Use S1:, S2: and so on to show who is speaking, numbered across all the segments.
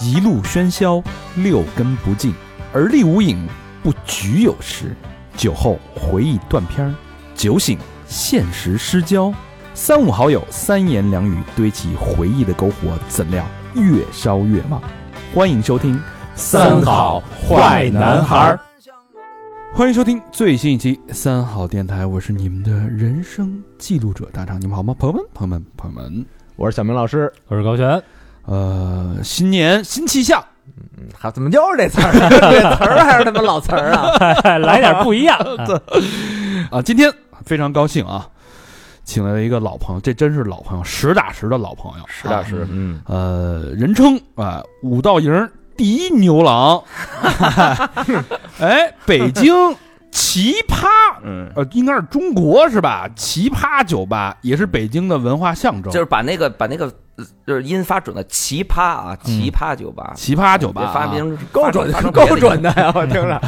S1: 一路喧嚣，六根不净，而立无影，不局有时。酒后回忆断片儿，酒醒现实失焦。三五好友，三言两语堆起回忆的篝火，怎料越烧越旺。欢迎收听《
S2: 三好坏男孩儿》，
S1: 欢迎收听最新一期《三好电台》，我是你们的人生记录者大张，你们好吗？朋友们，朋友们，朋友们，
S2: 我是小明老师，
S3: 我是高璇，
S1: 呃，新年新气象，
S2: 还怎么又是这词儿？啊 这词儿还是他妈老词儿啊？
S3: 哎来点不一 样。啊
S1: 啊，今天非常高兴啊，请来了一个老朋友，这真是老朋友，实打实的老朋友，实
S2: 大师，嗯，
S1: 呃，人称啊、五道营第一牛郎， 哎，北京奇葩，
S4: 嗯，
S1: 呃，应该是中国是吧？奇葩酒吧也是北京的文化象征，
S4: 就是把那个把那个呃就是音发准了，奇葩啊，
S2: 嗯
S4: 奇葩酒吧，
S1: 奇葩酒吧、
S4: 别
S1: 啊，
S4: 发明
S2: 够准
S4: 发成，
S2: 够准，的呀！我听 着，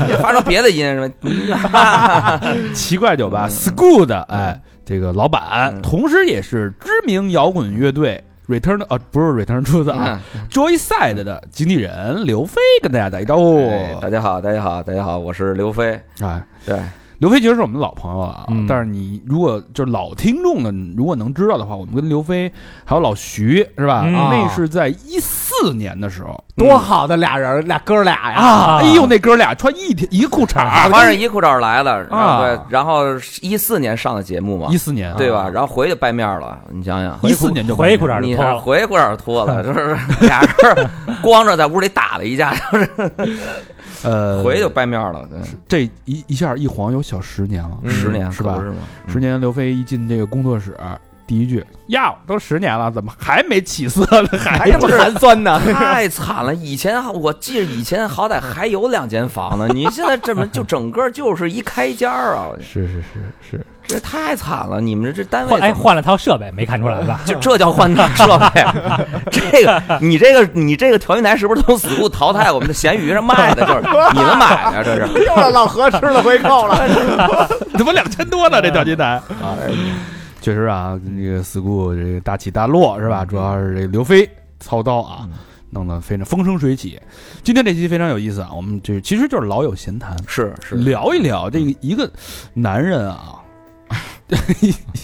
S4: 别的音别发成别的音什 么
S1: 奇怪酒吧
S4: 嗯
S1: School 的，哎，这个老板，
S4: 嗯
S1: 同时也是知名摇滚乐队 Return 啊，不是 Return to the 啊，Joyside
S4: 嗯
S1: 的经纪人刘飞跟大家打一招呼。
S4: 哎大家好，大家好，大家好，我是刘飞，
S1: 哎，
S4: 对，
S1: 刘飞其实是我们的老朋友了啊，
S3: 嗯
S1: 但是你如果就是老听众呢，如果能知道的话，我们跟刘飞还有老徐是吧？
S3: 嗯
S1: 那
S4: 啊
S1: 是在一四年的时候
S2: 多好的俩人，俩哥俩呀！
S1: 啊，哎呦，那哥俩穿一条一个裤
S2: 啊
S1: 衩，
S4: 穿啊上一裤衩来了，然后
S1: 啊
S4: 对，然后一四年上的节目嘛
S1: 一，四年啊
S4: 对吧？？然后回去掰面了，你想 想。
S1: 一四年就
S3: 回一裤衩
S4: 你
S3: 就脱
S4: 看
S3: 了。
S4: 回裤衩脱了，就是 俩人光着在屋里打了一架，
S1: 呃，
S4: 回就掰面了，对，
S1: 这一一下一晃有小十年了，
S4: 嗯十年
S1: 是吧
S4: 可不？是吗？嗯
S1: 十年，刘飞一进这个工作室，第一句：“呀，都十年了，怎么还没起色呢？还
S2: 还这么寒酸呢？
S4: 太惨了！以前我记得以前好歹还有两间房呢，你现在这么就整个就是一开间儿啊，
S1: 是是是是，
S4: 这太惨了！你们这这单位
S3: 换哎
S4: 怎么
S3: 换了套设备，没看出来 吧？
S4: 就这叫换大设备，啊这个你这个你这个调音台是不是从死路淘汰我们的咸鱼上卖的？就是你们买的，啊这是。
S2: 又让老何吃了回扣了。
S1: 怎么两千多呢？这调金 台啊，确实啊，这个 school 这个大起大落是吧？主要是这个刘飞操刀啊，弄得非常风生水起。今天这期非常有意思啊，我们这其实就是老友闲谈，
S4: 是是，
S1: 聊一聊这个一个男人 啊，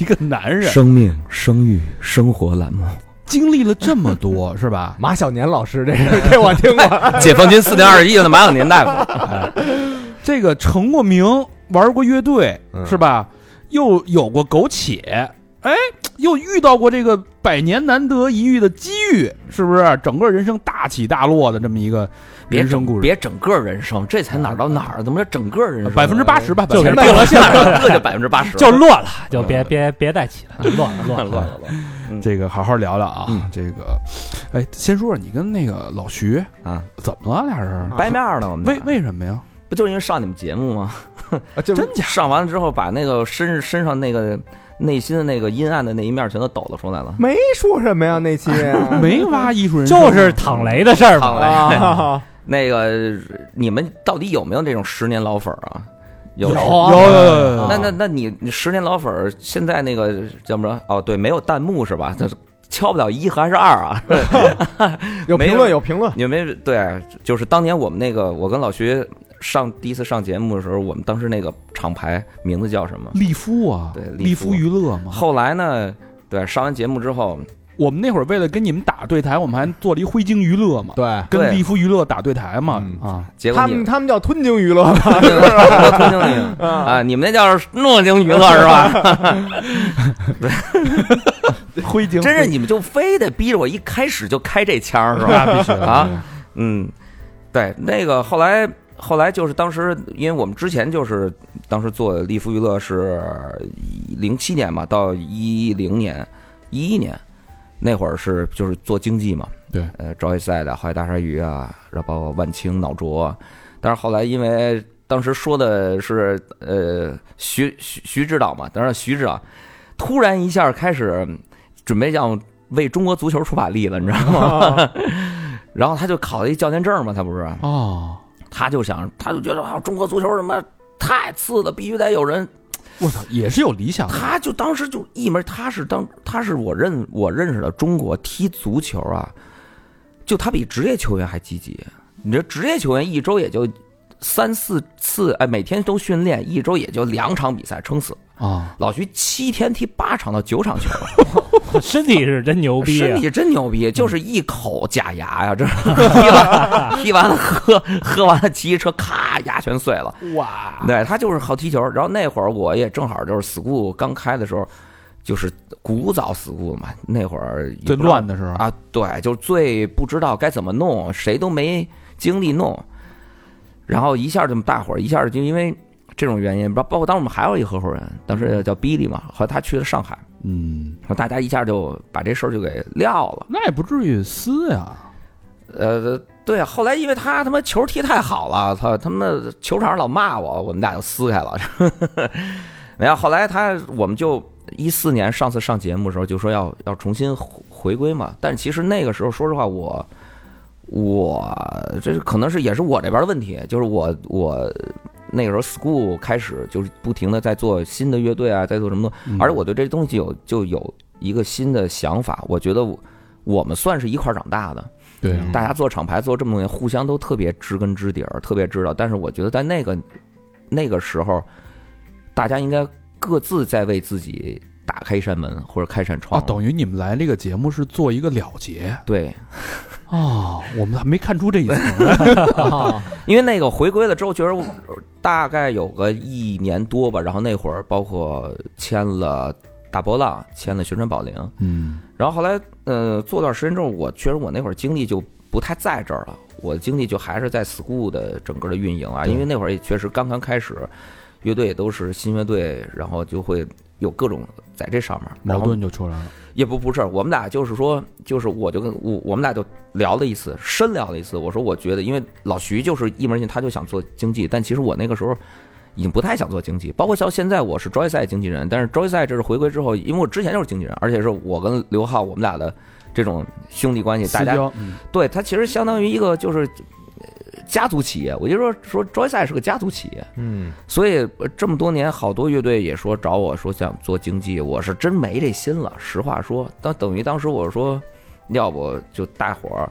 S1: 一个男人
S4: 生命、生育、生活栏目，
S1: 经历了这么 多是吧？
S2: 马小年老师，这 个这我听
S3: 哎
S2: 过，
S4: 解放军四点二十一的马小年大夫，
S1: 这个成过名，玩过乐队，
S2: 嗯
S1: 是吧？又有过苟且，哎，又遇到过这个百年难得一遇的机遇，是不是？整个人生大起大落的这么一个
S4: 别
S1: 人生故事，
S4: 整别整个人生，这才哪儿到哪儿？怎么叫整个人生？
S1: 百分之八十吧，
S3: 就
S1: 百
S3: 是
S1: 分之
S3: 这
S1: 八
S3: 个
S1: 十
S4: 现在 这就百分之八十，
S3: 就落了，就别别别再起了，落了嗯 落
S4: 乱乱
S3: 了。
S4: 了
S1: 这个好好聊聊啊，
S4: 嗯
S1: 这个，哎，先说说你跟那个老徐
S4: 啊，
S1: 怎么了，俩人？
S4: 掰面儿呢，我们
S1: 为为什么呀？
S4: 不就是因为上你们节目吗？
S2: 这
S1: 真假？
S4: 上完了之后，把那个身身上那个内心的那个阴暗的那一面全都抖了出来了。
S2: 没说什么呀？那期
S1: 没挖艺术人生，
S3: 就是躺雷的事儿嘛
S4: 躺，
S2: 啊，
S4: 那个你们到底有没有这种十年老粉儿啊？有。
S1: 有啊有有有
S4: 那那那你你十年老粉儿现在那个叫什么？哦，对，没有弹幕是吧？这敲不了一还是二啊？
S2: 有评论有评论，
S4: 你们对，啊就是当年我们那个，我跟老徐上第一次上节目的时候，我们当时那个厂牌名字叫什么？
S1: 利夫啊，
S4: 对
S1: 利
S4: 利
S1: 夫
S4: 夫
S1: 娱乐嘛，
S4: 后来呢？对，上完节目之后，
S1: 我们那会儿为了跟你们打对台，我们还做了一灰鲸娱乐嘛，
S2: 对。
S1: 跟
S4: 对
S1: 利夫娱乐打对台嘛
S2: 嗯
S1: 啊，
S4: 结果
S2: 他
S4: 你
S2: 们他们叫吞鲸娱 乐吧，
S4: 我同情你啊！你们那叫诺鲸娱乐是吧？
S1: 灰鲸
S4: 真是你们就非得逼着我一开始就开这腔儿是吧？
S1: 必须的
S4: 啊，嗯，对，那个后来后来就是当时，因为我们之前就是当时做利夫娱乐是零七年嘛，到一零年一一年那会儿是就是做经济嘛，
S1: 对，
S4: 呃，招一赛的后来大鲨鱼啊，然后包括万青、脑浊啊，但是后来因为当时说的是呃徐徐徐指导嘛，当然徐指导突然一下开始准备要为中国足球出把力了，你知道吗？然后他就考了一教练证嘛，他不是，
S1: 哦，
S4: 他就想，他就觉得啊，中国足球什么太次了，必须得有人。
S1: 我操，也是有理
S3: 啊
S1: 想的，
S4: 他就当时就一门，他是当他是我认我认识的中国踢足球啊，就他比职业球员还积极。你这职业球员一周也就三四次，哎，每天都训练，一周也就两场比赛，撑死。
S1: 啊，
S4: 老徐七天踢八场到九场球，啊
S3: 身体是真牛逼
S4: 身
S3: 啊！
S4: 体真牛逼，就是一口假牙呀，这 踢完踢完了喝喝完了骑一车，咔牙全碎了。
S1: 啊
S2: 哇，
S4: 对他就是好踢球。然后那会儿我也正好就是 school 刚开的时候，就是古早 school 嘛，那会儿也
S1: 最
S4: 不知道
S1: 乱的时候，
S4: 啊，对，就是最不知道该怎么弄，谁都没精力弄，然后一下这么大伙儿，一下就因为这种原因，包包括当时我们还有一合伙人，当时叫 Billy 嘛，后来他去了上海，
S1: 嗯，
S4: 然后大家一下就把这事儿就给撂了。
S1: 那也不至于撕呀，
S4: 呃，对，后来因为他他妈球踢太好了，操他妈的球场上老骂我，我们俩就撕开了。没有，后来他我们就一四年上次上节目的时候就说要要重新回回归嘛，但其实那个时候说实话我。我这是可能是也是我这边的问题，就是我我那个时候 school 开始就是不停的在做新的乐队啊，在做什么东西
S1: 嗯
S4: 而我对这东西有就有一个新的想法，我觉得我我们算是一块儿长大的，
S1: 对啊
S4: 嗯大家做厂牌做这么多年，互相都特别知根知底儿，特别知道。但是我觉得在那个那个时候，大家应该各自在为自己打开一扇门或者开一扇
S1: 啊，
S4: 窗。
S1: 等于你们来这个节目是做一个了结
S4: 对，
S1: 哦，我们还没看出这一 层，
S3: 啊
S4: 因为那个回归了之后，觉得我大概有个一年多吧。然后那会儿包括签了大波浪，签了旋转宝铃，
S1: 嗯
S4: 然后后来，呃，做段时间之后，我确实我那会儿精力就不太在这儿了，我的精力就还是在 school 的整个的运营啊，
S1: 对
S4: 因为那会儿也确实刚刚开始，乐队也都是新乐队，然后就会有各种在这上面
S1: 矛，
S4: 然后
S1: 盾就出来了，
S4: 也不不是，我们俩就是说，就是我就跟我我们俩就聊了一次，深聊了一次，我说我觉得，因为老徐就是一门心，他就想做经济，但其实我那个时候。已经不太想做经济，包括到现在我是 Joy 赛经纪人，但是 Joy 赛这是回归之后，因为我之前就是经纪人，而且是我跟刘浩我们俩的这种兄弟关系，大
S1: 私
S4: 家
S1: 交，嗯
S4: 对它其实相当于一个就是呃家族企业，我就说说 Joy 赛是个家族企业，
S2: 嗯，
S4: 所以呃这么多年，好多乐队也说找我说想做经济，我是真没这心了。实话说，当等于当时我说，要不就大伙儿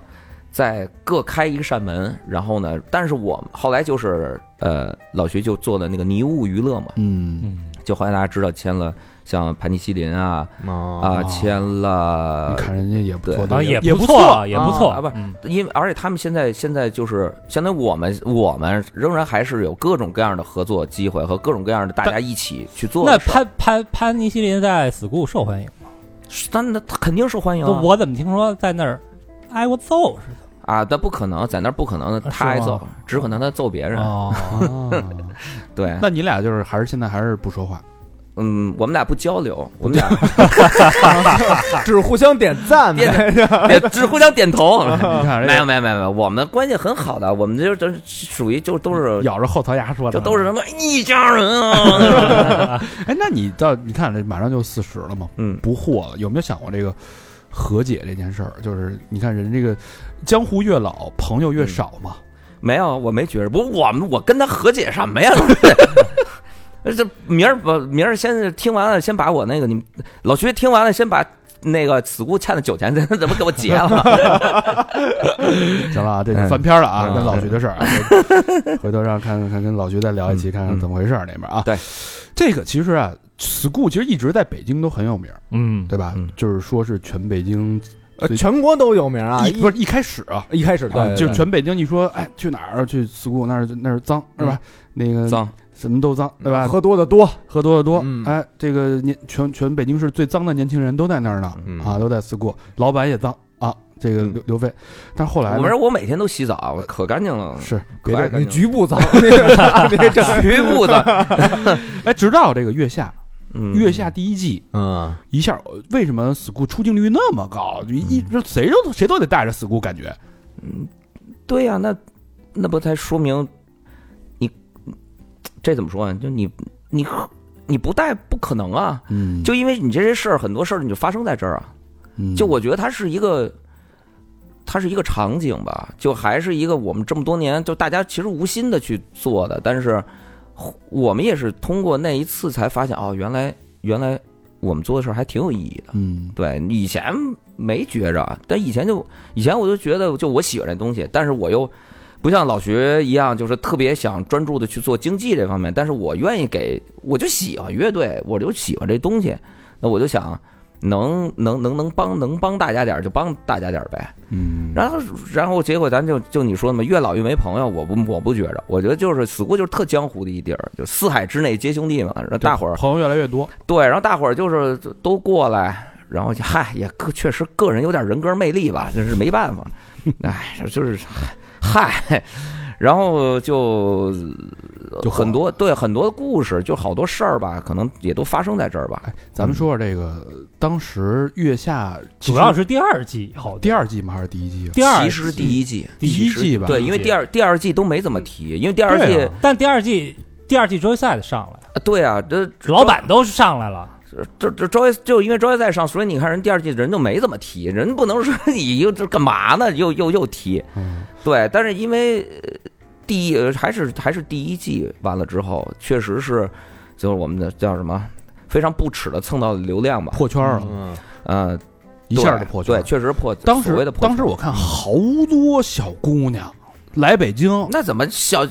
S4: 再各开一扇门，然后呢，但是我后来就是呃，老徐就做的那个迷雾娱乐嘛，
S1: 嗯，
S3: 嗯
S4: 就后来大家知道签了像盘尼西林啊啊、
S2: 啊，
S1: 哦
S4: 签了
S1: 你看人家也不
S4: 对
S1: 做
S3: 然后
S1: 得
S3: 也
S1: 啊也
S3: 不
S1: 错，
S3: 错，也不错
S4: 啊不是
S3: 嗯
S4: 因为而且他们现在现在就是相当于我们我们仍然还是有各种各样的合作机会和各种各样的大家一起去做
S3: 那
S4: 的事儿。
S3: 潘潘潘尼西林在 school 受欢迎吗，
S4: 那那他肯定受欢迎
S3: 就
S4: 啊！
S3: 我怎么听说在那儿挨过揍似
S4: 啊，那不可能，在那儿不可能，
S3: 吗
S4: 他挨揍，只可能他揍别
S3: 啊
S4: 人。
S1: 哦，
S4: 对，
S1: 那你俩就是还是现在还是不说 话，
S4: 嗯，我们俩不交流，我们俩
S2: 只互相点赞呗，
S4: 也只互相点头。
S1: 你看人
S4: 没有
S1: 家
S4: 没有没有没有，我们关系很好的，我们就都属于就都是
S1: 咬着后槽牙说
S4: 就
S1: 的，
S4: 都是什么一家人啊。
S1: 哎，那你到你看这马上就四十了嘛，
S4: 嗯，
S1: 不惑了，有没有想过这个和解这件事儿？就是你看人这个江湖越老，朋友越
S4: 嗯
S1: 少嘛。
S4: 没有，我没觉着。不，我们我跟他和解什么呀？ 这明儿不明儿先听完了，先把我那个你们老徐听完了，先把那个死姑欠的酒钱， 怎么给我结了？
S1: 行了啊，这就
S4: 嗯
S1: 翻篇了啊，
S4: 嗯
S1: 跟老徐的事儿啊， 回回头让看看跟老徐再聊一期，
S4: 嗯
S1: 看看怎么回事儿那边啊。
S4: 对，
S1: 这个其实啊，school 其实一直在北京都很有名儿，
S3: 嗯，
S1: 对吧
S4: 嗯？
S1: 就是说是全北京
S2: 呃全国都有名啊，
S1: 一
S2: 一
S1: 不是一开始啊，
S2: 一开始
S1: 啊
S2: 对，
S1: 就是全北京一说，哎，去哪儿啊去 school 那儿那儿脏是吧？那个
S4: 嗯脏，
S1: 什么都脏对吧？
S2: 喝多的多，
S1: 喝多的多，
S2: 嗯
S1: 哎，这个年全全北京市最脏的年轻人都在那儿呢，
S4: 嗯
S1: 啊，都在 school，老板也脏啊，这个
S4: 嗯
S1: 刘刘飞，但是后来
S4: 我
S1: 呢
S4: 们说我每天都洗澡，我可干净了。
S1: 是
S4: 可
S1: 别
S4: 爱
S1: 的，
S4: 干
S2: 你
S4: 净
S2: 局部脏，你这
S4: 局部的，
S1: 哎，直到这个月下
S4: 嗯
S1: 月下第一季
S2: 嗯，
S1: 一下，为什么 school 出镜率那么高？就一
S4: 嗯
S1: 就谁都谁都得带着 school 感觉，
S4: 对呀、那那不才说明你这怎么说啊？就你你你不带不可能啊！
S1: 嗯
S4: 就因为你这些事儿，很多事儿你就发生在这儿啊。就我觉得它是一个，它是一个场景吧，就还是一个我们这么多年就大家其实无心的去做的，但是我们也是通过那一次才发现哦，原来原来我们做的事儿还挺有意义的。
S1: 嗯
S4: 对，以前没觉着，但以前就以前我就觉得就我喜欢这东西，但是我又不像老徐一样，就是特别想专注的去做经济这方面，但是我愿意给，我就喜欢乐队，我就喜欢这东西，那我就想能能能能帮能帮大家点儿就帮大家点儿呗，
S1: 嗯，
S4: 然后，然后结果咱就就你说的嘛，越老越没朋友，我不我不觉着，我觉得就是死过就是特江湖的一地儿，就四海之内皆兄弟嘛。然后大伙儿
S1: 朋友越来越多，
S4: 对，然后大伙儿就是都过来，然后就嗨也个确实个人有点人格魅力吧，这是没办法，哎，就是嗨，然后就
S1: 就
S4: 呃很多对很多故事，就好多事儿吧，可能也都发生在这儿吧。
S1: 哎，咱
S4: 嗯
S1: 们说说这个，当时月下其
S3: 主
S1: 实
S3: 要是第二季好的，
S1: 第二季吗？还是第一季啊？
S3: 第二
S4: 其实第一季，
S1: 第一季吧
S4: 对，因为第二第二季都没怎么提，因为第二季
S1: 对啊
S3: 但第二季第二季周赛的上来了，
S4: 对啊，这
S3: 老板都上来了，
S4: 这这周就因为周在上，所以你看人第二季人就没怎么提，人不能说 你又这干嘛呢？又又又提，
S1: 嗯，
S4: 对，但是因为呃第一呃还是还是第一季完了之后，确实是就是我们的叫什么非常不耻的蹭到流量吧，
S1: 破圈了，
S2: 嗯，
S4: 嗯，
S1: 一下就破圈
S4: 对，
S1: 了。
S4: 确实破，
S1: 当
S4: 所谓的
S1: 时
S4: 破嗯圈
S1: 当时我看好多小姑娘来北京，
S4: 那怎么小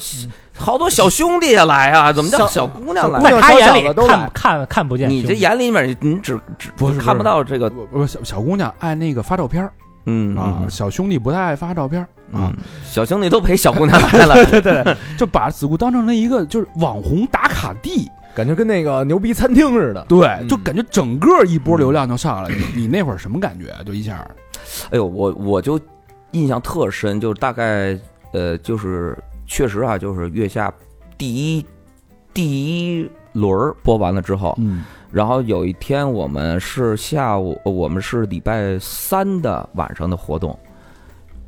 S4: 好多小兄弟也来啊？怎么叫
S2: 小
S4: 小姑娘
S2: 小姑
S4: 来？啊
S3: 在他眼
S2: 小小
S3: 里
S2: 的都来
S3: 看看看不见
S4: 你
S3: 兄弟，
S4: 这眼里面你只只
S1: 不是
S4: 看不到这个，
S1: 不不小小姑娘爱那个发照片儿
S4: 嗯
S1: 啊，小兄弟不太爱发照片儿啊
S4: 嗯，，小兄弟都陪小姑娘来了，
S1: 对对，对就把子固当成了一个就是网红打卡地，
S2: 感觉跟那个牛逼餐厅似的。
S4: 嗯
S1: 对，就感觉整个一波流量就上 来了。你你那会儿什么感觉啊？就一下，
S4: 哎呦，我我就印象特深，就是大概呃，就是确实啊，就是月下第一第一轮儿播完了之后，
S1: 嗯
S4: 然后有一天我们是下午，呃我们是礼拜三的晚上的活动。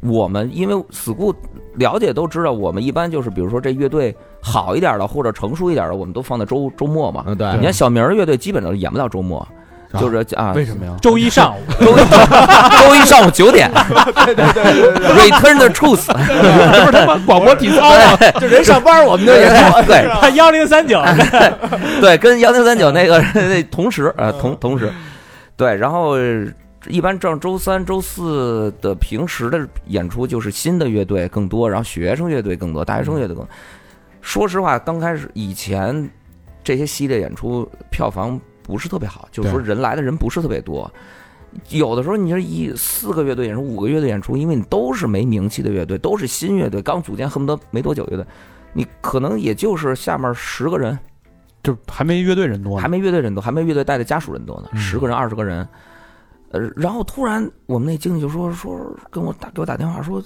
S4: 我们因为 school 了解都知道，我们一般就是比如说这乐队好一点的或者成熟一点的，我们都放在周周末嘛。
S2: 嗯，对
S4: 你看小明儿乐队基本都演不到周末，
S1: 啊
S4: 就是啊，
S1: 为什么呀？
S3: 周一上午
S4: 周一周一上午九点
S2: 对对对对
S4: ，Return the Truth。
S1: 这不是他妈广播体 操吗？
S2: 对，就人上班我们就
S4: 对
S2: 也
S4: 对对
S3: 他幺零三九，
S4: 对，跟幺零三九那个那同时呃同同时，对，然后呃一般正周三、周四的平时的演出就是新的乐队更多，然后学生乐队更多，大学生乐队更多。说实话，刚开始以前这些系列演出票房不是特别好，就是说人来的人不是特别多。有的时候你说一四个乐队演出，五个乐队演出，因为你都是没名气的乐队，都是新乐队，刚组建恨不得没多久乐队，你可能也就是下面十个人，
S1: 就还没乐队人多呢，
S4: 还没乐队人多，还没乐队带的家属人多呢，
S1: 嗯
S4: 十个人、二十个人。呃，然后突然我们那经理就说说跟我打给我打电话说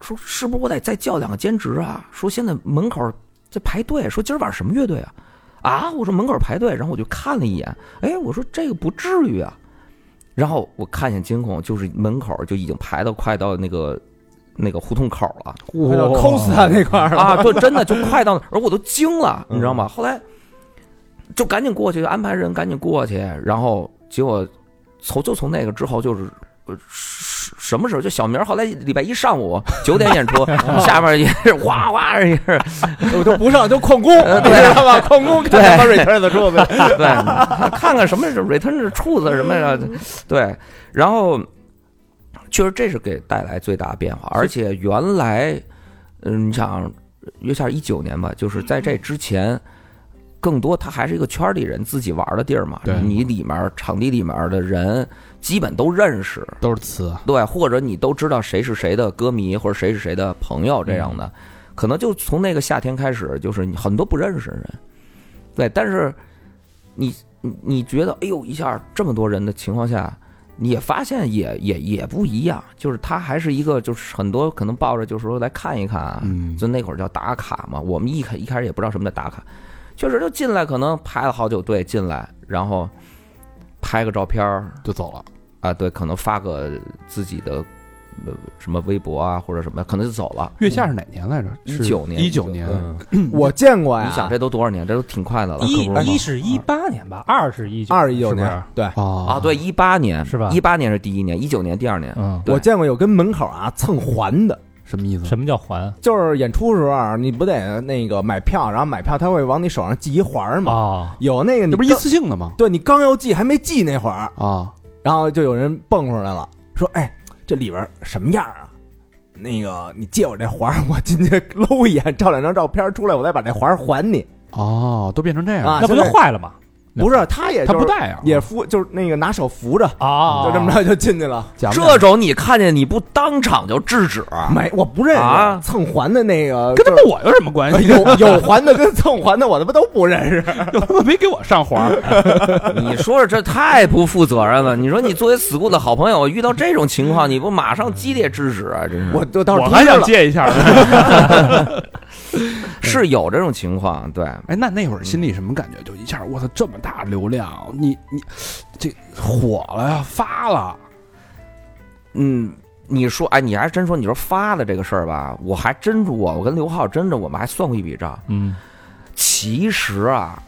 S4: 说是不是我得再叫两个兼职啊？说现在门口在排队，说今儿晚上什么乐队啊？啊，我说门口排队，然后我就看了一眼，哎，我说这个不至于啊。然后我看见监控，就是门口就已经排到快到那个那个胡同口了。
S2: 快到 cos 那块儿了
S4: 啊，对，真的就快到那儿，而我都惊了，
S2: 嗯
S4: 你知道吗？后来就赶紧过去，安排人赶紧过去，然后结果从就从那个之后就是。呃什什么时候？就小明儿后来礼拜一上午九点演 出，下面也是哗哗也是，
S2: 我就不上就旷工，
S4: 呃
S2: 你
S4: 对
S2: 知道吧？旷工看他妈瑞特的桌子，
S4: 对， 看看什么是 return 是处子什么的，对，然后确实这是给带来最大的变化，而且原来，嗯、你想约下一九年吧，就是在这之前。更多，它还是一个圈儿里人自己玩儿的地儿嘛。
S1: 对
S4: 你里面儿场地里面儿的人基本都认识，
S1: 都是词啊，
S4: 对，或者你都知道谁是谁的歌迷，或者谁是谁的朋友这样的，可能就从那个夏天开始，就是你很多不认识的人，对，但是你你你觉得，哎呦，一下这么多人的情况下，你也发现也也也不一样，就是他还是一个，就是很多可能抱着就是说来看一看啊，
S1: 嗯，
S4: 就那会儿叫打卡嘛，我们一开一开始也不知道什么叫打卡，确实就进来可能排了好久队进来，然后拍个照片儿，
S1: 就走了。
S4: 啊，对，可能发个自己的呃什么微博啊，或者什么，可能就走了。
S1: 月下是哪年来着？
S4: 19年嗯
S1: 一九年，
S2: 我见过呀。
S4: 你想，这都多少年，这都挺快的了，
S3: 一
S4: 可不是吗
S3: 一是一八年吧，二是一九，
S2: 二一九
S3: 是不是
S2: 年，对
S1: 哦
S4: 啊，对，，一八年
S3: 是吧
S4: 一八年是第一年，一九年第二年。
S1: 嗯，
S4: 对
S2: 我见过有跟门口啊蹭还的。
S1: 什么意思？
S3: 什么叫还？
S2: 就是演出时候啊，你不得那个买票，然后买票他会往你手上系一环儿嘛。
S3: 哦，
S2: 有那个你
S1: 啊这不是一
S2: 刚
S1: 次性的吗？
S2: 对你刚要系还没系那会儿，
S1: 啊，
S2: 然后就有人蹦出来了，说：“哎，这里边什么样啊？那个你借我这环儿，我进去搂一眼，照两张照片出来，我再把这环儿还你。
S1: 哦，都变成这样，
S2: 啊
S3: 那不就坏了吗？”
S1: 那
S2: 不是，他也、
S1: 他
S2: 就
S1: 不
S2: 是、
S1: 戴哦啊，
S2: 也扶，就是那个拿手扶着，
S3: 啊，
S2: 就这么着就进去了。
S1: 假不
S4: 这种你看见你不当场就制止，
S2: 没，我不认识、
S4: 啊
S2: 蹭环的那个，
S1: 啊跟他
S2: 就
S1: 妈我有什么关系？
S2: 是 有有环的跟蹭环的，我他妈都不认识。
S1: 又他妈没给我上环儿，
S4: 你说说这太不负责任了。你说你作为 school 的好朋友，遇到这种情况，你不马上激烈制止啊？真是，
S2: 嗯我就当时
S1: 我还
S2: 通知
S1: 想
S2: 了
S1: 借一下呢。
S4: 是有这种情况，对，
S1: 哎，那那会儿心里什么感觉？就一下，我操，这么大流量，你你这火了呀，发了，
S4: 嗯。你说，哎，你还真说，你说发的这个事儿吧，我还真我我跟刘浩真的，我们还算过一笔账。
S3: 嗯，
S4: 其实啊，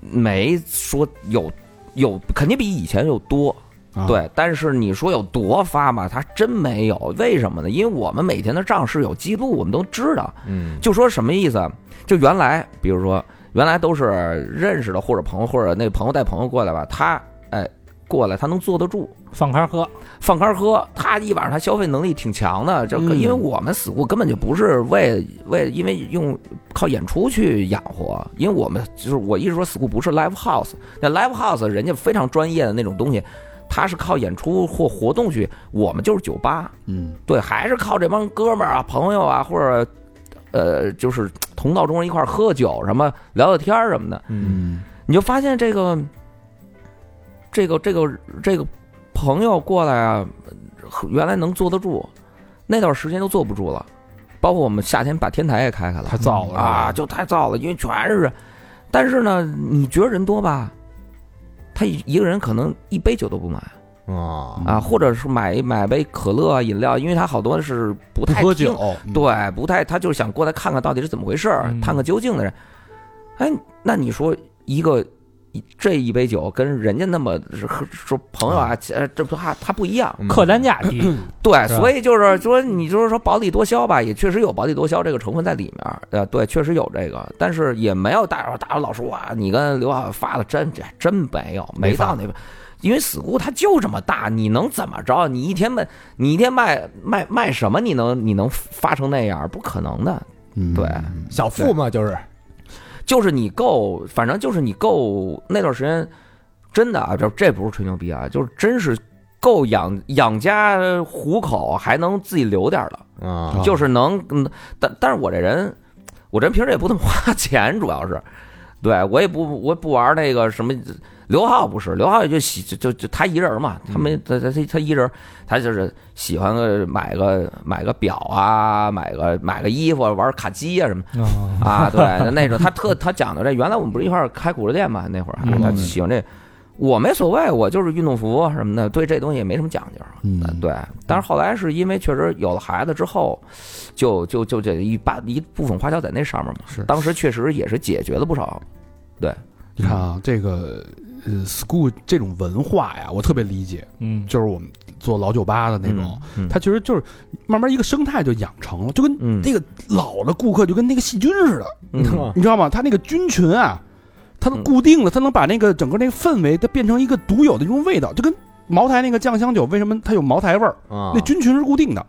S4: 没说有有，肯定比以前有多。
S1: 啊
S4: 对，但是你说有多发吧，它真没有。为什么呢？因为我们每天的账是有记录，我们都知道。
S2: 嗯，
S4: 就说什么意思啊？就原来，比如说原来都是认识的或者朋友，或者那朋友带朋友过来吧，他哎过来他能坐得住，
S3: 放开喝，
S4: 放开喝，他一晚上他消费能力挺强的。这个，
S1: 嗯
S4: 因为我们死库根本就不是为为，因为用靠演出去养活，因为我们就是我一直说死库不是 live house，那 live house 人家非常专业的那种东西，他是靠演出或活动去，我们就是酒吧，
S1: 嗯，
S4: 对，还是靠这帮哥们儿啊、朋友啊，或者呃，就是同道中人一块儿喝酒什么、聊聊天儿什么的。
S1: 嗯，
S4: 你就发现这个，这个这个这个朋友过来啊，原来能坐得住，那段时间都坐不住了。包括我们夏天把天台也开开了
S1: 太燥了
S4: 啊，，就太燥了，因为全是人。但是呢，你觉得人多吧？他一一个人可能一杯酒都不买
S2: 啊
S1: 嗯
S4: 啊，或者是买买杯可乐啊、饮料，因为他好多是不
S1: 不
S4: 太
S1: 喝
S4: 听
S1: 酒，嗯，
S4: 对，不太，他就是想过来看看到底是怎么回事儿，
S3: 嗯
S4: 探个究竟的人。哎，那你说一个一这一杯酒跟人家那么是喝说朋友啊，呃，这不他他不一
S2: 嗯
S4: 样，
S3: 客单价低，
S4: 对，
S3: 是吧
S4: 所以就是说，你就是说薄利多销吧，也确实有薄利多销这个成分在里面儿，呃，对，确实有这个，但是也没有大伙大伙老说啊，你跟刘浩发的真这真没有，没到那边，因为死姑它就这么大，你能怎么着？你一天卖，你一天卖卖卖什么？你能你能发成那样？不可能的，
S1: 嗯
S4: 对
S2: 小富嘛，就是
S4: 就是你够，反正就是你够那段时间，真的啊，这这不是吹牛逼啊，就是真是够养养家糊口，还能自己留点儿了。
S2: 啊
S1: 啊
S4: 就是能，嗯但但是我这人，我这人平时也不怎么花钱， 主要是，对我也不我也不玩那个什么。刘浩不是，刘浩也就喜就就就他一人嘛，他没他他他他一人，他就是喜欢个买个买个表啊，买个买个衣服，玩卡机啊什么
S3: 嗯
S4: 啊，对，那那种他特他讲究这，原来我们不是一块儿开古着店嘛，那会儿
S3: 嗯
S4: 他喜欢这，我没所谓，我就是运动服啊什么的，对这东西也没什么讲究，
S1: 嗯
S4: 呃对。但是后来是因为确实有了孩子之后，就就就这一把一部分花销在那上面嘛，
S1: 是
S4: 当时确实也是解决了不少，
S1: 你看啊，这个呃，school 这种文化呀，我特别理解，
S3: 嗯，
S1: 就是我们做老酒吧的那种，
S4: 嗯，嗯
S1: 它其实就是慢慢一个生态就养成了，就跟
S4: 嗯
S1: 那个老的顾客就跟那个细菌似的，
S4: 嗯
S1: 你知道吗？它那个菌群啊，它都固定了，它能把那个整个那个氛围，它变成一个独有的一种味道，就跟茅台那个酱香酒为什么它有茅台味儿？
S2: 啊
S1: 那菌群是固定的，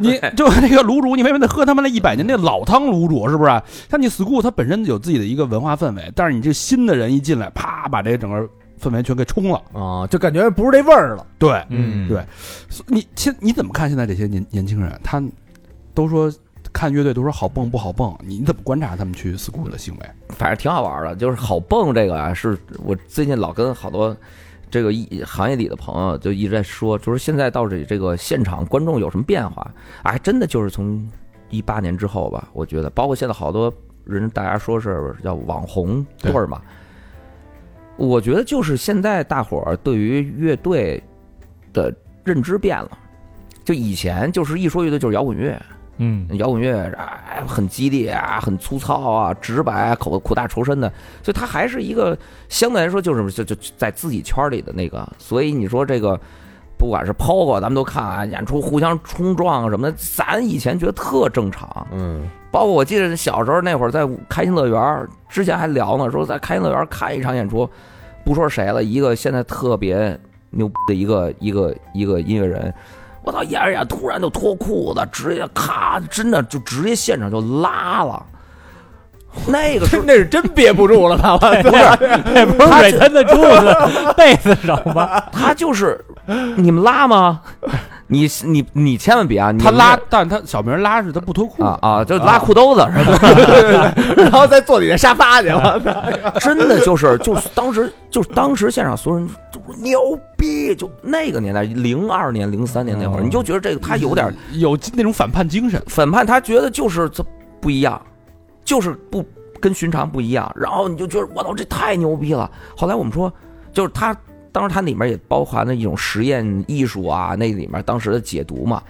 S1: 你就那个卤煮，你为什么得喝他妈那一百年那老汤卤煮？是不是？像你 school 它本身有自己的一个文化氛围，但是你这新的人一进来，啪把这个整个氛围全给冲了。
S2: 啊，就感觉不是这味儿了。
S1: 对，
S3: 嗯
S1: 对所你现你怎么看现在这些年年轻人？他都说看乐队都说好蹦不好蹦，你怎么观察他们去 school 的行为？
S4: 反正挺好玩的，就是好蹦这个啊，是我最近老跟好多这个一行业里的朋友就一直在说，就是现在到底这个现场观众有什么变化？啊，还真的就是从一八年之后吧，我觉得，包括现在好多人大家说是叫网红
S1: 对
S4: 对儿嘛，我觉得就是现在大伙儿对于乐队的认知变了。就以前就是一说乐队就是摇滚乐，
S3: 嗯
S4: 摇滚乐啊，很激烈啊，很粗糙啊，直白啊，口苦大仇深的，所以他还是一个相对来说就是就就在自己圈里的那个，所以你说这个。不管是 POGO，咱们都看啊，演出互相冲撞什么的，咱以前觉得特正常。
S2: 嗯
S4: 包括我记得小时候那会儿在开心乐园之前还聊呢，说在开心乐园看一场演出，不说谁了，一个现在特别牛逼的一个一个一个音乐人，我操，演着演着突然就脱裤子，直接咔，真的就直接现场就拉了。那个时候
S2: 那是真憋不住 了吧？我操！
S3: 那不是
S4: 他
S3: 水
S4: 就
S3: 豚的柱子被子手吗？
S4: 他就是你们拉吗？你你你千万别啊！你
S1: 他拉，但他小明拉是他不脱裤
S4: 啊啊，就拉裤兜子是吧？
S2: 然后再坐你那沙发去，我操！
S4: 真的就是 就是当时就是当时现场所有人都说牛逼，就那个年代零二年零三年那会儿，
S1: 嗯
S4: 你就觉得这个他有点
S1: 有那种反叛精神，
S4: 反叛，他觉得就是这不一样，就是不跟寻常不一样。然后你就觉得我操，这太牛逼了。后来我们说，就是他当时他里面也包含了一种实验艺术啊，那里面当时的解读嘛，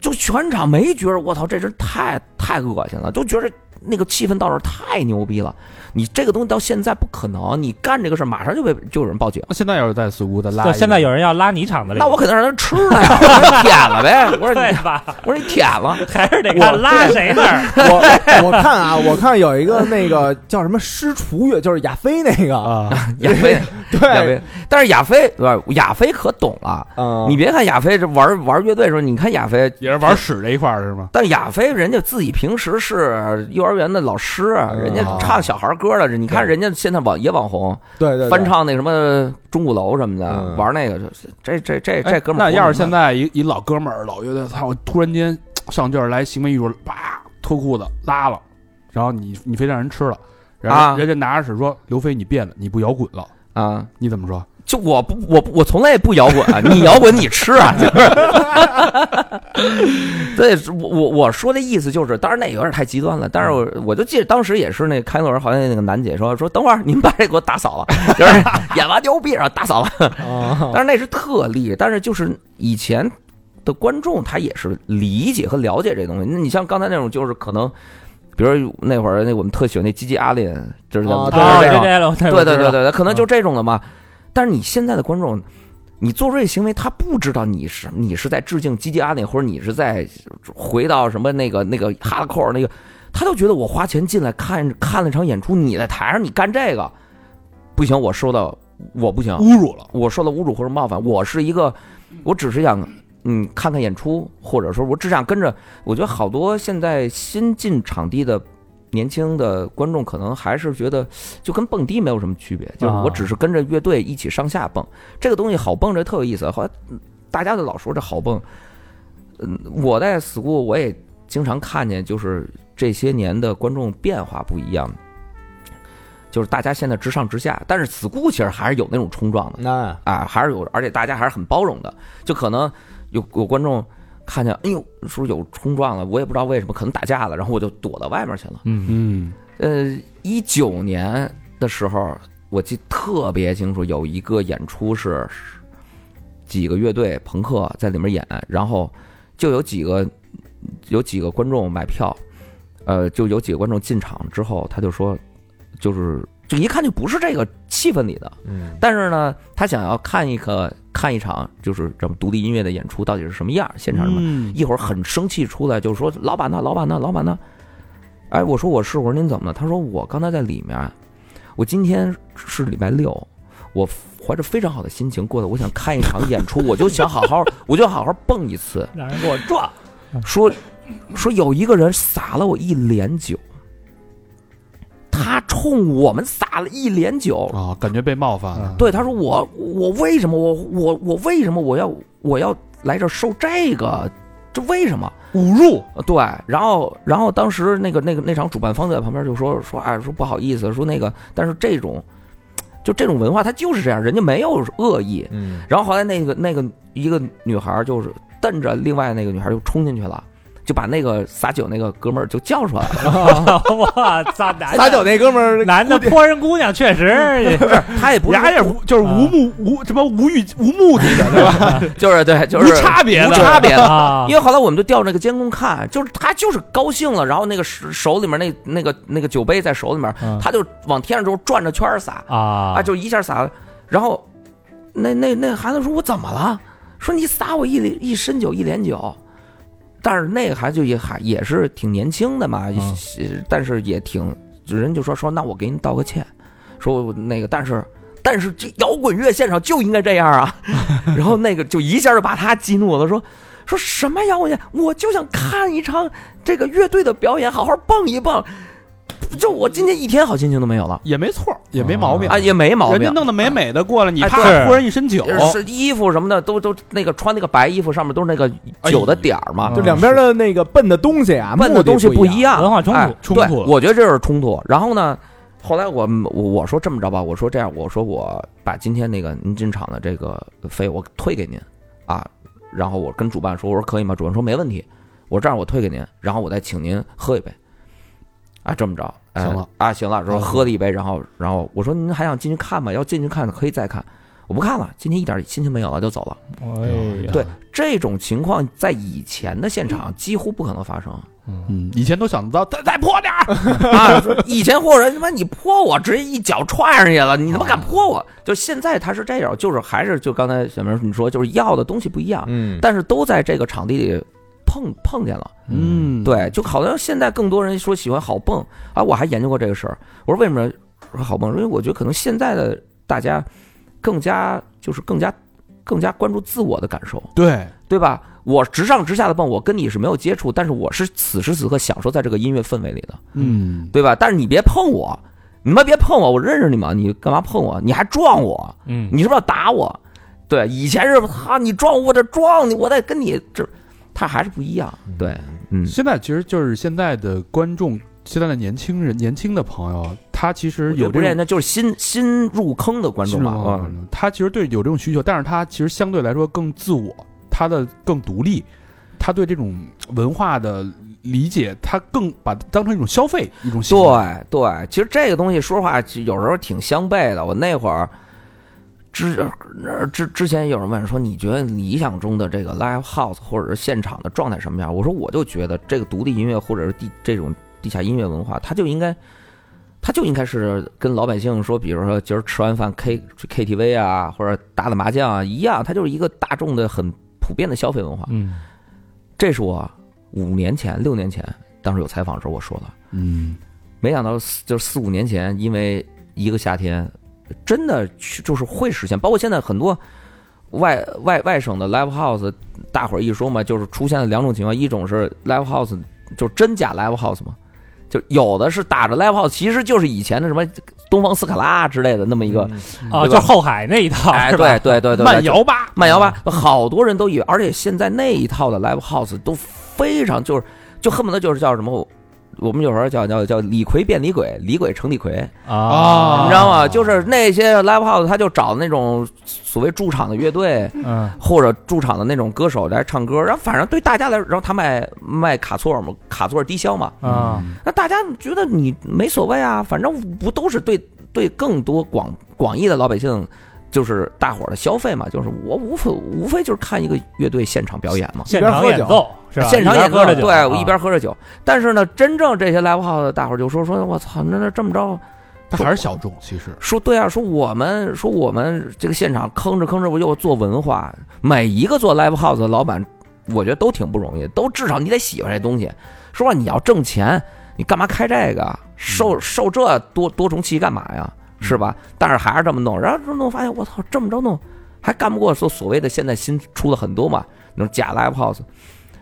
S4: 就全场没觉得我操，这人太太恶心了，就觉得。那个气氛到那儿太牛逼了，你这个东西到现在不可能，你干这个事儿马上就被就有人报警，
S1: 那现在要是在苏屋的拉一
S3: 就
S1: 个，
S3: 现在有人要拉你场子
S5: 哎
S3: 里，
S4: 那我肯定让人吃了呀，我说舔了呗，我说
S3: 对
S4: 你，
S3: 吧？
S4: 我说你舔了，
S3: 还是得看拉谁那儿。
S2: 我 我看啊，我看有一个那个叫什么师厨乐，就是亚飞那个，
S1: 啊，
S4: 亚飞，亚
S2: 对，
S4: 飞，但是亚飞对吧？亚飞可懂了。
S2: 嗯，
S4: 你别看亚飞这玩玩乐队的时候，你看亚飞，
S1: 也是玩屎这一块儿是吗？
S4: 但亚飞人家自己平时是幼儿园的老师，啊人家唱小孩歌的，你看人家现在网也网红，
S2: 对对对
S4: 翻唱那什么钟鼓楼什么的，
S2: 嗯
S4: 玩那个，这这这这
S1: 哎
S4: 哥们儿
S1: 那
S4: 活
S1: 要
S4: 得
S1: 是现
S4: 慢
S1: 在一一老哥们儿老乐队，操，突然间上劲儿来行为艺术，啪脱裤子拉了，然后你你非让人吃了，然后
S4: 啊
S1: 人家拿着屎说刘飞你变了，你不摇滚了，
S4: 啊，
S1: 你怎么说？
S4: 就我不我不我从来也不摇滚，啊你摇滚你吃啊， 就是。对，我我我说的意思就是，当然那有点太极端了，但是我我就记得当时也是那开头好像那个楠姐说说等会儿你们把这给我打扫了，就是 演完牛逼然后打扫了，
S2: 啊
S4: 当然那是特例，但是就是以前的观众他也是理解和了解这东西。那你像刚才那种就是可能，比如那会儿那我们特喜欢那吉吉阿林，知道吗？
S2: 哦
S4: 就
S2: 对
S4: 是
S3: 哦
S4: 这种
S3: 就。这种，
S4: 对
S3: 我
S4: 对
S3: 知道
S4: 对，对，可能就这种了嘛。但是你现在的观众，你做出这行为，他不知道你是你是在致敬基迪阿那，或者你是在回到什么那个那个哈拉扣那个，他都觉得我花钱进来看看了场演出，你在台上你干这个，不行，我受到我不行，
S1: 侮辱了，
S4: 我受到侮辱或者冒犯，我是一个，我只是想。嗯，看看演出，或者说我只想跟着。我觉得好多现在新进场地的年轻的观众，可能还是觉得就跟蹦迪没有什么区别，就是我
S3: 啊
S4: 只是跟着乐队一起上下蹦。这个东西好蹦，这特有意思。后来嗯大家都老说这好蹦，嗯，我在 school 我也经常看见，就是这些年的观众变化不一样，就是大家现在直上直下，但是 school 其实还是有那种冲撞的。
S2: 那
S4: 啊，还是有，而且大家还是很包容的。就可能有有观众看见，哎呦，是不是有冲撞了？我也不知道为什么，可能打架了，然后我就躲到外面去了。
S3: 嗯，
S1: 嗯，
S4: 呃，一九年的时候，我记得特别清楚，有一个演出是几个乐队朋克在里面演，然后就有几个有几个观众买票，呃，就有几个观众进场之后，他就说，就是就一看就不是这个气氛里的，
S2: 嗯
S4: 但是呢，他想要看一个看一场就是这么独立音乐的演出到底是什么样儿，现场什么。
S1: 嗯
S4: 一会儿很生气出来，就说老板呢，老板呢，老板呢。哎，我说我是，我说您怎么了？他说我刚才在里面，我今天是礼拜六，我怀着非常好的心情过的，我想看一场演出，我就想好 好，我就好好蹦一次。
S3: 让人给我撞，
S4: 说说有一个人撒了我一脸酒，他冲我们撒了一脸酒，
S1: 啊，感觉被冒犯了，
S4: 嗯对，他说我我为什么我我我为什么我要我要来这儿受这个？这为什么？
S1: 侮辱，
S4: 呃对，然后然后当时那个那个那场主办方就在旁边就说说哎说不好意思说那个，但是这种就这种文化它就是这样，人家没有恶意。
S2: 嗯
S4: 然后后来那个那个一个女孩就是瞪着另外那个女孩就冲进去了，就把那个撒酒那个哥们儿就叫出来了。
S3: 我操，男的
S2: 撒酒那哥们儿，
S3: 男的泼人姑娘确 实，
S4: 他也不是
S1: 俩也无就是
S3: 啊
S1: 无目无什么无欲无 目的的，对吧？
S4: 就是对就是
S1: 无差别的
S4: 无差别的。
S3: 啊
S4: 因，为后来我们就调那个监控看，就是他就是高兴了，然后那个手手里面那那个那个酒杯在手里面，
S3: 嗯
S4: 他就往天上就转着圈儿撒
S3: 啊
S4: 啊，就一下撒，然后那那那孩子说：“我怎么了？”说你撒我一脸一身酒一脸酒。但是那个孩子就也还也是挺年轻的
S1: 嗯
S4: 嘛，但是也挺人就说说那我给你道个歉，说我那个但是但是这摇滚乐现场就应该这样 啊。然后那个就一下就把他激怒了，说说什么摇滚乐，我就想看一场这个乐队的表演，好好蹦一蹦。就我今天一天好心情都没有了
S1: 也没错儿，也没毛病
S4: 啊，也没毛病。
S1: 人家弄得美美的过来，你
S4: 哎
S1: 啪
S3: 对
S1: 泼人一身酒，
S4: 是衣服什么的都都那个穿那个白衣服，上面都是那个酒的点儿嘛
S1: 哎，
S2: 就两边的那个奔的东西啊，
S4: 问的
S2: 目嗯的
S4: 东西
S2: 不
S4: 一
S2: 样。
S4: 样，
S3: 文化冲突
S4: 哎
S1: 冲
S4: 对
S1: 突了
S4: 我觉得这是冲突。然后呢，后来我我我说这么着吧，我说这样，我说我把今天那个您进场的这个费我退给您啊，然后我跟主办说，我说可以吗？主办说没问题，我这样我退给您，然后我再请您喝一杯。啊，这么着，哎
S1: 行了
S4: 啊，行了，说
S1: 嗯
S4: 喝了一杯，然后，然后我说您还想进去看吗？要进去看可以再看，我不看了，今天一点心情没有了，就走了。
S3: 哎呀
S4: 对这种情况在以前的现场几乎不可能发生，
S1: 嗯，以前都想得到，再再泼点儿，
S4: 啊， 以前或者人他妈你泼我，直接一脚踹上去了，你他妈敢泼我？就现在他是这样，就是还是就刚才小明你说，就是要的东西不一样，
S2: 嗯，
S4: 但是都在这个场地里碰碰见了。
S1: 嗯，
S4: 对，就好像现在更多人说喜欢好蹦啊，我还研究过这个事儿。我说为什么说好蹦？因为我觉得可能现在的大家更加就是更加更加关注自我的感受，
S1: 对，
S4: 对吧？我直上直下的蹦，我跟你是没有接触，但是我是此时此刻享受在这个音乐氛围里的。
S1: 嗯，
S4: 对吧？但是你别碰我，你们别碰我，我认识你吗？你干嘛碰我？你还撞我？
S3: 嗯，
S4: 你是不是要打我？对，以前是哈，你撞我，这撞你，我再跟你这，他还是不一样。对，嗯，
S1: 现在其实就是现在的观众，现在的年轻人、年轻的朋友，他其实有
S4: 不
S1: 这
S4: 是
S1: 种
S4: 那就是新新入坑的观众吧？
S1: 啊
S4: 嗯，，
S1: 他其实对有这种需求，但是他其实相对来说更自我，他的更独立，他对这种文化的理解，他更把它当成一种消费，一种行为
S4: 对对，其实这个东西说实话有时候挺相悖的。我那会儿之之之前有人问说，你觉得理想中的这个 live house 或者是现场的状态什么样？我说我就觉得这个独立音乐或者是地这种地下音乐文化，它就应该。它就应该是跟老百姓说，比如说今儿吃完饭 K 去 KTV 啊，或者打打麻将啊一样，它就是一个大众的很普遍的消费文化。
S3: 嗯，
S4: 这是我五年前、六年前当时有采访的时候我说的，
S1: 嗯，
S4: 没想到四就是四五年前，因为一个夏天，真的去就是会实现。包括现在很多外外外省的 live house，大伙儿一说嘛，就是出现了两种情况，一种是 live house 就真假 live house 嘛，就有的是打着 live house，其实就是以前的什么东方斯卡拉之类的那么一个，
S3: 啊，
S4: 对吧
S3: 就是后海那一套，
S4: 哎，
S3: 啊是吧
S4: 对对对对，
S3: 慢
S4: 对
S3: 摇吧，
S4: 慢摇吧，好多人都以为，而且现在那一套的 live house 都非常就是就恨不得就是叫什么，我们有时候叫叫叫李逵变李鬼，李鬼成李逵，
S1: 啊
S4: 你知道吗？就是那些 live house 他就找那种所谓驻场的 乐队
S3: 嗯，
S2: 啊
S4: 或者驻场的那种歌手来唱歌，然后反正对大家来，然后他卖卖卡座嘛，卡座低消嘛，
S3: 啊，
S1: 嗯
S4: 那大家觉得你没所谓啊，反正不都是对对更多广广义的老百姓，就是大伙儿的消费嘛，就是我无非无非就是看一个乐队现场表演嘛，
S3: 现场演奏是吧？
S4: 现场演
S3: 一边喝
S4: 奏，
S3: 着酒，
S4: 对我
S3: 啊
S4: 一边喝着酒。但是呢，真正这些 live house 的大伙儿就说说，我操，那那这么着，
S1: 他还是小众，其实
S4: 说对啊，说我们说我们这个现场吭哧吭哧，我又做文化，每一个做 live house 的老板，我觉得都挺不容易，都至少你得喜欢这东西。说实话，你要挣钱，你干嘛开这个？
S1: 嗯
S4: 受受这多多重气干嘛呀？是吧？但是还是这么弄，然后这么弄发现，我操，这么着弄还干不过说所谓的现在新出了很多嘛，那种假 live house，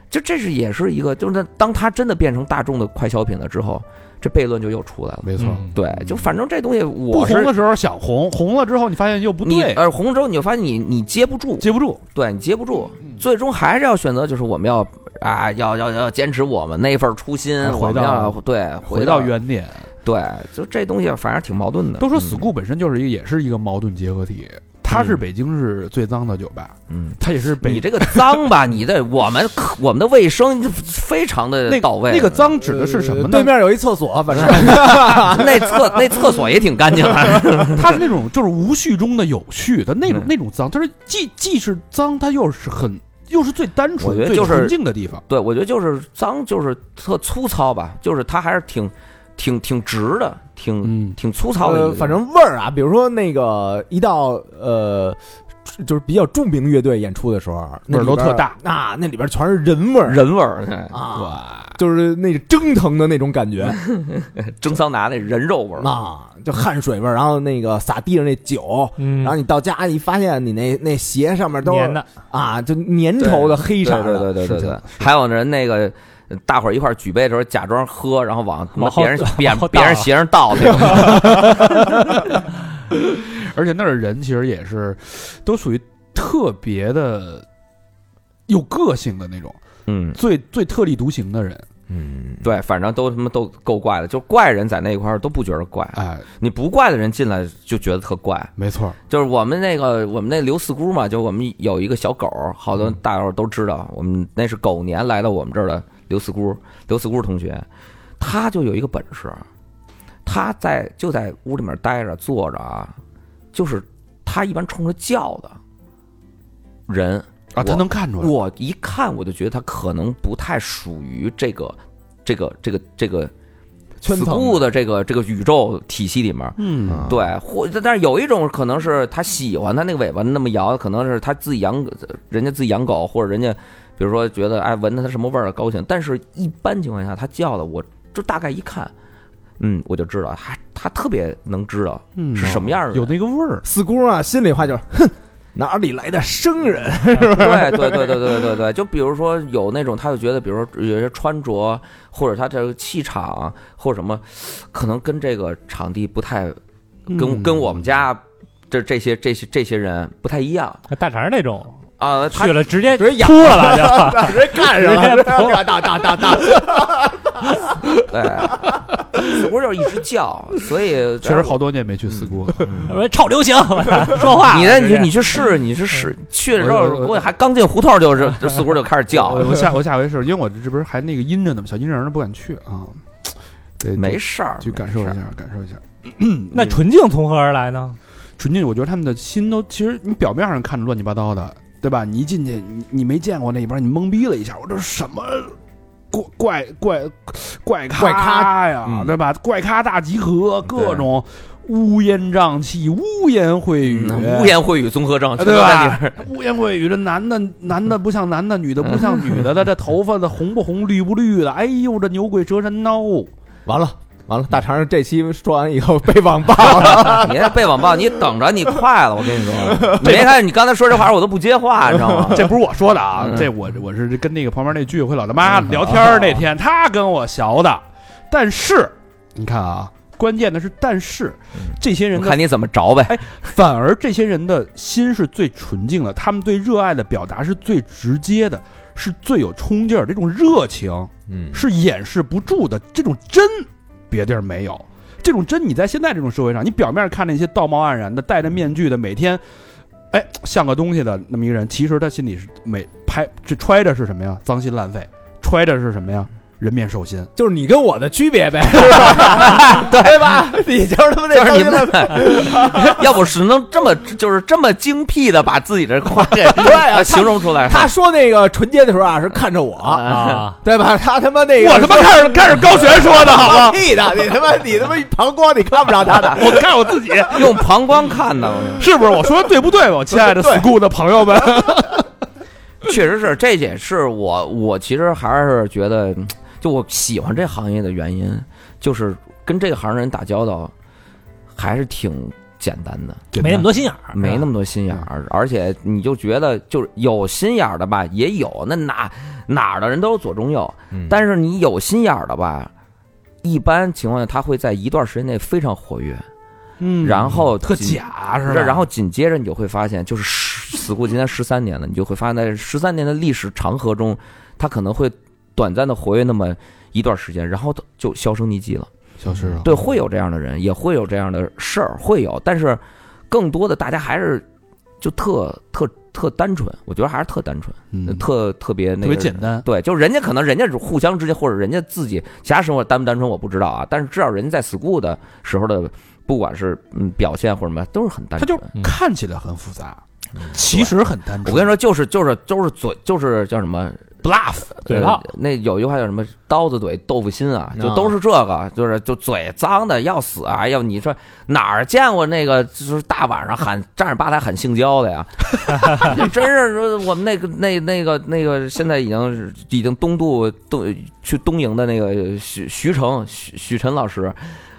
S4: 就这是也是一个，就是那当它真的变成大众的快消品了之后，这悖论就又出来了。
S1: 没
S3: 嗯
S4: 对，就反正这东西
S1: 不
S4: 我是
S1: 红的时候想红，红了之后你发现又不
S4: 你
S1: 对，
S4: 呃，红了之后你就发现你你接不住，
S1: 接嗯不住，
S4: 对你接不住，最终还是要选择，就是我们要啊，要要要坚持我们那份初心
S1: 哎，回
S4: 我们
S1: 到
S4: 要对
S1: 回
S4: 到
S1: 到原点。
S4: 对，就这东西反正挺矛盾的。
S1: 都说
S4: 嗯
S1: school 本身就是一个，也是一个矛盾结合体。它是
S4: 嗯
S1: 北京市最脏的酒吧，
S4: 嗯，
S1: 它也是
S4: 你
S1: 北
S4: 这个脏吧，你的我们可我们的卫生非常的
S1: 那
S4: 到位，
S1: 那个脏指的是什么呢
S2: 呃对？面有一厕所，反正
S4: 那厕那厕所也挺干净啊的，
S1: 它是那种就是无序中的有序的那种
S4: 嗯
S1: 那种脏，它是既既是脏，它又是很又是最单
S4: 我
S1: 纯、
S4: 觉得
S1: 最
S4: 就是
S1: 纯净的地方。
S4: 对我觉得就是脏就是特粗糙吧，就是它还是挺挺挺直的，挺
S1: 嗯，
S4: 挺粗糙的一
S2: 呃
S4: 个，
S2: 反正味儿啊，比如说那个一到呃就是比较著名乐队演出的时候，那
S3: 味儿都
S2: 里边
S3: 特大，
S2: 啊，那里边全是人味儿
S4: 人味儿，哎
S2: 啊，
S1: 哇，
S2: 就是那蒸腾的那种感觉
S4: 蒸桑拿那人肉味儿，
S2: 啊，就汗水味儿，然后那个洒地上那酒。
S3: 嗯
S2: 然后你到家一发现，你那那鞋上面都
S3: 粘
S2: 是
S3: 的，
S2: 啊，就粘稠的
S4: 对
S2: 黑色的，
S4: 对对对对
S2: 是
S4: 对，还有人那个。呃大伙儿一块儿举杯的时候，假装喝，然后往
S3: 往后
S4: 别人别
S3: 往后倒
S4: 别人鞋上倒 那种。
S1: 而且那儿人其实也是都属于特别的有个性的那种，
S4: 嗯，
S1: 最最特立独行的人，
S2: 嗯，
S4: 对，反正都他妈都够怪的，就怪人在那一块儿都不觉得怪，
S1: 哎，
S4: 你不怪的人进来就觉得特怪。
S1: 没错，
S4: 就是我们那个我们那刘四姑嘛，就我们有一个小狗，好多大伙儿都知道，我们那是狗年来到我们这儿的刘四姑，刘四姑同学，她就有一个本事，她在就在屋里面待着坐着啊，就是她一般冲着叫的人
S1: 啊，他能看出来，
S4: 我一看我就觉得他可能不太属于这个这个这个这个
S2: 圈层
S4: school 的这个这个宇宙体系里面。
S1: 嗯
S2: 啊
S4: 对，或但是有一种可能是他喜欢他那个尾巴那么摇，可能是他自己养，人家自己养狗，或者人家比如说觉得哎闻着它什么味儿高兴。但是一般情况下，他叫的我就大概一看，嗯，我就知道他他特别能知道
S1: 嗯
S4: 是什么样的人
S1: 有那个味儿，
S2: 四姑啊，心里话就是，哼，哪里来的生人？
S4: 对对对对对对对，就比如说有那种，他就觉得，比如说有些穿着或者他这个气场或者什么，可能跟这个场地不太，跟、
S1: 嗯
S4: 跟我们家这这些这些这些人不太一样
S3: 大肠那种
S4: 啊、他
S3: 去了直接
S2: 直接
S3: 秃了 吧就，
S2: 直接干上了，大大大大大，
S4: 对，死锅就是一直叫，所以
S1: 确实。好多年没去
S4: 嗯
S1: 四姑了，
S3: 我 说超流行说话，
S4: 你呢？你去
S3: 直接
S4: 你去试，你去试，去了之
S1: 我
S4: 后，
S1: 我
S4: 我还刚进胡同，就是这四姑就开始叫
S1: 我，我下我下回是因为我这不是还那个阴着呢嘛，小阴人呢不敢去啊，对，
S4: 没事儿，
S1: 去感受一
S4: 没事儿。
S1: 下，感受一下。
S3: 那纯净从何而来呢？
S1: 纯净，我觉得他们的心都，其实你表面上看着乱七八糟的，对吧？你一进去，你你没见过那边，你懵逼了一下，我这是什么怪怪怪怪咖
S2: 怪咖
S1: 呀，
S4: 嗯
S1: 对吧？怪咖大集合，
S4: 对
S1: 各种乌烟瘴气、乌烟秽语、
S4: 嗯污言秽语综合症，
S1: 啊
S4: 就
S1: 对
S4: 在你
S1: 吧？污言秽语，这男的男的不像男的，女的不像女的的，这头发的红不红、绿不绿的，哎呦，这牛鬼蛇神孬。
S2: 完了完了，大肠这期说完以后被网暴了，
S4: 你那被网暴，你等着，你快了，我跟 你说，你没看你刚才说这话，我都不接话，你知道吗？
S1: 这不是我说的啊，
S4: 嗯
S1: 这我我是跟那个旁边那居委会老大妈聊天儿那天，她跟我学的。但是你看啊，关键的是，但是这些人
S4: 我
S1: 的
S4: 看你怎么着呗。
S1: 反而这些人的心是最纯净的，他们对热爱的表达是最直接的，是最有冲劲儿，这种热情
S2: 嗯
S1: 是掩饰不住的，这种真别地儿没有。这种真，你在现在这种社会上，你表面看那些道貌岸然的、戴着面具的，每天，哎，像个东西的那么一个人，其实他心里是每拍这揣着是什么呀？脏心烂肺，揣着是什么呀？人面兽心。
S2: 就是你跟我的区别呗， 对吧？你就是他妈那
S4: 就是
S2: 当
S4: 你
S2: 年的
S4: 们， 要不是能这么就是这么精辟的把自己这话给
S2: 对啊，
S4: 形容出来，
S2: 他说那个纯洁的时候啊，是看着我，
S3: 啊，
S2: 对吧？他他妈那个
S1: 我他妈开始开始高悬说的好啊
S2: 放
S1: 吗？
S2: 屁的，你他妈你他妈膀胱你看不着他的，
S1: 我看我自己
S4: 用膀胱看的，我跟你
S1: 是不是我说的对不对吧？我亲爱的
S2: 对
S1: school 的朋友们，
S4: 说确实是，这也是我我其实还是觉得，嗯就我喜欢这行业的原因，就是跟这个行人打交道还是挺简单的。
S3: 没那么多心眼
S5: 啊
S3: 儿，
S4: 没那么多心眼儿，而且你就觉得就是有心眼儿的吧，也有那哪哪儿的人都有左中右，
S2: 但
S4: 但是你有心眼儿的吧，一般情况下他会在一段时间内非常活跃，
S1: 嗯
S4: 然后
S1: 特
S4: 紧
S1: 假是吧？
S4: 然后紧接着你就会发现，就是十死过今年十三年了，你就会发现在十三年的历史长河中，他可能会短暂的活跃那么一段时间，然后就销声匿迹了。
S1: 消失了，
S4: 对，会有这样的人，也会有这样的事儿，会有，但是更多的大家还是就特特特单纯，我觉得还是特单纯，
S1: 嗯特
S4: 特特别那个
S1: 别简单。
S4: 对，就是人家可能人家是互相之间，或者人家自己其他生活单不单纯我不知道啊，但是至少人家在 school 的时候的，不管是嗯表现或者什么，都是很单
S1: 他
S4: 纯
S1: 就
S4: 的。
S3: 嗯
S1: 看起来很复杂，其实很单
S4: 我
S1: 纯。
S4: 跟你说，就是就是就是嘴，就是叫什么
S3: bluff 嘴炮，
S4: 呃那有句话叫什么“刀子嘴豆腐心”啊，就
S2: 啊
S4: 都是这个，就是就嘴脏的要死啊！要你说哪儿见过那个就是大晚上喊站着吧台喊性交的呀？ 真是说我们那个那那个那个现在已经是已经东渡东去东营的那个许徐成许许晨老师，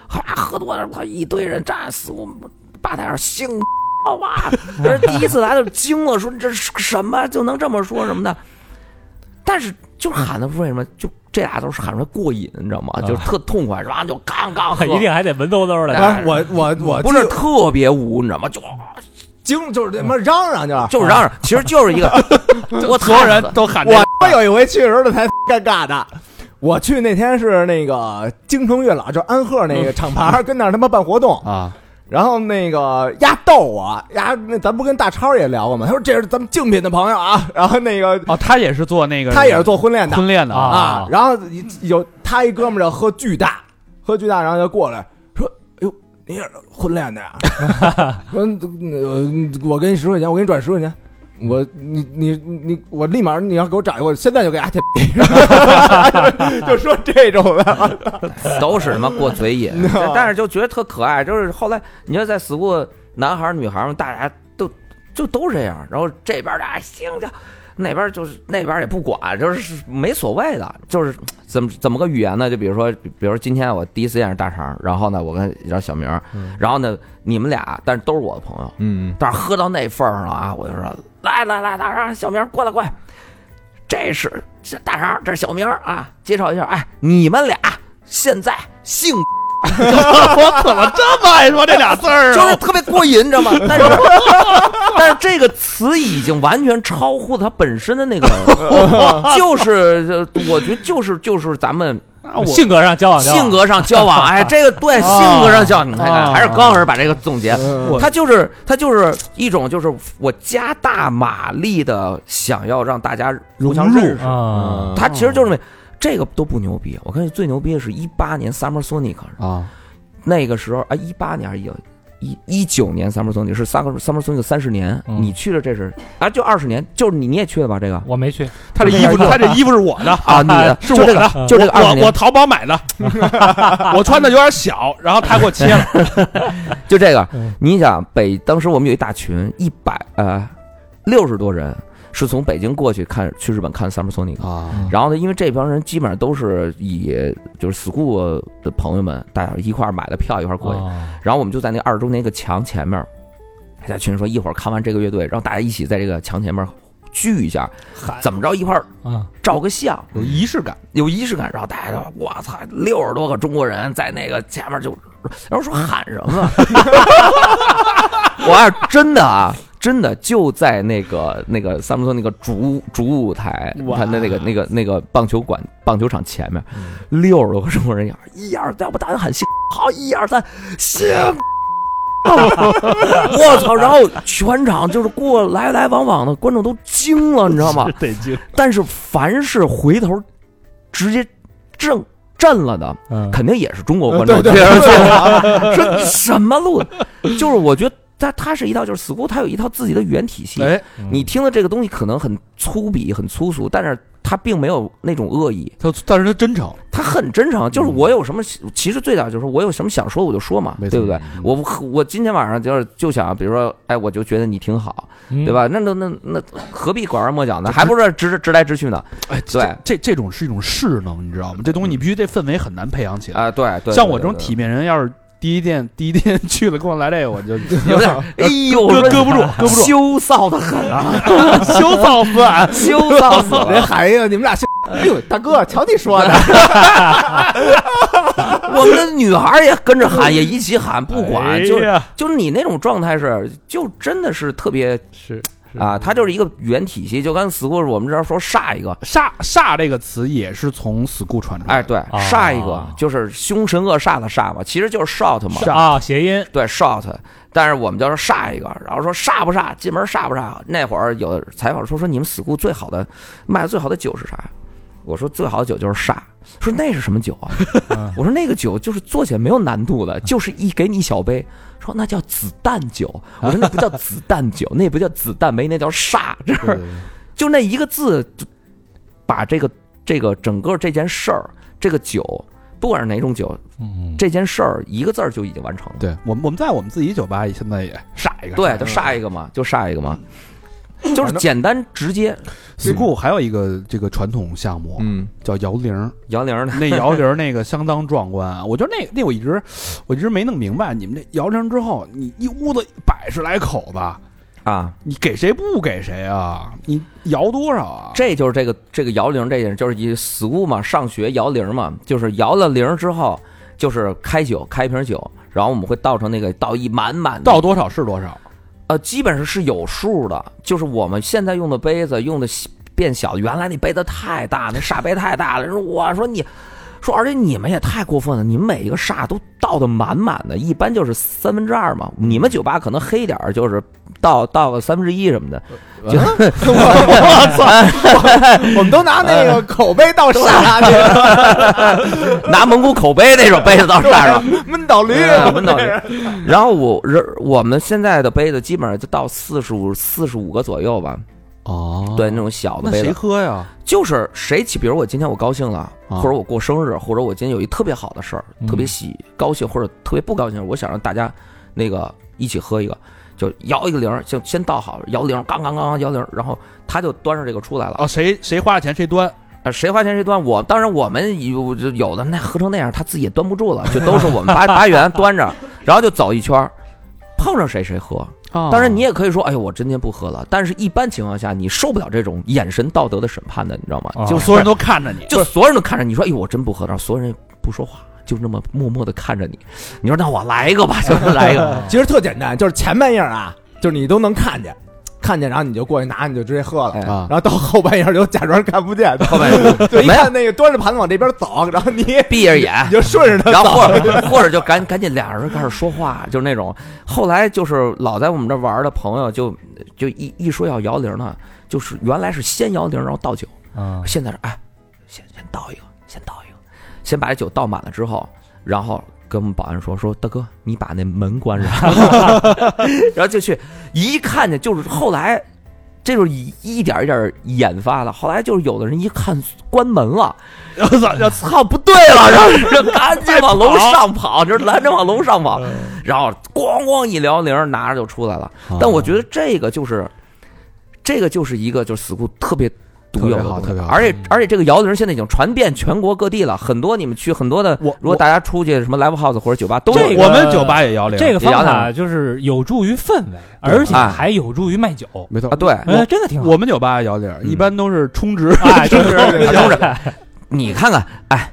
S4: 啊，喝多了，他一堆人站死我们吧台上性。哇！这第一次来就惊了，说这是什么就能这么说什么的，但是就是喊的为什么就这俩都是喊出来过瘾，你知道吗？
S3: 啊
S4: 就是特痛快，然后就刚刚喝，
S3: 一定还得文绉绉的。
S2: 哎我我我
S4: 不是特别污，你知道吗？就
S2: 惊，就是啊他妈嚷嚷去了。
S4: 就是嚷嚷，其实就是 一个我
S3: 所有人
S4: 操
S3: 都喊
S2: 我他妈有一回去的时候才 尴尬的。我去那天是那个京城月老，就是安赫
S1: 嗯
S2: 那个厂牌，跟那儿他妈办活动，
S1: 啊，
S2: 然后那个丫逗我，丫那咱不跟大超也聊过吗？他说这是咱们竞品的朋友啊，然后那个
S1: 哦，他也是做那个，
S2: 他也是做婚恋的
S1: 婚恋的
S3: 啊
S2: 啊，然后有他一哥们儿就喝巨大，喝巨大，然后就过来说：“哎呦，你也是婚恋的呀？” 说、嗯呃我给你十块钱，我给你转十块钱。”我你你你我立马你要给我找一个，我现在就给阿铁，就说这种的，
S4: 都是他妈过嘴瘾
S2: No，
S4: 但是就觉得特可爱。就是后来你说在 school 男孩儿女孩儿们，大家都就都这样，然后这边儿的哎行就。那边儿就是那边儿也不管，就是没所谓的，就是怎么怎么个语言呢？就比如说，比比如说今天我第一次见着大肠，然后呢，我跟然后小明儿，然后呢，你们俩，但是都是我的朋友，
S2: 嗯，
S4: 但是喝到那份儿上了啊，我就说来来来，大肠小明过来过来，这是这大肠，这是小明啊，介绍一下，哎，你们俩现在哦性
S3: 我怎么这么爱说这俩字
S1: 啊
S3: 儿
S4: 就是特别过瘾，你知道吗？但是 但是这个词已经完全超乎它本身的那 个，就是呃我觉得就是就是咱们。
S5: 啊
S3: 啊性格上交
S5: 哦
S3: 往交往
S4: 性格上交往，哎，这个对
S3: 啊
S4: 性格上交往，你看看，
S3: 啊
S4: 还是高老师把这个总结
S2: 嗯，
S4: 他就是他就是一种就是我加大马力的想要让大家互相认识，
S3: 啊，
S4: 他其实就是那这个都不牛逼，我看最牛逼的是一八年 Summer Sonic
S1: 啊，
S4: 那个时候，哎，一八年还是一一一九年 Summer Sonic 是 Summer Summer Sonic 三十年，
S3: 嗯
S4: 你去了这是啊，就二十年，就是你你也去了吧这个
S2: 嗯
S3: 我没去，
S1: 他这 衣服，他这衣服是我的，
S4: 啊，你的
S1: 是
S4: 就
S1: 我
S4: 这
S1: 的
S4: 个就这个二十
S1: 我我
S4: 年，
S1: 淘宝买 的，我穿的有点小，然后他给我切了，
S4: 就这个，
S3: 嗯
S4: 你想北当时我们有一大群，一百呃六十多人是从北京过去看去日本看 Summer Sonic。
S1: 啊
S4: 然后呢，因为这帮人基本上都是以就是 school 的朋友们，大家一块儿买的票一块儿过去。
S5: 哦
S3: 啊
S4: 然后我们就在那二十周年一个墙前面儿，大家群里说一会儿看完这个乐队，让大家一起在这个墙前面儿聚一下，怎么着一块儿
S3: 啊，
S4: 照个相，
S1: 有仪式感，
S4: 有仪式感。然后大家就我操，六十多个中国人在那个前面就，然后说喊什么？啊 我要是真的啊，真的就在那个那个萨姆托那个主主舞台，
S3: 哇
S4: 他的那个那个那个棒球馆棒球场前面，六十多个中国人一样，一二，要不大家喊姓好，一二三，姓。 我操！然后全场就是过来来往往的观众都惊了，你知道吗？
S3: 得 劲，
S4: 但是凡是回头直接正震了的，
S3: 嗯
S4: 肯定也是中国观
S2: 对
S4: 众。
S2: 对
S4: 确实
S2: 对，
S4: 说什么路？就是我觉得它它是一套，就是 school 它有一套自己的语言体系。
S1: 哎，
S5: 嗯
S4: 你听的这个东西可能很粗鄙、很粗俗，但是它并没有那种恶意，
S1: 他但是他真诚，
S4: 它很真诚。就是我有什么，其实最早就是说我有什么想说我就说嘛，
S1: 没错
S4: 对不对？我我今天晚上就是就想，比如说，哎，我就觉得你挺好，
S1: 嗯
S5: 嗯
S4: 对？吧？那那那那何必拐弯抹角呢？还不是直直来直去呢？
S1: 哎，
S4: 对
S1: 这这这种是一种势能，你知道吗？这东西你必须这氛围很难培养起来。
S4: 啊，对对对，
S1: 像我这种
S4: 对对
S1: 体面人，要是第一天第一天去了，跟我来这个，我 就
S4: 有点，哎呦，
S1: 啊搁
S4: 我说
S1: 搁不住，搁不住，
S4: 羞 臊的很啊，
S1: 羞臊死俺！
S4: 羞臊死
S2: 人
S4: 了。
S2: 喊一个你们俩姓，哎呦大哥，瞧你说的，
S4: 我们的女孩也跟着喊，也一起喊，不管，就
S3: 哎
S4: 是
S3: 呀
S4: 就是你那种状态是，就真的是特别
S3: 是
S4: 啊，它就是一个语言体系，就跟 school 我们这儿说煞一个。
S1: 煞煞这个词也是从 school 传出来
S4: 哎，
S1: 的。
S4: 对，煞一个就是凶神恶煞的煞嘛，其实就是 shot 嘛
S3: 是，啊，谐音
S4: 对 shot，但是我们叫做煞一个，然后说煞不煞，进门煞不煞？那会儿有的采访说说你们 school 最好的卖的最好的酒是啥？我说最好的酒就是煞，说那是什么酒啊？我说那个酒就是做起来没有难度的，就是一给你一小杯，说那叫子弹酒，我说那不叫哎子弹酒，那不叫子弹梅，那叫煞，这
S1: 对
S4: 就那一个字就把这个这个整个这件事儿，这个酒，不管是哪种酒，
S1: 嗯，
S4: 这件事儿一个字儿就已经完成了。
S1: 对我们我们在我们自己酒吧现在也煞一个，
S4: 对，就煞一个嘛，就煞一个嘛，就是简单直接。
S1: school 还有一个这个传统项目
S2: 嗯，
S1: 叫摇铃儿，
S4: 摇铃儿呢？
S1: 那摇铃儿那个相当壮观啊！我觉得那那我一直我一直没弄明白，你们这摇铃儿之后，你一屋子百十来口子，
S4: 啊，
S1: 你给谁不给谁啊？你摇多少啊？
S4: 这就是这个这个摇铃这件事，就是以 school 嘛，上学摇铃嘛，就是摇了铃之后，就是开酒，开一瓶酒，然后我们会倒成那个倒一满满的，
S1: 到多少是多少，
S4: 呃，基本上是有数的，就是我们现在用的杯子用的变小，原来那杯子太大，那煞杯太大了。说我说你，说而且你们也太过分了，你们每一个煞都倒的满满的，一般就是三分之二嘛。你们酒吧可能黑一点儿，就是倒倒个三分之一什么的。 哎
S2: 我们都拿那个口碑倒沙去，
S4: 拿蒙古口碑那种杯子倒是啥
S2: 闷倒驴，
S4: 了，闻到。然后我人我们现在的杯子基本上就到四十五四十五个左右吧，
S1: 哦
S4: 对，那种小的
S1: 那
S4: 杯
S1: 谁
S4: 子，
S1: 喝呀？
S4: 就是谁起，比如我今天我高兴了，
S1: 啊
S4: 或者我过生日，或者我今天有一特别好的事儿，
S1: 嗯
S4: 特别喜高兴或者特别不高兴，我想让大家那个一起喝一个。就摇一个铃儿，就先倒好，摇铃儿，刚刚刚刚摇铃儿，然后他就端上这个出来了。
S1: 哦，谁谁花了钱谁端，
S4: 啊，谁花钱谁端。我当然我们有就有的那喝成那样，他自己也端不住 了，就都是我们八八元端着，然后就走一圈儿，碰上谁谁喝。
S1: 啊
S4: 当然你也可以说，哎呦，我今天不喝了。但是一般情况下，你受不了这种眼神道德的审判的，你知道吗？
S1: 就
S4: 啊就
S1: 啊所有人都看着你，
S4: 就所有人都看着你说，哎呦，我真不喝，然后所有人也不说话。就那么默默的看着你，你说那我来一个 吧，就来一个，
S2: 其实特简单，就是前半夜啊，就是你都能看见，看见然后你就过去拿，你就直接喝了。
S4: 哎
S1: 啊
S2: 然后到后半夜就假装看不见，嗯后半夜就一看那个端着盘子往这边走，然后你也
S4: 闭 着眼，
S2: 你就顺 着他
S4: 然后
S2: 走，
S4: 或者 或者就赶赶紧俩人开始说话，就是那种。后来就是老在我们这玩的朋友就，就一一说要摇铃呢，就是原来是先摇铃，然后倒酒，
S1: 啊
S4: 现在是哎，先先倒一个，先倒一个，先把这酒倒满了之后，然后跟我们保安说说大哥，你把那门关上， 然后就去一看见就是后来。这就是一一点一点研发的，后来就是有的人一看关门了，
S1: 我操，要
S4: 操，不对了，然后然后赶紧往楼上跑，就是拦着往楼上跑，然后咣咣一摇铃，拿着就出来了。
S1: 啊
S4: 但我觉得这个就是，这个就是一个就是 school 特别独有的
S1: 特别好
S4: 东西
S1: 特别好
S4: 而且而且这个摇铃现在已经传遍全国各地了，很多你们去很多的，
S1: 我
S4: 如果大家出去什么 live house 或者酒吧都
S5: 这
S4: 有
S5: 个
S1: 我们酒吧也摇铃，
S5: 这个方
S4: 也摇哪
S5: 法
S4: 儿
S5: 就是有助于氛围，而且
S4: 哎
S5: 还有助于卖酒，
S1: 没错
S4: 啊，对，
S1: 哎
S5: 呃，真的挺好。
S1: 我们酒吧摇铃，
S4: 嗯
S1: 一般都是充值，
S5: 哎，就是
S4: 啊都是
S1: 哎
S4: 你看看，哎，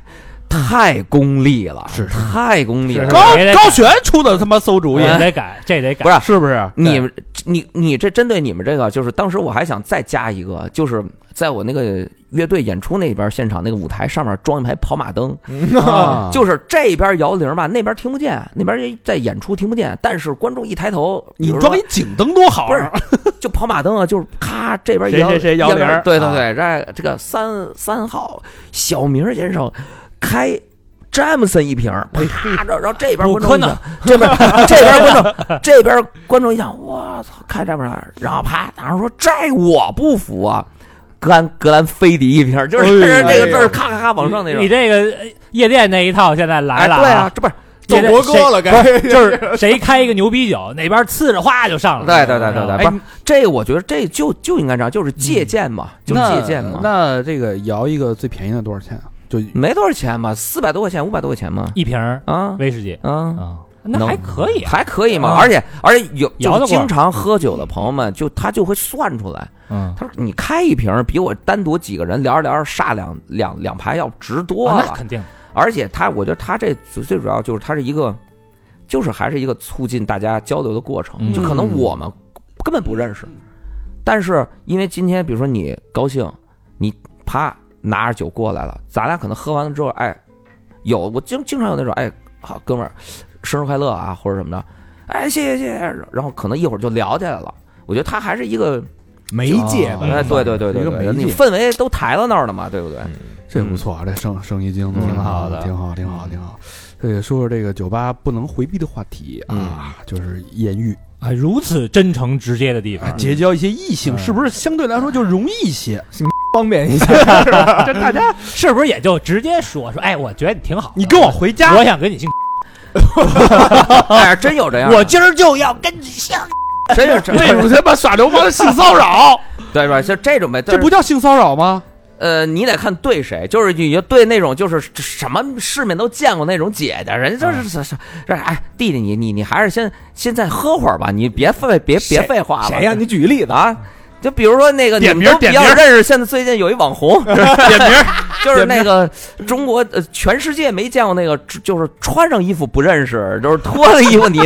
S4: 太功利了，
S1: 是是
S4: 太功利了
S5: 是是。
S1: 高
S5: 没得哎
S1: 高璇出的他妈馊主意，
S5: 也得改，这得改
S4: 不。是
S1: 是不是？
S4: 你们你你这针对你们这个，就是当时我还想再加一个，就是在我那个乐队演出那边现场那个舞台上面装一排跑马灯，
S1: 啊
S4: 就是这边摇铃吧，那边听不见，那边也在演出听不见，但是观众一抬头，
S1: 你
S4: 比如说
S1: 装一警灯多好
S4: 不是
S1: 啊！
S4: 就跑马灯啊，就是咔这边
S1: 谁
S4: 摇
S1: 谁谁摇铃
S4: 边
S1: 儿啊
S4: 对对对，这这个三三号小明先生开。詹姆森一瓶儿，啪着，然后这边观众一看，这边这边观众，这边观众一想，我操，开詹姆森，然后啪，然后说这我不服啊，格兰格兰菲迪一瓶儿，就是
S1: 哎呦
S4: 这个字儿咔咔咔往上那
S5: 你
S4: 种
S5: 你，这个呃夜店那一套现在来
S4: 哎，
S5: 了，
S4: 对啊，，这不是
S2: 走
S5: 夜店
S2: 国歌了，该
S5: 谁就是谁开一个牛逼酒，哪边呲着哗就上了。
S4: 对对对对对，
S1: 哎嗯
S4: 不是这个，我觉得这就就应该这样，就是借鉴嘛，就借鉴嘛，
S1: 那这个摇一个最便宜的多少钱啊？就
S4: 没多少钱嘛，四百多块钱，五百多块钱嘛，
S5: 一瓶儿
S4: 啊
S5: 威士忌
S4: 啊。
S5: 啊，那还可以啊。
S4: 还可以嘛，
S5: 啊
S4: 而且而且有
S5: 摇
S4: 就是
S5: 得过
S4: 经常喝酒的朋友们，就他就会算出来，
S5: 嗯，
S4: 他说你开一瓶比我单独几个人聊着聊着煞两两两排要值多
S5: 啊
S4: 了，
S5: 那肯定。
S4: 而且他我觉得他这最最主要就是他是一个，就是还是一个促进大家交流的过程，
S5: 嗯
S4: 就可能我们根本不认识，但是因为今天比如说你高兴，你啪拿着酒过来了，咱俩可能喝完了之后，哎，有我经经常有那种哎，好哥们儿，生日快乐啊或者什么的，哎谢谢谢谢，然后可能一会儿就聊起来了。我觉得他还是一个，
S2: 媒介吧，
S4: 哎，对对对对
S1: 一个媒
S4: 对，
S1: 介
S4: 你氛围都抬到那儿了嘛，对不对？
S1: 这不错啊，这生生意经
S4: 嗯
S1: 挺
S5: 挺好的
S1: 啊挺好，挺好，挺好。对，说说这个酒吧不能回避的话题啊，就是艳遇，
S5: 啊，如此真诚直接的地
S1: 哎
S5: 方，
S1: 结交一些异性，
S5: 啊嗯
S1: 是不是相对来说就容易一些？
S2: 方便 一下。
S5: 这大家是不是也就直接说说？哎，我觉得你挺好的，
S1: 你跟我回家，
S5: 我想跟你姓，
S4: 哎呀，真有这样的，
S5: 我今儿就
S4: 呃
S5: 要跟你姓。
S4: 真有这
S3: 那种他妈耍流氓的性骚扰，
S4: 对吧？就这种呗，但
S1: 这
S4: 是
S1: 不叫性骚 扰吗？
S4: 呃，你得看对谁，就是你就对那种就是什么世面都见过那种姐姐，人家就是是是是，哎，弟弟你你你还是先先再喝会儿吧，你别废别别
S2: 谁
S4: 废话了。
S2: 谁呀？你举个例子，
S4: 啊？ 就比如说那个，你
S3: 点
S4: 们
S3: 名
S4: 都比
S3: 点
S4: 较
S3: 名
S4: 认识，现在最近有一网红，
S3: 点名 儿，
S4: 就是那个中国呃，全世界没见过那个，就是穿上衣服不认识，就是脱了衣服你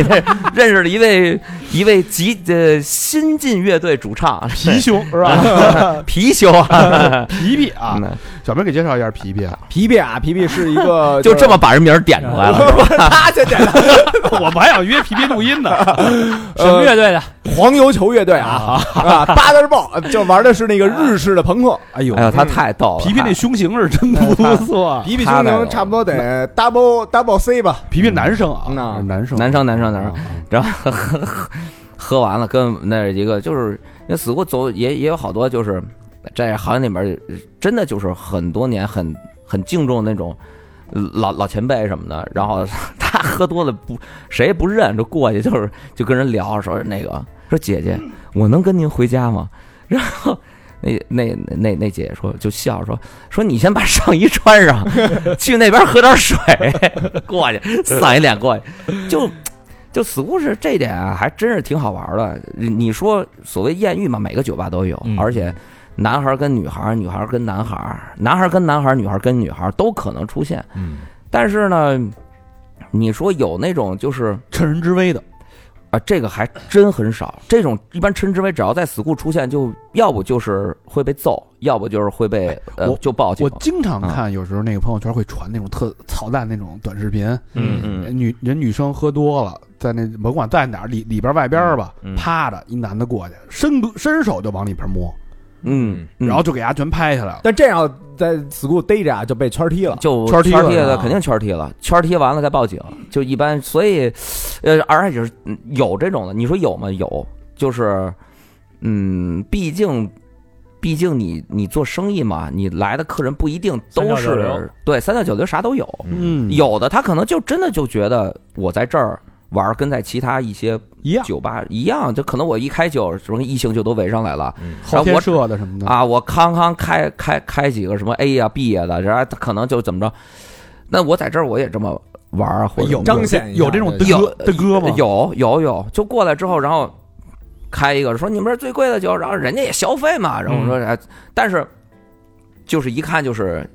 S4: 认识了一位一位极呃新晋乐队主唱
S3: 皮熊是吧？
S4: 貔貅啊，
S3: 皮皮啊，
S4: 嗯
S3: 小明给介绍一下皮皮啊，
S2: 皮皮啊，皮皮是一 个
S4: 就这么把人名儿点出来
S1: 嗯
S4: 了。
S2: 他先点的
S3: 我们还想约皮皮录音呢。
S5: 什么乐队的？
S2: 黄油球乐队啊啊，八大豹就玩的是那个日式的朋克，
S1: 哎呦
S4: 哎，呦，他太逗了，
S1: 皮皮那胸型是真不
S3: 啊
S1: 错，
S2: 皮皮
S4: 他
S2: 兄
S4: 那个
S2: 弟差不多得 double double C 吧，
S3: 皮皮男生啊，
S2: 那
S1: 男生
S4: 嗯男生男生男生，
S1: 嗯
S4: 然后 喝喝喝喝完了，跟那儿一个就是那死过走也也有好多就是在行业里面儿真的就是很多年很很敬重那种。老老前辈什么的，然后 他喝多了不谁也不认，就过去就是就跟人聊说那个说姐姐，我能跟您回家吗？ 然后那那那那姐姐说就笑说说你先把上衣穿上， 去那边喝点水，过去丧一脸过去，就就死故事这点啊，还真是挺好玩的。你说所谓艳遇嘛，每个酒吧都有，
S5: 嗯
S4: 而且男孩跟女孩，女孩跟男孩，男孩跟男孩，女孩跟女孩都可能出现。
S1: 嗯，
S4: 但是呢，你说有那种就是
S1: 趁人之危的，
S4: 啊，这个还真很少。这种一般称之为只要在 school 出现，就要不就是会被揍，要不就是会被呃
S1: 哎我
S4: 就报警
S1: 我。经常
S4: 嗯
S1: 看，有时候那个朋友圈会传那种特操蛋那种短视频，
S4: 嗯嗯
S1: 女人女生喝多了，在那甭管在哪儿里里边外边儿吧
S4: 嗯嗯，
S1: 趴着一男的过去，伸个伸手就往里边摸，
S4: 嗯，嗯
S1: 然后就给他全拍下来了。
S2: 但这样在 school 逮着啊就被圈踢了。
S4: 就
S1: 圈踢
S4: 踢
S1: 了
S4: 了，
S1: 啊
S4: 肯定圈踢了，圈踢完了再报警，就一般。所以，呃，而且就是嗯有这种的，你说有吗？有，就是，嗯，毕竟，毕竟你你做生意嘛，你来的客人不一定都
S5: 三教九流
S4: 是对三教九流啥都有，
S1: 嗯，
S4: 有的他可能就真的就觉得我在这儿玩儿跟在其他一些
S1: 一样
S4: 酒吧一样，就可能我一开酒，什么异性就都围上来了，
S1: 后天设的什么的，
S4: 啊，我康康开开开几个什么 A 呀、B 呀、的，然后他可能就怎么着，那我在这儿我也这么玩儿啊，或者
S1: 哎有
S2: 彰显一下
S1: 有这种的
S4: 有
S1: 哥的哥吗？
S4: 有有有，就过来之后，然后开一个说你们这儿最贵的酒，然后人家也消费嘛，然后我说哎，但是就是一看就是。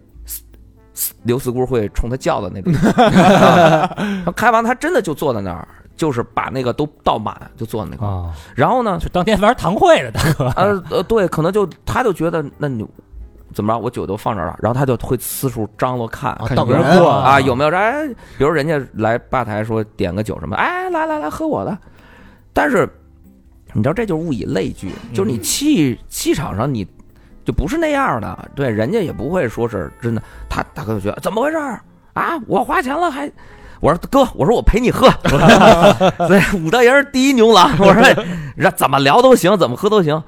S4: 刘四姑会冲他叫的那种，啊 开完他真的就坐在那儿，就是把那个都倒满，就坐在那块儿。
S5: 啊，
S4: 然 后呢，
S5: 就当天玩堂会的大哥。
S4: 呃呃，对，可能就他就觉得那你怎么着，我酒都放这儿了，然后他就会四处张罗看
S2: 啊
S1: 看
S2: 当
S1: 有没有
S2: 然
S1: 过
S5: 啊
S4: 啊有没有哎，比如人家来吧台说点个酒什么，哎来来来喝我的，但是你知道这就是物以类聚，就是你气气场上你就不是那样的，对，人家也不会说是真的，他大哥就觉得怎么回事儿啊，我花钱了还。我说哥，我说我陪你喝，对，武大爷是第一牛郎。我说，让怎么聊都行，怎么喝都行，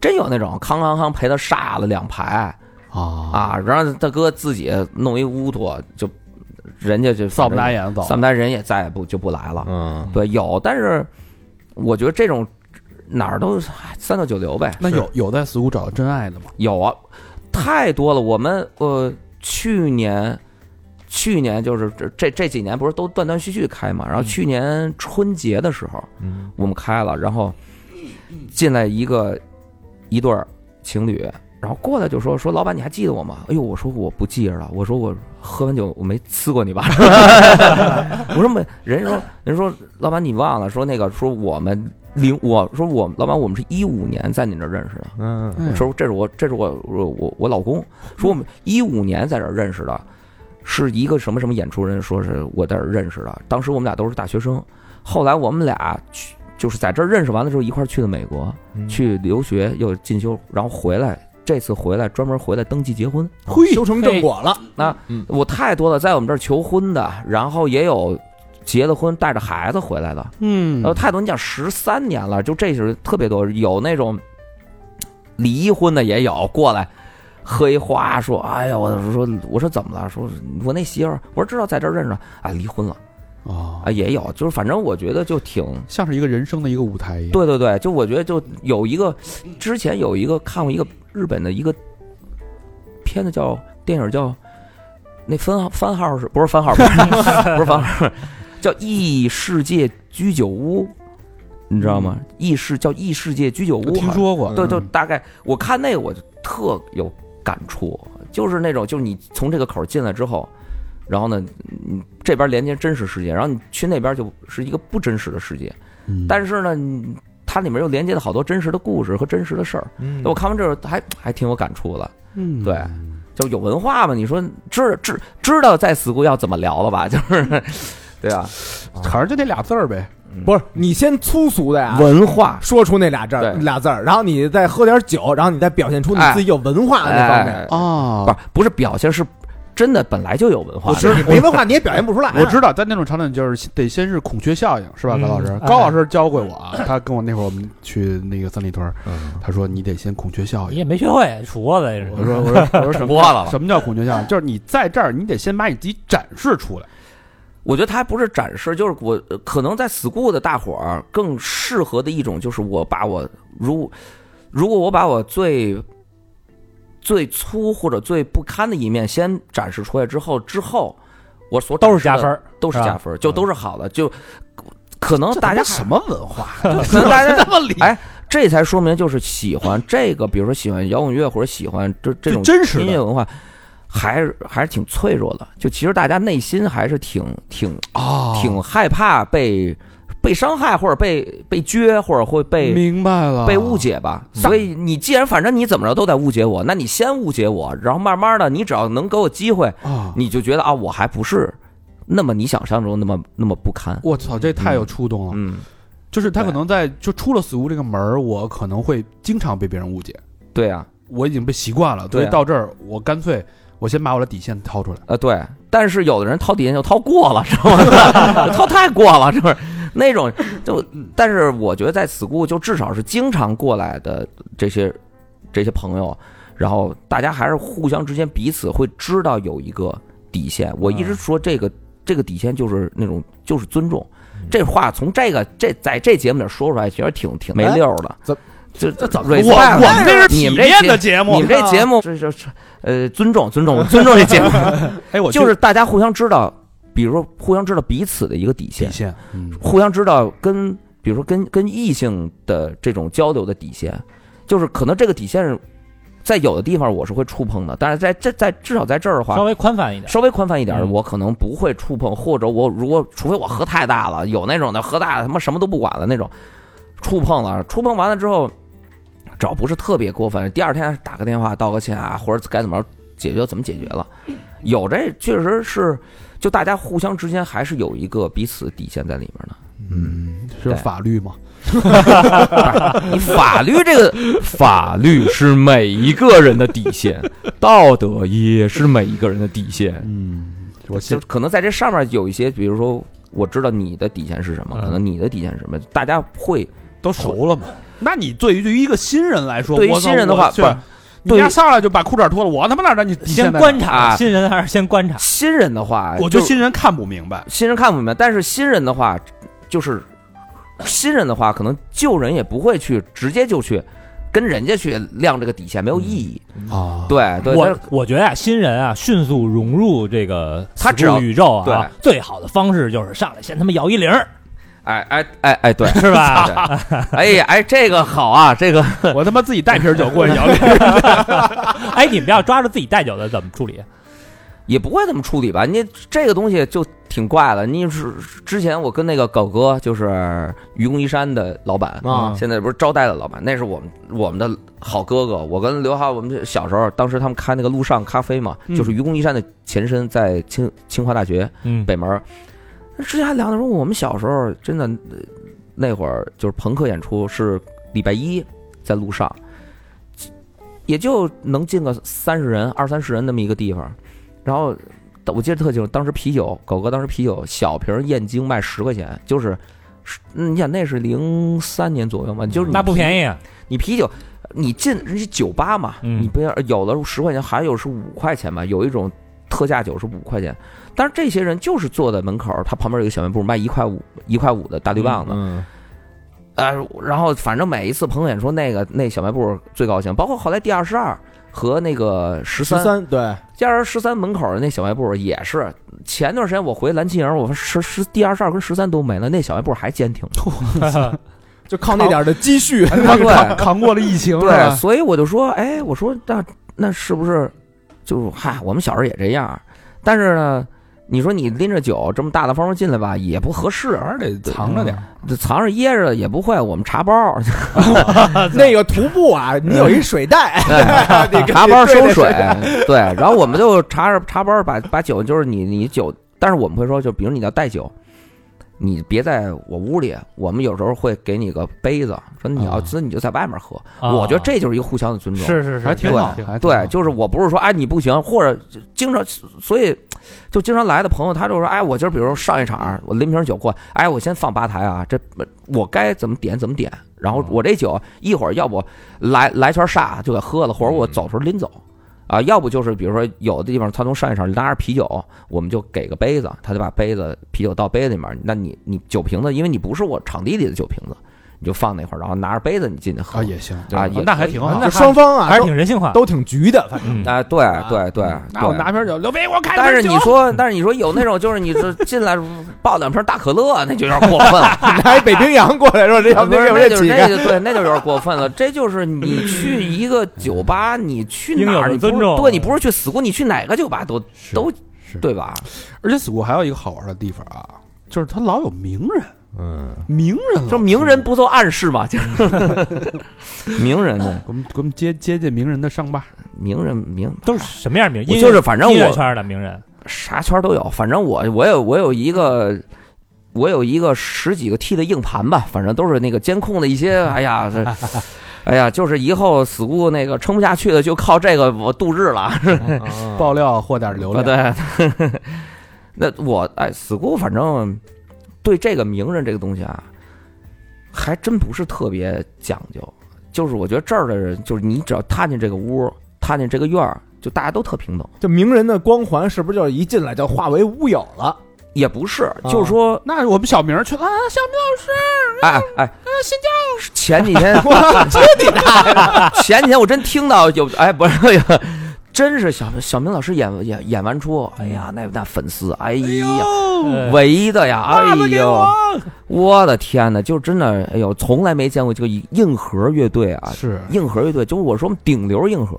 S4: 真有那种康康康陪他煞了两排
S1: 啊
S4: 啊，然后他哥自己弄一乌托，就人家就
S3: 扫不打，眼走，
S4: 扫不打人也再也不就不来了。
S2: 嗯，
S4: 对，有，但是我觉得这种哪儿都哎三教九流呗，
S1: 那有有在死谷找到真爱的吗？
S4: 有啊，太多了。我们呃，去年，去年就是这这这几年不是都断断续续开嘛，然后去年春节的时候，
S2: 嗯
S4: 我们开了，然后进来一个一对儿情侣，然后过来就说说老板你还记得我吗？哎呦，我说我不记着了，我说我喝完酒我没呲过你吧？ 我说没，人说人说老板你忘了，说那个说我们零我说我老板我们是一五年在你这儿认识的。
S2: 嗯，
S1: 嗯
S4: 说这是我这是我我我我老公，说我们一五年在这儿认识的，是一个什么什么演出人，说是我在这儿认识的，当时我们俩都是大学生，后来我们俩去就是在这儿认识完了之后一块儿去的美国，
S2: 嗯
S4: 去留学又进修，然后回来。这次回来专门回来登记结婚，
S2: 嘿，修成正果了，
S4: 我太多了，在我们这儿求婚的，然后也有结了婚带着孩子回来的，
S1: 嗯
S4: 呃，太多，你讲十三年了，就这是特别多，有那种离婚的也有过来，喝一花，说：“哎呀，我说我说怎么了？说我那媳妇儿，我说知道在这儿认识啊，离婚了
S1: 哦
S4: 啊，，也有，就是反正我觉得就挺
S1: 像是一个人生的一个舞台一样。
S4: 对对对，就我觉得就有一个，之前有一个看过一个日本的一个片子叫电影叫那番号番号是不是番号？不是 不是番号， 叫《异世界居酒屋》，你知道吗？异世叫异世界居酒屋，
S1: 嗯听说嗯过，
S4: 对，就大概我看那个我就特有感触，就是那种就是你从这个口进来之后，然后呢，你这边连接真实世界，然后你去那边就是一个不真实的世界，
S1: 嗯
S4: 但是呢，你它里面又连接了好多真实的故事和真实的事儿。
S2: 嗯
S4: 我看完这还还挺有感触的，
S1: 嗯
S4: 对，就有文化嘛。你说知知知道在死 l 要怎么聊了吧？ 就是，对啊，
S1: 还是就那俩字儿呗。
S2: 不是你先粗俗的呀，
S4: 文化。
S2: 说出那俩字儿
S4: 对
S2: 俩字儿，然后你再喝点酒，然后你再表现出
S3: 哎
S2: 你自己有文化的那方面。
S4: 哎，
S1: 啊
S4: 不，是不是表现，是真的本来就有文化
S2: 我
S4: 的。
S2: 知道
S3: 哎
S2: 你没文化，你也表现不出来。啊
S1: 我知道，在那种场景就是得先是孔雀效应，是吧，
S5: 嗯
S1: 高老师？
S5: 哎
S1: 高老师教过我啊，他跟我那会儿我们去那个三里屯，
S4: 嗯
S1: 他说你得先孔雀效
S5: 你
S1: 应。
S5: 哦也没学会，杵窝子也是
S1: 我说我说我说什么
S4: 播了
S1: 什么叫孔雀效应？就是你在这儿，你得先把你自己展示出来。
S4: 我觉得它还不是展示，就是我呃可能在 school 的大伙儿更适合的一种，就是我把我如如果我把我最最粗或者最不堪的一面先展示出来之后，之后我所
S5: 都是加
S4: 展示的
S5: 分，儿，
S4: 都是
S5: 是吧
S4: 加分儿，就都是好的，就可能大家
S1: 什么文 化？
S4: 可能大家
S1: 这么理
S4: 哎，这才说明就是喜欢这个，比如说喜欢摇滚乐或者喜欢这这种
S1: 就真实的
S4: 音乐文化，还是还是挺脆弱的。就其实大家内心还是挺挺
S1: 啊
S4: 挺害怕被被伤害或者被被撅或者会被
S1: 明白了，
S4: 被误。解吧。所以你既然反正你怎么着都在误解我，那你先误解我，然后慢慢的你只要能给我机会，
S1: 啊！
S4: 你就觉得啊我还不是那么你想象中那么那么不堪。
S1: 我操，这太有触动了。
S4: 嗯，
S1: 就是他可
S4: 对
S1: 能在就出了 school 这个门儿，我可能会经常被别人误解，
S4: 对啊，
S1: 我已经被习惯了，
S4: 对
S1: 所
S4: 啊
S1: 以到这儿我干脆我先把我的底线掏出来。
S4: 呃，对，但是有的人掏底线就掏过了，知道吗？ 掏太过了，是不是？那种就，但是我觉得在 school 就至少是经常过来的这些这些朋友，然后大家还是互相之间彼此会知道有一个底线。我一直说这个、这个底线就是那种就是尊重，这话从这个这在这节目里说出来，其实挺挺没溜儿的。
S2: 怎
S4: 这这怎
S3: 我我们这是体
S4: 你们
S3: 面
S4: 这
S3: 的
S4: 节
S3: 节目，
S4: 你们这节目这这这呃尊重尊重尊重这节目。
S1: 哎，我
S4: 就是大家互相知道，比如说互相知道彼此的一个底
S1: 底
S4: 线，
S1: 线，嗯，
S4: 互相知道跟比如说跟跟异性的这种交流的底线，就是可能这个底线在有的地方我是会触碰的，但是在这在至少在这儿的
S5: 稍
S4: 话。
S5: 微宽泛一点。
S4: 稍微宽泛一点儿，
S5: 嗯
S4: 我可能不会触碰，或者我如果除非我喝太大了，有那种的喝大了他妈什么都不管了那种，触碰了，触碰完了之后，只要不是特别过分，第二天打个电话道个歉啊，或者该怎么解决怎么解决了，
S1: 嗯
S4: 有这确实是，就大家互相之间还是有一个彼此底线在里面的。
S1: 嗯，是
S4: 对
S1: 法律嘛？
S4: 你法律这个，
S3: 法律是每一个人的底线，道德也是每一个人的底线。
S1: 嗯，我
S4: 就
S1: 先
S4: 可能在这上面有一些，比如说我知道你的底线是什么，
S3: 嗯
S4: 可能你的底线是什么，大家会
S1: 都熟了嘛。那你对于对于一个新人来说，
S4: 对于
S1: 我操
S4: 新人的
S1: 我
S4: 话
S1: 去
S4: 不是
S1: 你
S4: 对于
S1: 家上来就把裤衩脱了，我他妈哪知道你底线
S5: 先
S1: 在哪？
S5: 观察
S4: 啊
S5: 新人，还是先观察。
S4: 新人的话，
S1: 我觉
S4: 就
S1: 得新人看不明白。
S4: 新人看不明白，但是新人的话，就是新人的话，可能旧人也不会去直接就去跟人家去亮这个底线，没有意义。
S1: 啊，
S4: 对对，
S5: 我我觉得啊，新人啊，迅速融入这个
S4: 他只
S5: school
S4: 要
S5: 宇宙啊，最好的方式就是上来先他妈摇一铃儿，，
S4: 哎哎哎哎，对
S5: 是吧？
S4: 哎呀哎，这个好啊，这个
S1: 我他妈自己带瓶酒 过去摇铃，
S5: 哎，你们要抓着自己带酒的怎么处理？
S4: 也不会怎么处理吧？你这个东西就挺怪了。你是之前我跟那个狗哥，就是愚公移山的老板
S2: 啊
S4: 现在不是招待的老板，那是我们我们的好哥哥。我跟刘浩，我们小时候，当时他们开那个路上咖啡嘛，
S1: 嗯
S4: 就是愚公移山的前身，在清清华大学
S5: 嗯，
S4: 北门儿。之前还聊的时候，我们小时候真的呃那会儿就是朋克演出是礼拜一在路上，也就能进个三十人、二三十人那么一个地方。然后我记得特清楚，当时啤酒，狗哥当时啤酒小瓶儿燕京卖十块钱，就是。是嗯你想那是零三年左右嘛，就是你
S5: 那不
S4: 宜，
S5: 便宜啊，
S4: 你啤酒你进人家酒吧嘛，
S3: 嗯
S4: 你不要有的是十块钱，还有是五块钱吧，有一种特价酒是五块钱，但是这些人就是坐在门口，他旁边有一个小卖部卖一块五一块五的大绿棒子，
S3: 嗯，
S4: 呃，然后反正每一次彭远说那个那小卖部最高兴，包括后来第二十二和那个十
S2: 十
S4: 三，
S2: 三对，
S4: 第二十三门口的那小卖部也是。前段时间我回蓝旗营，我说十十第二十二跟十三都没了，那小卖部还坚挺着。
S2: 就靠那点儿的 积蓄，
S4: 对
S1: 扛扛过了疫情，是
S4: 对，
S1: 吧
S4: 所以我就说，哎，我说那那是不是就是嗨，我们小时候也这样，但是呢，你说你拎着酒这么大大方方进来吧，也不合适，嗯
S1: 反正得藏着点儿。
S4: 藏着掖着也不会，我们茶包
S2: 那个徒步啊，你有一水袋， 你跟
S4: 茶包
S2: 对
S4: 收
S2: 那
S4: 水，对，然后我们就茶茶包把把酒就是你你酒，但是我们会说，就比如你要带酒。你别在我屋里，我们有时候会给你个杯子，说你要
S3: 啊
S4: 滋你就在外面喝。
S5: 啊
S4: 我觉得这就是一个互相的尊重。
S5: 是是是，
S3: 还挺
S5: 对
S3: 好，还挺好
S4: 哎
S5: 啊
S4: 对，就是我不是说哎你不行，或者就经常，所以就经常来的朋友，他就说哎，我今儿比如上一场，我拎瓶酒过来，哎，我先放吧台啊，这我该怎么点怎么点，然
S5: 啊
S4: 后我这酒一会儿要不来来圈煞就给喝了，或者
S5: 嗯
S4: 我走的时候拎走。啊，要不就是比如说有的地方他从上一场拿着啤酒，我们就给个杯子，他就把杯子啤酒倒杯子里面，那你你酒瓶子，因为你不是我场地里的酒瓶子，你就放那块儿，然后拿着杯子你进去喝
S1: 啊，也行
S4: 啊，
S5: 哦
S4: 也
S5: 那还
S4: 可以
S5: 挺好，
S2: 就双方啊
S5: 还是
S2: 都
S5: 挺人性化。
S2: 都挺局的，反正
S5: 嗯
S4: 啊，对对对，
S2: 嗯
S1: 拿我
S4: 对
S1: 拿瓶酒，刘备给我开
S4: 但是
S1: 瓶酒。
S2: 啊
S4: 你说，但是你说有那种就是你这进来抱两瓶大可乐，那就有点过分了。
S2: 拿一北冰洋过来说这要
S4: 不是，
S2: 要不
S4: 那
S2: 这
S4: 就是
S2: 乞
S4: 那
S2: 丐，
S4: 就对，那就有点过分了。这就是你去一个酒吧，你去
S5: 应
S4: 哪
S5: 有
S4: 儿，
S5: 的
S4: 你不是
S5: 尊重
S4: 对你不是去死过，你去哪个酒吧都都
S1: 是
S4: 对吧？
S1: 而且死谷还有一个好玩的地方啊，就是他老有名人，
S2: 嗯，
S1: 名人老
S4: 说名人不做暗示嘛，就是名人呢，
S1: 给我们给我们接接近名人的伤疤。
S4: 名人名
S5: 都是什么样名？
S4: 我
S5: 音乐
S4: 就是反正
S5: 音乐
S4: 我
S5: 圈的名人，
S4: 啥圈儿都有，反正我我有我有一个。我有一个十几个 T 的硬盘吧，反正都是那个监控的一些，哎呀，这，哎呀，就是以后死固那个撑不下去了，就靠这个我度日了。
S1: 爆料获点流
S4: 啊，
S1: 量，
S4: 对，那我哎，死固反正对这个名人这个东西啊，还真不是特别讲究。就是我觉得这儿的人，就是你只要踏进这个屋，踏进这个院儿，就大家都特平等。
S2: 这名人的光环是不是就是一进来就化为乌有了？
S4: 也不是，
S2: 啊
S4: 就是说，
S1: 那我们小明儿去啊，小
S4: 哎哎，前几天， 前几天我真听到有，哎，不是，真是小小明老师演演演完出，哎呀，那那粉丝，哎呀，
S5: 呃
S4: 围的呀，哎呦，我的天呐，就真的，哎呦，从来没见过这个硬核乐队啊，
S1: 是
S4: 硬核乐队，就是我说顶流硬核。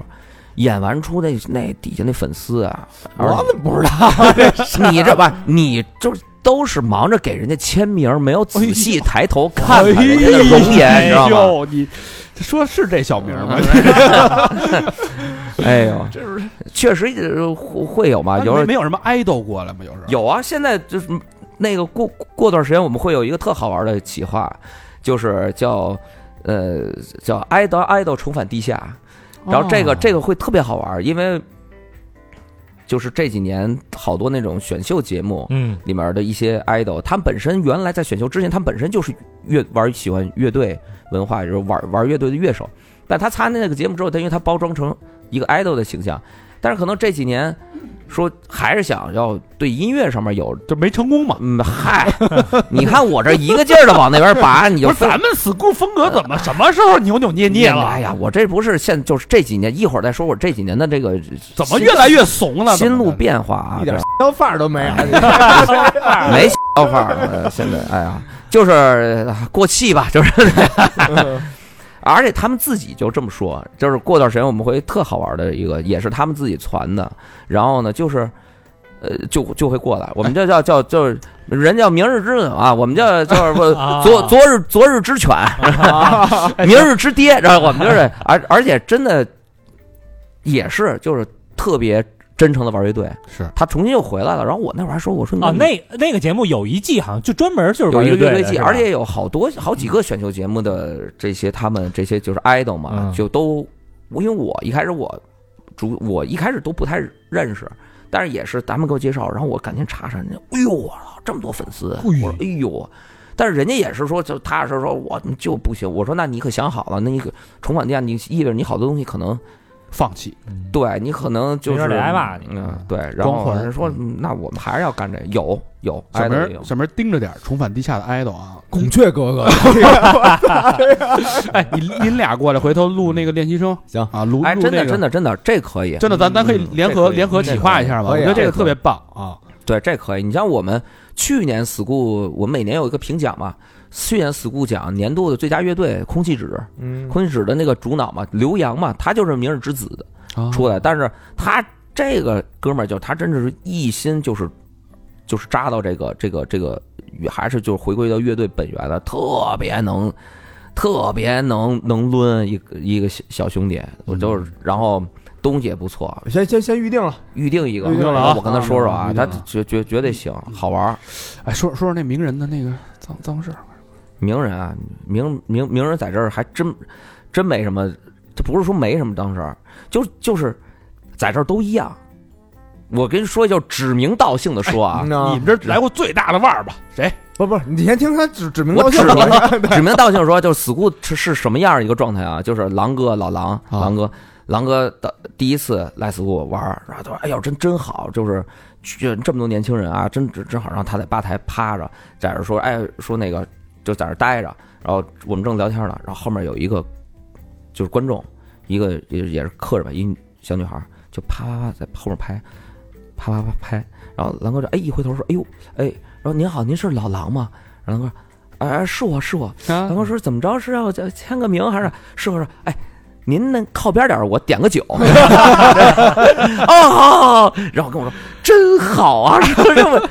S4: 演完出那那底下那粉丝啊，
S2: 我
S4: 怎么不知道？ 你这吧，你就是都是忙着给人家签名，没有仔细抬头看看人家的容颜，你知道吗？
S1: 哎呦，你这说是这小明儿吗？
S4: 哎呦，确实呃会会有嘛，有时候
S1: 没没有什么 idol 过来吗？有时候
S4: 有啊，现在就是那个过过段时间我们会有一个特好玩的企划，就是叫呃叫《爱豆爱豆重返地下》，
S1: 哦
S4: 然后这个、这个会特别好玩，因为就是这几年好多那种选秀节目
S5: 嗯
S4: 里面的一些 idol，他们本身原来在选秀之前，他们本身就是乐玩喜欢乐队文化，就是玩玩乐队的乐手。但他参加那个节目之后，他因为他包装成一个 idol 的形象，但是可能这几年说还是想要对音乐上面有，
S1: 就没成功嘛。
S4: 嗯，嗨， 你看我这一个劲儿的往那边拔，你就
S1: 不是咱们 school 风格怎么什么时候扭扭捏捏
S4: 哎
S1: 了？
S4: 呀，我这不是现就是这几年，一会儿再说我这几年的这个
S1: 怎么越来越怂了？
S4: 心路
S1: 怎么的
S4: 变化啊，
S2: 一点
S4: 这
S2: 香范儿都没有，
S4: 没想法儿了，现在哎呀，就是呃过气吧，就是。而且他们自己就这么说，就是过段时间我们会特好玩的一个，也是他们自己传的。然后呢，就是，呃，就就会过来，我们这叫叫就是人叫明日之子啊，我们叫就是不
S5: 啊
S4: 昨昨日昨日之犬，明日之爹，然后我们就是，而而且真的也是就是特别真诚的玩乐队，
S1: 是
S4: 他重新又回来了。然后我那会儿还说，我说
S5: 啊，
S4: 你
S5: 那那个节目有一季好像就专门就是
S4: 有
S5: 玩
S4: 一个
S5: 乐
S4: 乐
S5: 队
S4: 队
S5: 的
S4: 季，
S5: 是吧
S4: 而且有好多好几个选秀节目的这些他们这些就是 idol 嘛，
S5: 嗯
S4: 就都因为我一开始我主我一开始都不太认识，但啊是也是咱们给我介绍，然后我赶紧查查人家，哎呦我操，这么多粉丝，我说哎呦。但是人家也是说，就踏实说，我就不行。我说，那你可想好了，那你可重返店，你意味着你好多东西可能
S1: 放弃，
S4: 对你可能就
S5: 没
S4: 是
S5: 准得挨骂你
S4: 嗯，对。然
S1: 光
S4: 后
S1: 环
S4: 人说，嗯那我们还是要干这，有有，挨
S6: 小
S4: 的也
S6: 明
S4: 有
S6: 儿，。小明儿盯着点儿重返地下的 idol 啊！
S2: 孔雀哥哥，
S6: 哎， 你您俩过来，回头录那个练习生，
S4: 行
S6: 啊，录
S4: 哎，
S6: 录
S4: 真
S6: 那
S4: 的
S6: 个
S4: 真的真的，这可以，
S6: 真的，咱咱可以
S4: 嗯
S6: 联
S4: 这
S6: 合
S4: 可以
S6: 联合企划一下嘛，
S2: 可
S6: 我
S2: 以
S6: 觉得这个
S4: 可以
S6: 特别棒啊！
S4: 对，这可以。你像我们去年 school，我们每年有一个评奖嘛，去年 school 奖年度的最佳乐队，空气纸，
S2: 嗯，
S4: 空气纸的那个主脑嘛，刘洋嘛，他就是明日之子的
S1: 哦
S6: 啊
S4: 出来，但是他这个哥们儿就他真的是一心就是就是扎到这个这个这个，还是就是回归到乐队本源了，特别能。特别能能抡一个一个小小兄弟，我就是，然后东西也不错，
S2: 先先先预定了，
S4: 预定一个，
S2: 预定了啊
S4: 我跟他说说啊
S6: 预，定
S4: 他
S6: 了
S4: 绝绝绝对行，好玩儿。
S6: 哎，说说说那名人的那个脏脏事儿，
S4: 名人啊，名名名人在这儿还真真没什么，这不是说没什么当事儿，就就是在这儿都一样。我跟你说，就指名道姓的说啊，
S2: 那
S6: 你们这儿来过最大的腕儿吧？谁？
S2: 嗯不不，你先听他指指名
S4: 我
S2: 道姓
S4: 指名
S2: 吧，
S4: 指名道姓说，就是死固是是什么样儿一个状态啊？就是狼哥，老狼，
S6: 啊
S4: 狼哥，狼哥的第一次来死固玩儿，然后他说：“哎呦，真真好，就是这这么多年轻人啊，真真真好。”然后他在吧台趴着，在这说：“哎，说那个就在这待着。”然后我们正聊天呢，然后后面有一个就是观众，一个也也是客人吧，一小女孩儿就啪啪啪在后面拍，啪啪啪拍。然后狼哥说：“哎，一回头说，哎呦，哎，然后您好，您是老狼吗？”然后狼哥说：“哎，是我是我。”
S6: 啊
S4: 然后说怎么着是要签个名还是师傅说哎。您那靠边点儿，我点个酒。 哦，好好好，然后跟我说真好啊，说这么，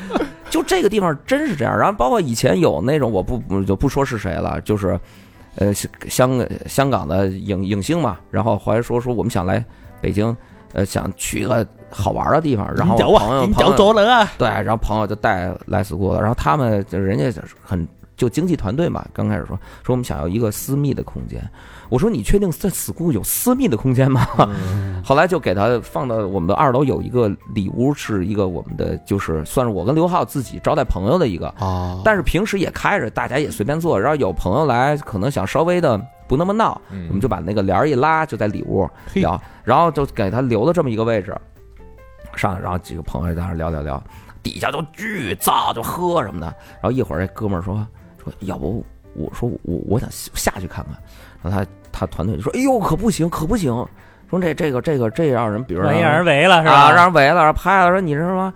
S4: 就这个地方真是这样。然后包括以前有那种我不不就不说是谁了，就是，呃，香香港的影影星嘛，然后后来说说我们想来北京，呃，想去个好玩的地方，然后
S5: 你屌
S4: 朋
S5: 啊，
S4: 友
S5: 你
S4: 嗯朋
S5: 屌
S4: 友
S5: 着了啊！
S4: 对，然后朋友就带来斯库了，然后他们就人家就是很就经济团队嘛，刚开始说说我们想要一个私密的空间，我说你确定在 school 有私密的空间吗？ 后来就给他放到我们的二楼有一个里屋，是一个我们的就是算是我跟刘浩自己招待朋友的一个，
S1: 哦
S6: 啊，
S4: 但是平时也开着，大家也随便坐，然后有朋友来可能想稍微的不那么闹，我们就把那个帘儿一拉，就在里屋
S6: 嘿
S4: 聊，然后就给他留了这么一个位置，上来，然后几个朋友在那儿聊聊聊，底下就巨燥，就喝什么的。然后一会儿这哥们儿说说，要不我说我我想下去看看，然后他他团队就说，哎呦可不行可不行，说这这个这个这让人，比如说
S5: 万一让人围了是
S4: 啊，
S5: 吧？
S4: 让人围了，拍了，说你是什么？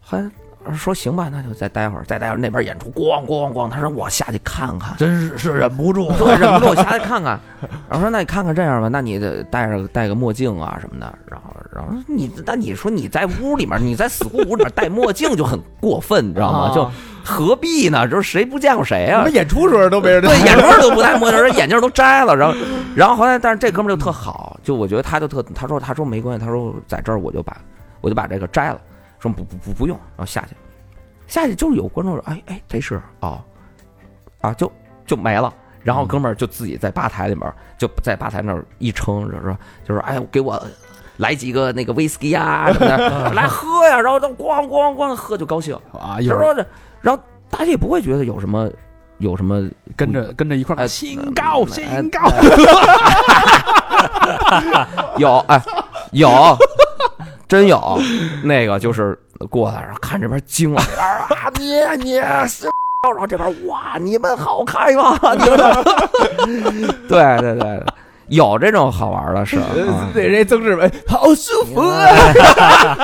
S4: 还说行吧，那就再待会儿，再待会儿那边演出咣咣咣，他说我下去看看，
S1: 真是是忍不 住。
S4: 对，忍不住我下去看看。 然后说那你看看这样吧，那你得戴着戴个墨镜啊什么的。然后然后你那你说你在屋里面，你在死屋屋里面戴墨镜就很过分，你知道吗？就何必呢？就是谁不见过谁
S2: 我
S4: 啊
S2: 们？演出时候都没人
S4: 对， 眼镜儿都不戴墨镜儿，眼镜儿都摘了，然后，然后后来，但是这哥们儿就特好，就我觉得他就特，他说他说没关系，他说在这儿我就把我就把这个摘了，说不不不不用，然后下去，下去就是有观众说，哎哎，这是哦，啊就就没了。然后哥们儿就自己在吧台里面儿，就在吧台那儿一撑，就说就是哎，给我来几个那个威士忌呀什 么的，来喝呀，然后就咣咣咣喝就高兴。
S6: 啊，一
S4: 他
S6: 会儿
S4: 说这，然后大家也不会觉得有什么有什么
S6: 跟着跟着一块
S4: 哎
S6: 儿，新呃高
S4: 嗯
S6: 新
S4: 哎
S6: 高，
S4: 有哎，有，真有，那个就是过来，然后看这边惊了，这边啊你你，然后这边哇，你们好开 吗？你们，对对对，有这种好玩的事儿啊。
S2: 对，人家曾志伟好舒服啊！
S4: 哎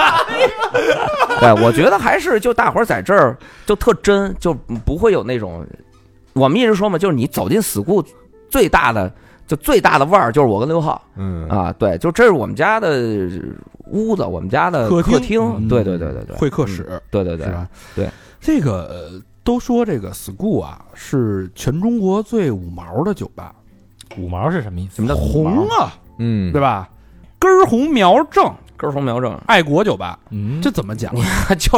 S4: 对，我觉得还是就大伙儿在这儿就特真，就不会有那种，我们一直说嘛，就是你走进死库最大的就最大的腕儿就是我跟刘浩，
S2: 嗯
S4: 啊，对，就这是我们家的屋子，我们家的
S6: 客
S4: 呃客
S6: 厅嗯
S4: 对对对对对，
S6: 会客室
S4: 对对
S6: 是
S4: 对，
S6: 吧？
S4: 对，
S6: 这个呃都说这个 school 啊是全中国最五毛的酒吧，
S5: 五毛是什么意思？
S4: 什么叫
S6: 红啊，
S2: 嗯
S6: 对，吧？根儿红苗正，
S4: 根儿红苗正？
S6: 爱国酒吧，
S5: 嗯，
S6: 这怎么讲？啊
S4: 就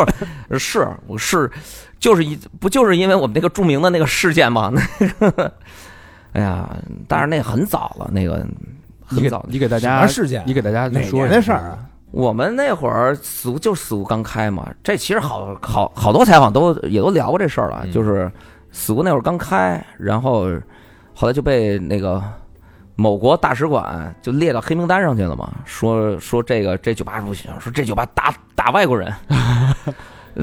S4: 是是我是就是一不就是因为我们那个著名的那个事件吗？那个，哎呀，但是那很早了，那个
S6: 你
S4: 很
S6: 给
S4: 早。
S6: 你给大
S2: 什
S6: 家
S2: 么，事件？
S6: 你给大家
S2: 哪
S6: 再说
S2: 年
S6: 一
S2: 的
S6: 下
S2: 事儿啊？
S4: 我们那会儿死无就死无刚开嘛，这其实好好好多采访都也都聊过这事儿了，
S2: 嗯
S4: 就是死国那会儿刚开，然后后来就被那个某国大使馆就列到黑名单上去了嘛，说说这个这酒吧不行，说这酒吧打打外国人。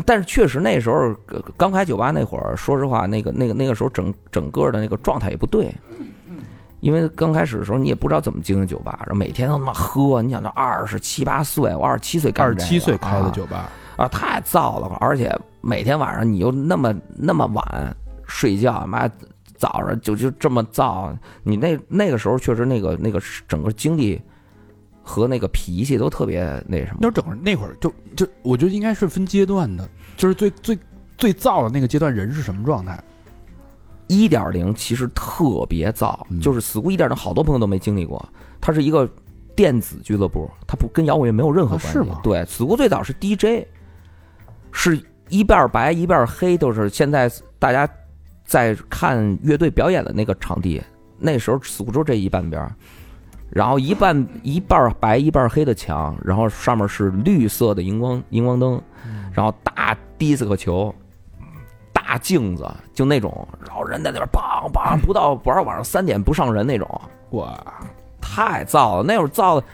S4: 但是确实那时候呃刚开酒吧那会儿，说实话，那个那个那个时候整整个的那个状态也不对，因为刚开始的时候你也不知道怎么经营酒吧，然后每天他妈喝，你想这二十七八岁，我二十七岁干
S6: 二
S4: 这
S6: 十
S4: 个
S6: 七岁开的
S4: 啊
S6: 酒吧，
S4: 啊，太燥了，而且每天晚上你又那么那么晚睡觉，妈早上就就这么燥，你那那个时候确实那个那个整个精力和那个脾气都特别那什么
S6: 那整个那会儿就就我觉得应该是分阶段的，就是最最最燥的那个阶段，人是什么状态？
S4: 一点零其实特别燥，
S6: 嗯
S4: 就是死固一点零，好多朋友都没经历过。它是一个电子俱乐部，它不跟摇滚乐没有任何
S6: 啊
S4: 关系。
S6: 是吗
S4: 对，死固最早是 DJ，是一半白一半黑，都是现在大家在看乐队表演的那个场地。那时候死固就这一半边儿，然后一半一半白一半黑的墙，然后上面是绿色的荧光荧光灯，
S6: 嗯
S4: 然后大迪斯科球，大镜子，就那种老人在那边梆梆，不到不到晚上三点不上人那种，
S6: 哇，
S4: 太燥了。那会儿燥的，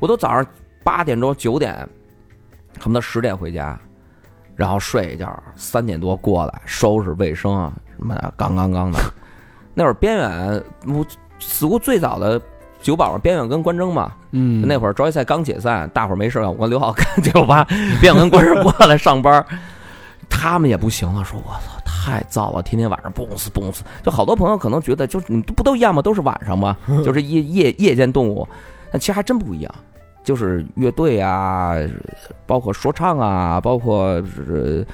S4: 我都早上八点钟九点，恨不得十点回家，然后睡一觉，三点多过来收拾卫生啊什么的，杠杠杠的。那会儿边远，我似乎最早的酒保边远跟关征嘛，
S6: 嗯
S4: 那会儿职业赛刚解散，大伙儿没事儿干， 我跟刘浩看酒吧，别想跟关师过来上班儿。他们也不行了，说我操太燥了，天天晚上蹦死蹦死。就好多朋友可能觉得，就是你不都一样吗？都是晚上吗？就是夜夜夜间动物，但其实还真不一样。就是乐队啊，包括说唱啊，包括呃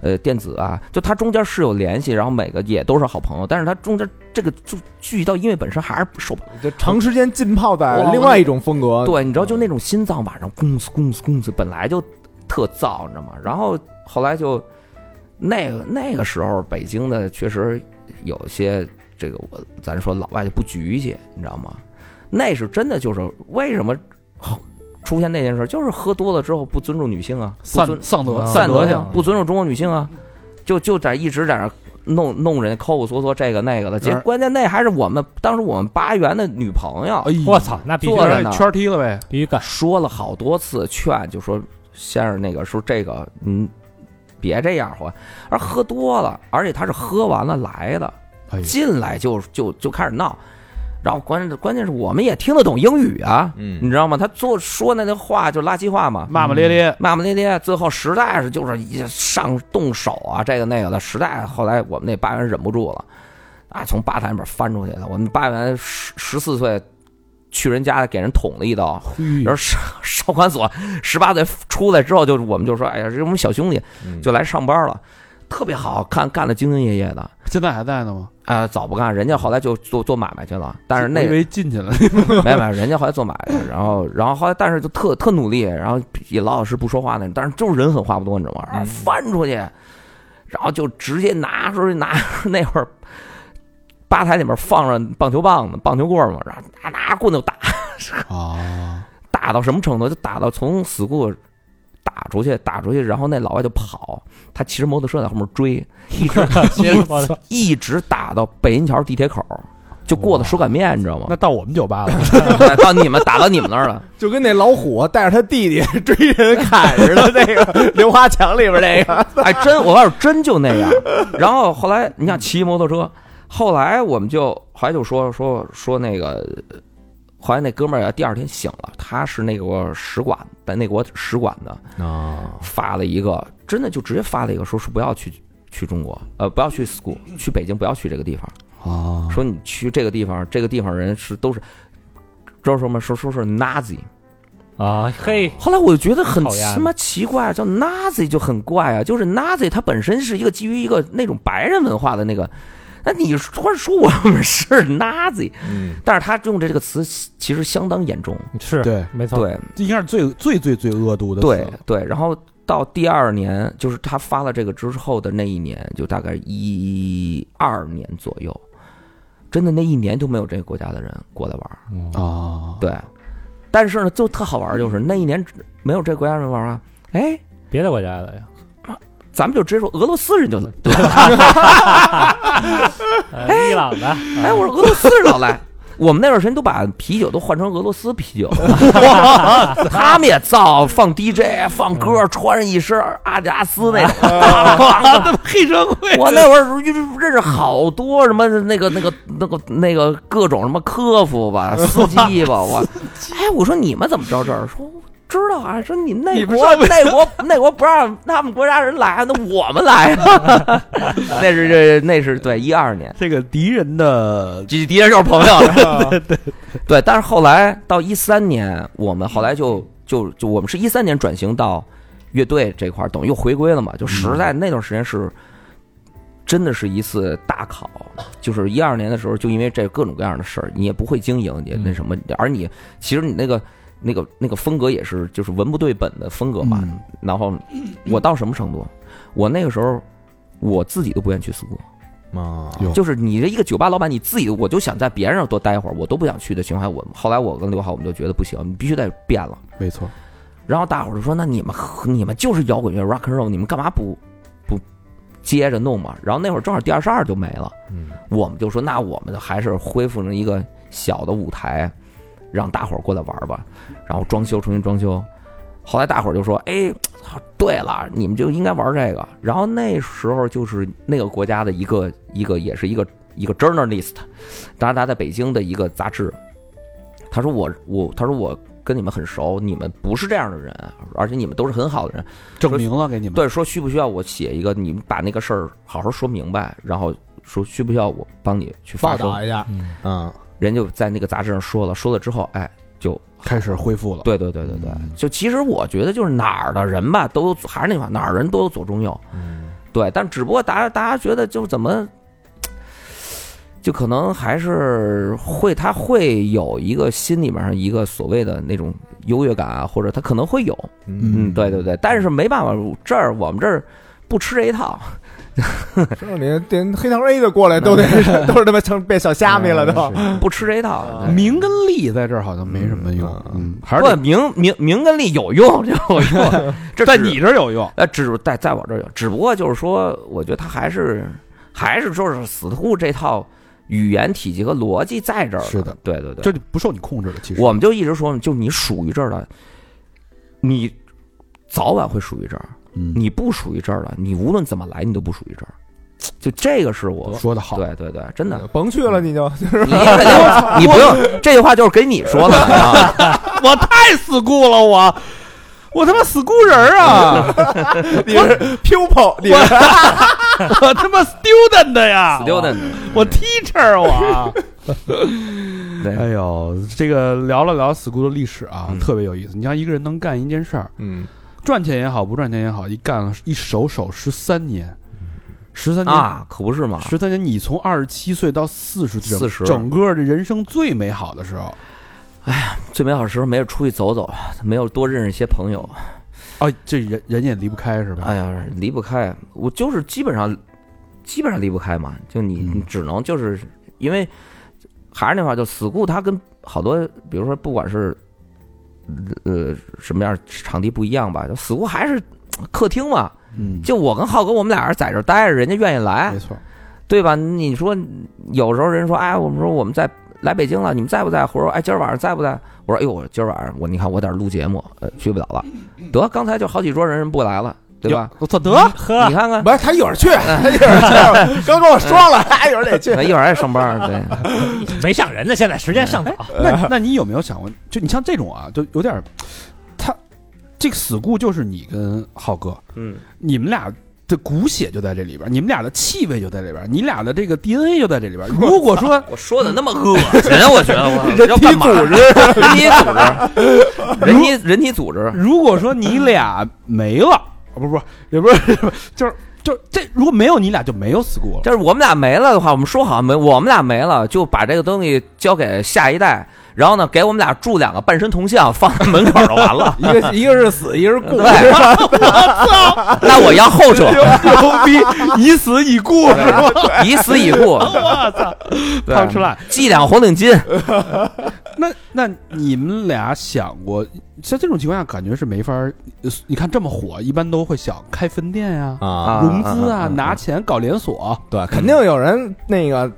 S4: 呃电子啊，就它中间是有联系，然后每个也都是好朋友，但是它中间这个就聚到音乐本身还是受不
S2: 就长时间浸泡在
S4: 哇
S2: 另外一种风格，
S4: 对，你知道就那种心脏晚上公司公司公司，本来就特燥，你知道吗？然后后来就那个那个时候，北京的确实有些这个我咱说老外就不局气，你知道吗？那是真的，就是为什么好出现那件事，就是喝多了之后不尊重女性啊，不尊
S6: 丧丧德
S5: 啊
S4: 散
S5: 德
S4: 德
S5: 性
S4: 性，不尊重中国女性啊，就就在一直在那儿弄弄人，抠抠缩缩这个那个的。结
S6: 而
S4: 关键那还是我们当时我们八元的女朋友，
S6: 哎呦
S5: 我操，那必须
S4: 坐着
S5: 干
S4: 呢
S6: 圈踢了呗，
S5: 必须 干，
S4: 说了好多次劝，就说先生那个说这个嗯，别这样喝，而喝多了，而且他是喝完了来的，
S6: 哎呦
S4: 进来就就就开始闹，然后关键关键是我们也听得懂英语啊，
S2: 嗯，
S4: 你知道吗？他做说那那话就垃圾话嘛，
S6: 骂骂咧咧，
S4: 骂骂咧咧，最后实在是就是一上动手啊，这个那个的，实在后来我们那八元忍不住了，啊，从吧台里面翻出去了，我们八元十十四岁去人家给人捅了一刀。
S6: 嗯
S4: 然后 少少管所十八岁出来之后就，我们就说，哎呀，这是我们小兄弟就来上班了，特别好看，干的兢兢业业的。
S6: 现在还在呢吗？
S4: 啊、早不干，人家后来就做做买卖去了。但是那
S6: 我以为进 去了，
S4: 没有没有，人家后来做买卖，然后然后后来，但是就特特努力，然后也老老实不说话那种，但是就是人狠话不多，你知道吗？然后翻出去，然后就直接拿出去拿那会儿吧台里面放上棒球棒子、棒球棍儿嘛，然后拿拿棍子打。
S6: 哦，
S4: 打到什么程度？就打到从死库打出去，打出去，然后那老外就跑，他骑着摩托车在后面追，一直一直打到北银桥地铁口，就过了手擀面，你知道吗
S6: 那？到我们酒吧了，
S4: 到你们打到你们那儿了，
S2: 就跟那老虎带着他弟 弟追人砍似的，那 个《榴花墙》里边那个，
S4: 哎，真我告诉你，真就那样。然后后来你想骑摩托车，后来我们就后来就说说说那个。后来那哥们儿啊第二天醒了，他是那个使馆在那国使馆的，
S2: 啊，
S4: 发了一个，真的就直接发了一个，说是不要去去中国，呃，不要去 school，去北京不要去这个地方，
S6: 哦，
S4: 说你去这个地方，这个地方人是都是，知道什么？说说是 Nazi。
S5: 啊，嘿，
S4: 后来我觉得很
S5: 讨厌
S4: 他妈奇怪，叫 Nazi 就很怪啊，就是 Nazi 它本身是一个基于一个那种白人文化的那个，那你突然说我们是 Nazi，
S2: 嗯，
S4: 但是他用的这个词其实相当严重，
S5: 是，
S6: 对，
S5: 没错，
S4: 对，
S6: 这应该是最最最最恶毒的词
S4: 对对，然后到第二年，就是他发了这个之后的那一年，就大概一二年左右，真的那一年就没有这个国家的人过来玩儿。
S6: 哦，
S4: 对，但是呢，就特好玩儿，就是那一年只没有这个国家人玩儿啊，哎，
S5: 别的国家的呀，
S4: 咱们就直接说俄罗斯人就来。
S5: 呃伊朗的，
S4: 哎， 我说俄罗斯人老来，我们那段时间都把啤酒都换成俄罗斯啤酒， 他们也造，放 DJ，放歌，穿上一身阿迪达斯那 啊种，黑社会。 我那会儿认识好多什么那个那个那个那个各种什么客服 吧、司机吧， 我哎，我说你们怎么知道这儿？说。知道啊，说你那国那国 那国不让他们国家人来，那我们来啊。 那是这那是对一二年，
S1: 这个敌人的
S4: 这敌人就是朋友， 对，但是后来到一三年，我们后来就就就我们是一三年转型到乐队这块儿，等于又回归了嘛。就实在那段时间是真的是一次大考，就是一二年的时候，就因为这各种各样的事儿，你也不会经营，也那什么，而你其实你那个。那个那个风格也是，就是文不对本的风格吧。
S6: 嗯
S4: 然后我到什么程度？我那个时候我自己都不愿意去宿过，
S1: 啊，
S6: 有
S4: 就是你这一个酒吧老板，你自己我就想在别人上多待一会儿，我都不想去的情况下，我后来我跟刘浩我们就觉得不行，你必须得变了。
S6: 没错，
S4: 然后大伙儿就说：“那你们你们就是摇滚乐 rock and roll，你们干嘛不不接着弄嘛？”然后那会儿正好第二十二就没了，
S1: 嗯，
S4: 我们就说：“那我们还是恢复成一个小的舞台，让大伙儿过来玩儿吧。”然后装修重新装修。后来大伙儿就说：“哎，操对了，你们就应该玩这个。”然后那时候就是那个国家的一个一个也是一个一个 journalist，当然他在北京的一个杂志，他说我我他说我跟你们很熟，你们不是这样的人，而且你们都是很好的人。
S2: 嗯
S6: 证明了给你们。
S4: 对，说需不需要我写一个，你们把那个事儿好好说明白，然后说需不需要我帮你去发
S2: 报
S4: 声
S2: 道。一下，
S6: 嗯，
S4: 人就在那个杂志上说了，说了之后，哎，就
S6: 开始恢复了。
S4: 对对对对对，
S2: 嗯
S4: 就其实我觉得就是哪儿的人吧，都有还是那句话，哪儿人都有左中右，
S2: 嗯
S4: 对，但只不过大家大家觉得就是怎么，就可能还是会他会有一个心里面上一个所谓的那种优越感啊，或者他可能会有，嗯，对对对，但是没办法，这儿我们这儿不吃这一套，
S2: 说你连黑桃 A 的过来都得 都是他妈成变小虾米了都，
S4: 不吃这一套，对
S6: 名跟利在这儿好像没什么用，哎嗯，啊还是
S4: 不名名名跟利有用， 这有 用，这
S6: 在
S4: 只
S6: 你这儿有用。
S4: 呃，只在在我这儿有，只不过就是说，我觉得他还是还是就是死兔这套语言体系和逻辑在这儿呢。
S6: 是的
S4: 对对对，
S6: 这就不受你控制了，其实
S4: 我们就一直说，就你属于这儿的，你早晚会属于这儿；
S6: 嗯
S4: 你不属于这儿的，你无论怎么来，你都不属于这儿。就这个是我，
S6: 说的好，
S4: 对对对，真的，
S2: 甭去了你就
S4: 你你不用这句话就是给你说 的啊。
S1: 我太 school 了，我我他妈 school 人啊，
S2: 你是 pupil，你是
S1: 我他妈 student 的呀
S4: Student，
S1: 我 teacher
S6: 啊
S1: 我。
S4: 对
S6: 哎呦，这个聊了聊 school 的历史啊，
S4: 嗯
S6: 特别有意思。你像一个人能干一件事儿，
S2: 嗯，
S6: 赚钱也好，不赚钱也好，一干了一手手十三年，十三年
S4: 啊，可不是嘛。
S6: 十三年，你从二十七岁到四十，整
S4: 40
S6: 整个这人生最美好的时候
S4: 最美好的时候没有出去走走，没有多认识一些朋友，
S6: 啊，这人人也离不开是吧？
S4: 哎呀，离不开，我就是基本上，基本上离不开嘛。就你，
S6: 嗯
S4: 你只能就是因为还是那话，就 school 它跟好多，比如说不管是呃什么样场地不一样吧，就 school 还是客厅嘛。
S6: 嗯，
S4: 就我跟浩哥，我们俩人在这儿待着，人家愿意来
S6: 没，错，
S4: 对吧？你说有时候人说，哎，我们说我们在来北京了，你们在不在？或者说哎，今儿晚上在不在？我说，哎呦，我今儿晚上我你看我在这儿录节目，呃，去不了了。得，刚才就好几桌人人不来了，对吧？
S6: 我操得
S5: 呵
S4: 你，看看，
S2: 不是他一会儿去，他一会儿去，刚跟我说了，他一会儿得去
S4: 哎那，一会儿还上班儿，对，
S5: 没上人呢，现在时间上早，
S6: 那那你有没有想过，就你像这种啊，就有点儿，他这个死固就是你跟浩哥，
S4: 嗯，
S6: 你们俩的骨血就在这里边儿，你们俩的气味就在这里边儿，你俩的这个 DNA 就在这里边儿。如果说
S4: 我说的那么 恶心，啊我觉得我要
S2: 体
S4: 干嘛？
S2: 组织。
S4: 人体组织， 人体人体组织，
S6: 如果说你俩没了，啊不不也不是，就是 就是这如果没有你俩就没有死固了。
S4: 就是我们俩没了的话，我们说好没，我们俩没了就把这个东西交给下一代，然后呢，给我们俩铸两个半身铜像放在门口就完了
S2: 一 个一个是死，一个是故，
S4: 对，哎那我要后 者，
S6: 牛逼，以死以固是吧？
S4: 以死以固，
S6: 我操，
S4: 对
S6: 胖吃辣，
S4: 系两红领巾，
S6: 那那你们俩想过，像这种情况下，感觉是没法儿。呃你看这么火，一般都会想开分店呀、
S2: 啊，
S6: 融资
S4: 啊啊啊啊
S6: 拿钱搞连锁。
S2: 对，肯定有人那个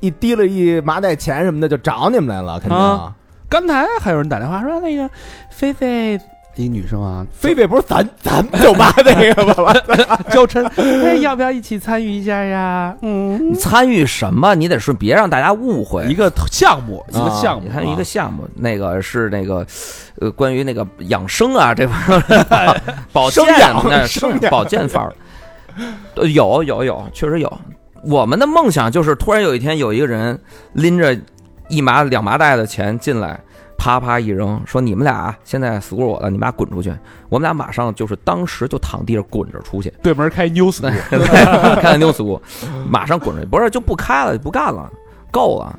S2: 一提了一麻袋钱什么的就找你们来了，肯定。
S6: 啊刚才还有人打电话说那个菲菲，一女生 啊，
S2: 菲菲不是咱 咱们酒吧那个吧？
S6: 娇嗔，哎，要不要一起参与一下呀？嗯，
S4: 你参与什么？你得是别让大家误会。
S6: 一个项目，一个
S2: 啊
S6: 项目
S4: 你
S6: 啊，
S4: 看一个项目，那个是那个，呃，关于那个养生啊，这玩意儿 保健
S2: 生养
S4: 那
S2: 生养
S4: 保健法儿，呃有有有，确实有。我们的梦想就是突然有一天有一个人拎着一麻两麻袋的钱进来，啪啪一扔，说你们俩啊现在死过我了，你们俩滚出去。我们俩马上就是当时就躺地上滚着出去，
S6: 对门开 new school，
S4: 看 new school，马上滚出去，不是就不开了，不干了，够了，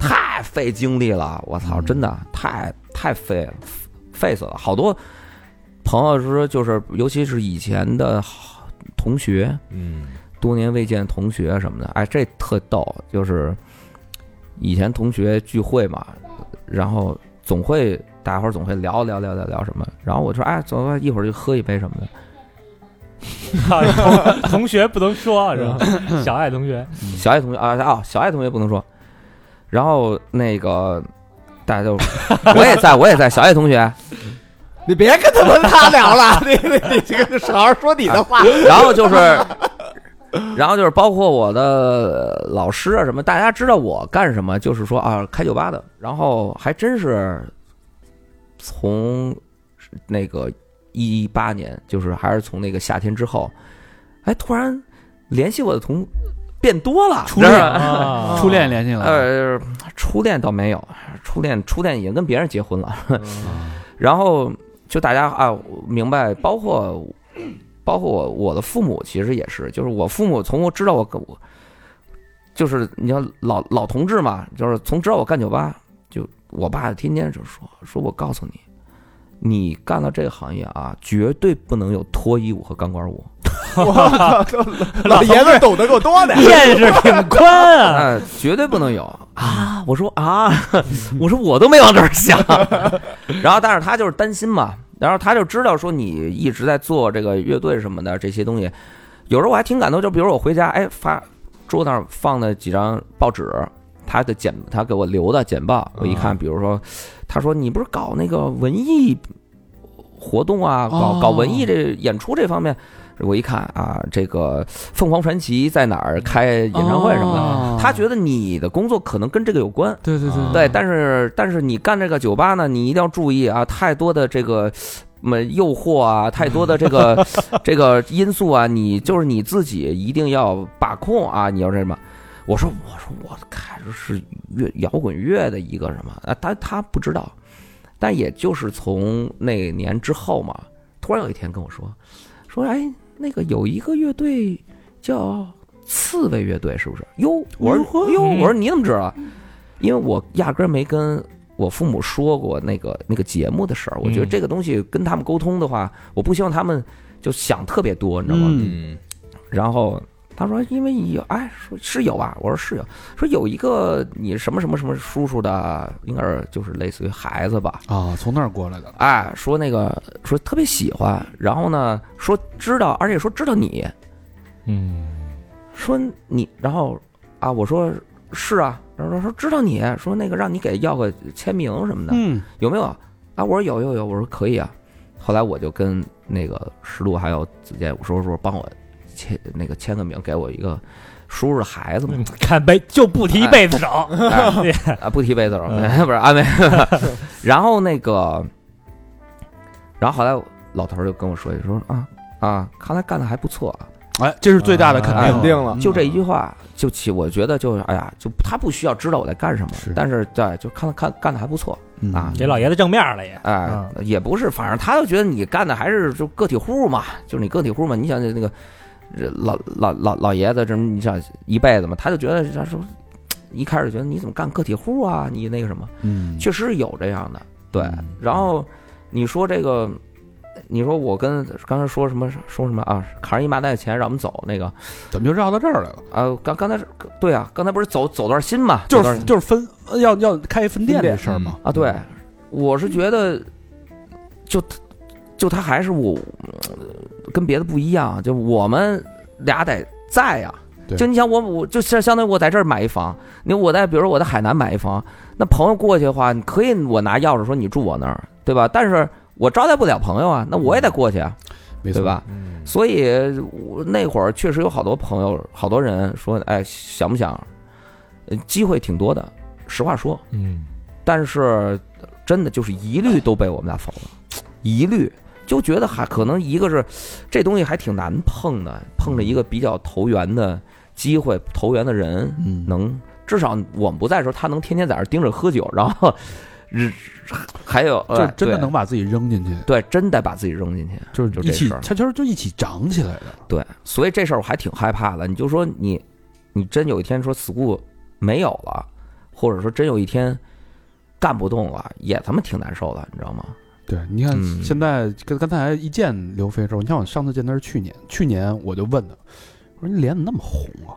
S4: 太费精力了，我操，真的太太费了，费死了。好多朋友说，就是尤其是以前的好同学，
S2: 嗯，
S4: 多年未见同学什么的，哎，这特逗，就是以前同学聚会嘛，然后总会大家伙儿总会聊聊聊聊聊什么，然后我说，哎，走吧，一会儿就喝一杯什么的。
S5: 同同学不能说是吧？
S4: 嗯
S5: 小爱同学，
S4: 小爱同学啊啊，小爱同学不能说。然后那个大家就，我也在，我也在。小爱同学，
S2: 你别跟他们他聊了， 你你你跟好好说你的话。
S4: 然后就是，然后就是包括我的老师啊什么，大家知道我干什么，就是说啊开酒吧的。然后还真是从那个一八年，就是还是从那个夏天之后，哎，突然联系我的同变多了，
S6: 初恋
S4: 知道吗
S5: 啊
S6: 初恋联系了，
S4: 呃，初恋倒没有，初恋初恋已经跟别人结婚了， 然后就大家啊明白，包括包括我我的父母其实也是，就是我父母从我知道我跟我就是你要老老同志嘛，就是从知道我干酒吧，就我爸天天就说说我告诉你，你干了这个行业啊，绝对不能有脱衣舞和钢管舞。
S2: 我靠，老爷子懂得够多的。
S5: 见识挺宽啊。
S4: 啊，绝对不能有啊！我说 啊，我说我都没往这儿想。 然后，但是他就是担心嘛，然后他就知道说你一直在做这个乐队什么的这些东西，有时候我还挺感动，就比如我回家，哎，发桌子上放的几张报纸，他的简他给我留的简报，我一看，比如说，他说你不是搞那个文艺活动啊，搞搞文艺这演出这方面。我一看啊，这个凤凰传奇在哪儿开演唱会什么的，
S6: 哦
S4: 他觉得你的工作可能跟这个有关。
S6: 对对
S1: 啊
S6: 对
S4: 对，但是但是你干这个酒吧呢，你一定要注意啊，太多的这个。么诱惑啊，太多的这个这个因素啊，你就是你自己一定要把控啊！你要是什么？我说我说我开始是乐摇滚乐的一个什么啊？他他不知道，但也就是从那年之后嘛，突然有一天跟我说说，哎，那个有一个乐队叫刺猬乐队，是不是？哟，我说哟，哎我说你怎么知道啊？因为我压根儿没跟我父母说过那个那个节目的事儿。我觉得这个东西跟他们沟通的话，我不希望他们就想特别多，你知道吗？
S6: 嗯，
S2: 嗯，
S4: 然后他说，因为有哎，说是有啊，我说是有，说有一个你什么什么什么叔叔的，应该是就是类似于孩子吧，
S6: 啊，从那儿过来的，
S4: 哎，说那个说特别喜欢，然后呢说知道，而且说知道你，
S3: 嗯，
S4: 说你，然后啊，我说是啊，然后说知道你说那个让你给要个签名什么的，
S6: 嗯，
S4: 有没有？啊，我说有有有，我说可以啊。后来我就跟那个石路还有子健我说说帮我签那个签个名，给我一个叔叔的孩子嘛
S5: 嗯， 看背就不提
S4: 哎
S5: 贝斯手，
S4: 哎啊，不提被子了， 不是安慰。然后那个，然后后来老头儿就跟我说一说啊啊，看来干的还不错啊，
S6: 哎，这是最大的肯定，
S2: 肯定了
S4: 就
S6: 嗯
S4: 这一句话就起，我觉得就是哎呀，就他不需要知道我在干什么，
S6: 是
S4: 但是对，就看看干的还不错
S6: 嗯
S4: 啊，
S5: 给老爷子正面了也。
S4: 哎
S5: 啊，
S4: 也不是，反正他就觉得你干的还是就个体户嘛，就是你个体户嘛。你想那个呃老老老老爷子，这么你想一辈子嘛，他就觉得他说一开始觉得你怎么干个体户啊，你那个什么，
S6: 嗯，
S4: 确实有这样的，对
S6: 嗯。
S4: 然后你说这个你说我跟刚才说什么说什么啊？扛着一麻袋的钱让我们走那个
S1: 怎么就绕到这儿来了？
S4: 啊，刚刚才是对啊，刚才不是走走段心嘛？
S1: 就
S4: 走段
S1: 是
S4: 心
S1: 就是分要要开分店这事儿嘛。
S4: 啊，对，我是觉得就就他还是我呃跟别的不一样，就我们俩得在啊。
S1: 对
S4: 就你想我，我就是相当于我在这儿买一房，你我在比如说我在海南买一房，那朋友过去的话，你可以我拿钥匙说你住我那儿，对吧？但是我招待不了朋友啊，那我也得过去啊，
S1: 没错
S4: 对吧？？
S2: 嗯
S4: 所以我那会儿确实有好多朋友、好多人说，哎，想不想？呃机会挺多的，实话说，
S2: 嗯，
S4: 但是真的就是一律都被我们俩否了，一律就觉得还可能一个是这东西还挺难碰的，碰着一个比较投缘的机会、投缘的人，
S1: 嗯，
S4: 能至少我们不在的时候，他能天天在这儿盯着喝酒，然后日还有
S1: 就
S4: 呃
S1: 真的
S4: 对
S1: 能把自己扔进去，
S4: 对真得把自己扔进去。
S1: 就是
S4: 就
S1: 一
S4: 这
S1: 起
S4: 事儿，
S1: 他就是就一起长起来的。
S4: 对，所以这事儿我还挺害怕的。你就说你，你真有一天说 school 没有了，或者说真有一天干不动了，也他妈挺难受的，你知道吗？
S1: 对，你看
S4: 嗯
S1: 现在跟刚才一见刘飞之后，你看我上次见他是去年，去年我就问他，我说你脸怎么那么红啊？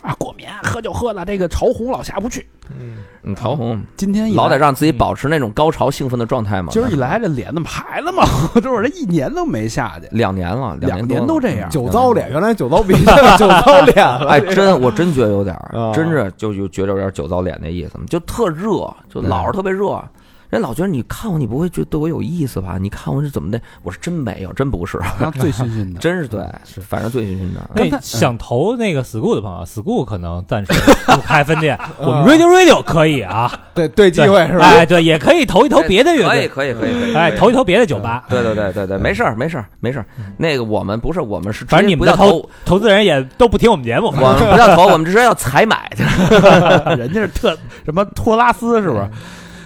S1: 啊，过敏，喝酒喝的，这个潮红老下不去。
S2: 嗯
S4: 嗯，陶虹
S1: 今天一
S4: 老
S1: 哦来嗯
S4: 得让自己保持那种高潮兴奋的状态嘛。
S1: 今儿一来这脸怎么还那么红？ 这我这一年都没下去。
S4: 两年了，嗯
S1: 两
S4: 年
S1: 年
S4: 多
S1: 都
S4: 了
S1: 这样
S2: 酒糟脸，。原来酒糟鼻，现在酒糟脸 了。
S4: 哎，真我真觉得有点儿，
S1: 哦
S2: 啊
S4: 真是就就觉得有点酒糟脸那意思，就特热，就老是特别热。人老觉得你看我，你不会觉得对我有意思吧？你看我是怎么的？我是真没有，真不是，
S1: 然后醉醺醺的，
S4: 真是对，
S1: 是
S4: 反正醉醺醺的。
S5: 嗯那
S1: 刚才
S5: 想投那个 school 的朋友，school 啊可能暂时不开分 店，我
S4: 啊
S5: 们 radio radio 可以啊，
S2: 对对，机会是吧？
S5: 哎，对，也可以投一投别的乐
S4: 可以，
S5: 队，
S4: 可以，可以，可以。
S5: 哎，
S4: 可以
S5: 投一投别的酒吧，
S4: 对对对对对，没事儿没事儿没事儿。那个我们不是我们是直
S5: 嗯
S4: 接
S5: 反正你们
S4: 嗯不
S5: 的
S4: 要投，
S5: 投资人也都不听我们节目，
S4: 我们不要投，我们直接要采买去。
S1: 人家是特什么托拉斯是不是？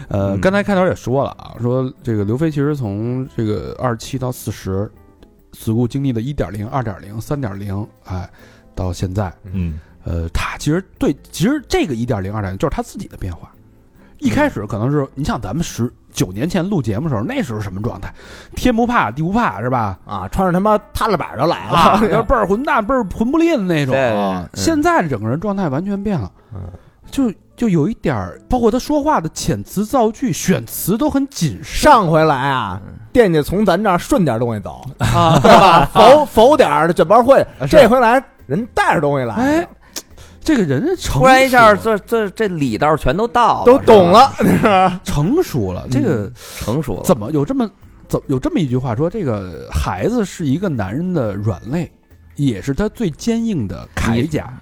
S1: 呃，
S4: 嗯
S1: 刚才开头也说了啊，说这个刘飞其实从这个二十七到四十，死故经历的一点零、二点零、三点零，哎，到现在，
S5: 嗯，
S1: 呃，他其实对，其实这个一点零、二点零就是他自己的变化。一开始可能是你像咱们十九年前录节目的时候，那时候什么状态？天不怕地不怕是吧？
S2: 啊，穿着他妈踏拉 板就来了。
S1: 啊，要倍儿混蛋、倍儿混不吝的那种。
S4: 对
S1: 啊
S4: 嗯
S1: 现在整个人状态完全变了
S2: 嗯，
S1: 就就有一点儿，包括他说话的遣词造句、选词都很谨慎。
S2: 上回来啊
S4: 嗯，
S2: 惦记从咱这儿顺点东西走，
S1: 啊
S2: 对吧？否否点儿卷包会
S1: 啊，是
S2: 这回来人带着东西来
S1: 哎
S2: 了，，
S1: 这个人成熟
S4: 突然一下，这这这里道全都到了，
S2: 都懂
S4: 了，
S2: 了，
S1: 成熟了，这个
S4: 成熟了。
S1: 怎么有这么怎有这么一句话说，这个孩子是一个男人的软肋，也是他最坚硬的铠甲，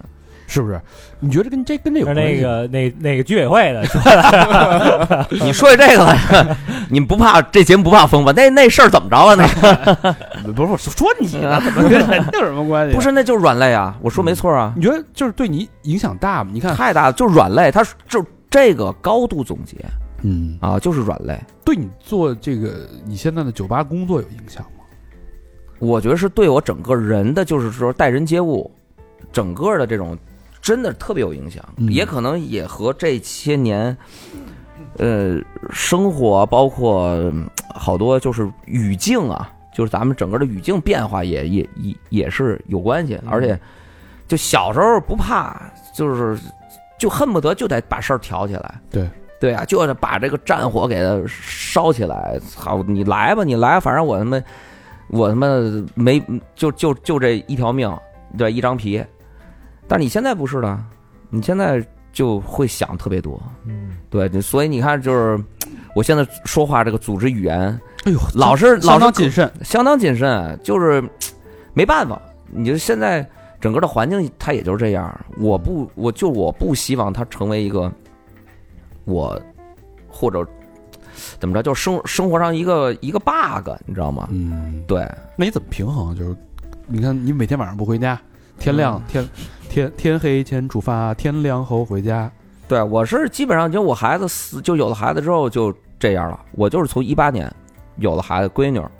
S1: 是不是？你觉得跟这跟这有
S5: 是
S1: 关
S5: 那
S1: 系吗？
S5: 个那那个居委会的，
S4: 你说起这个来， 你们不怕这节目不怕封吧？那那事儿怎么着啊？那个
S1: 不是我说你 呢，怎么跟人有什么关系？
S4: 不，是，那就是软肋啊！我说没错啊，
S1: 你觉得就是对你影响大吗？你
S5: 嗯
S1: 看，
S4: 太大了，就是软肋，它是就这个高度总结
S1: 嗯，
S4: 啊，就是软肋。
S1: 对你做这个你现在的酒吧工作有影响吗？
S4: 我觉得是对我整个人的，就是说待人接物，整个的这种，真的特别有影响。
S1: 嗯
S4: 也可能也和这些年，呃，生活包括嗯好多就是语境啊，就是咱们整个的语境变化也也也也是有关系。而且，就小时候不怕，就是就恨不得就得把事儿挑起来。
S1: 对。
S4: 对啊，就得把这个战火给它烧起来。操，你来吧，你来，反正我他妈我他妈没就就就这一条命，对，一张皮。但你现在不是的，你现在就会想特别多，
S2: 嗯，
S4: 对，你所以你看，就是我现在说话这个组织语言
S1: 哎呦，
S4: 老是
S1: 相
S4: 老
S1: 当
S4: 是
S1: 谨慎，
S4: 相当谨慎，就是没办法，你就现在整个的环境它也就是这样。我不，我就我不希望它成为一个我或者怎么着，就生生活上一个一个 bug，你知道吗？
S1: 嗯，
S4: 对，
S1: 那你怎么平衡？啊就是你看，你每天晚上不回家，天亮、天天天黑前出发，天亮后回家，
S4: 对，我是基本上就我孩子四，就有了孩子之后就这样了。我就是从一八年有了孩子闺女儿，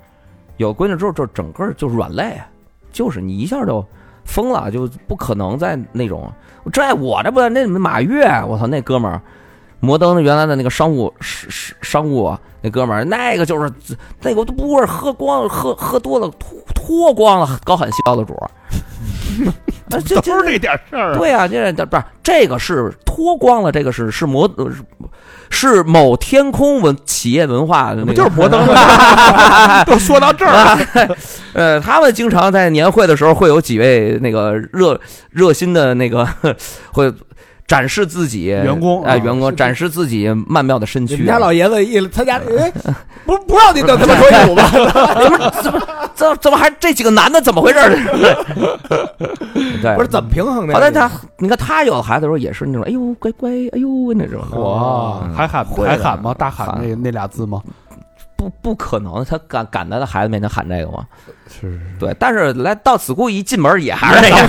S4: 有了闺女之后就整个就软肋，啊就是你一下就疯了，就不可能再那种。这我这不那马跃，我操那哥们儿，摩登原来的那个商务商商商务啊那哥们儿，那个就是那个都不是喝光了，喝喝多了脱脱光了，高喊笑的主儿。 啊，这这
S6: 都是这点事儿。
S4: 对啊，这这不是这个是脱光了，这个是是摩呃是是某天空文企业文化的那
S6: 不
S4: 个，
S6: 就是摩登吗？ 都说到这儿了，
S4: 啊， 呃，他们经常在年会的时候会有几位那个热热心的那个会展示自己
S6: 员工
S4: 哎、
S6: 啊
S4: 员工展示自己曼妙的身
S2: 你
S4: 躯
S2: 们家
S4: 啊。
S2: 老爷子一参加， 哎，不不让你等他们说一宿吧？
S4: 这怎么还这几个男的怎么回事儿？ 对，
S2: 不是怎么平衡的？
S4: 好在他，你看他有孩子的时候也是那种，哎呦乖乖，哎呦那种，嗯
S6: 哇，哦还喊
S4: 会
S6: 还喊吗？大喊
S4: 喊
S6: 那那俩字吗？
S4: 不不可能，他敢敢在他孩子面前喊这个吗？是对，但是来到 school 一进门也还是那样。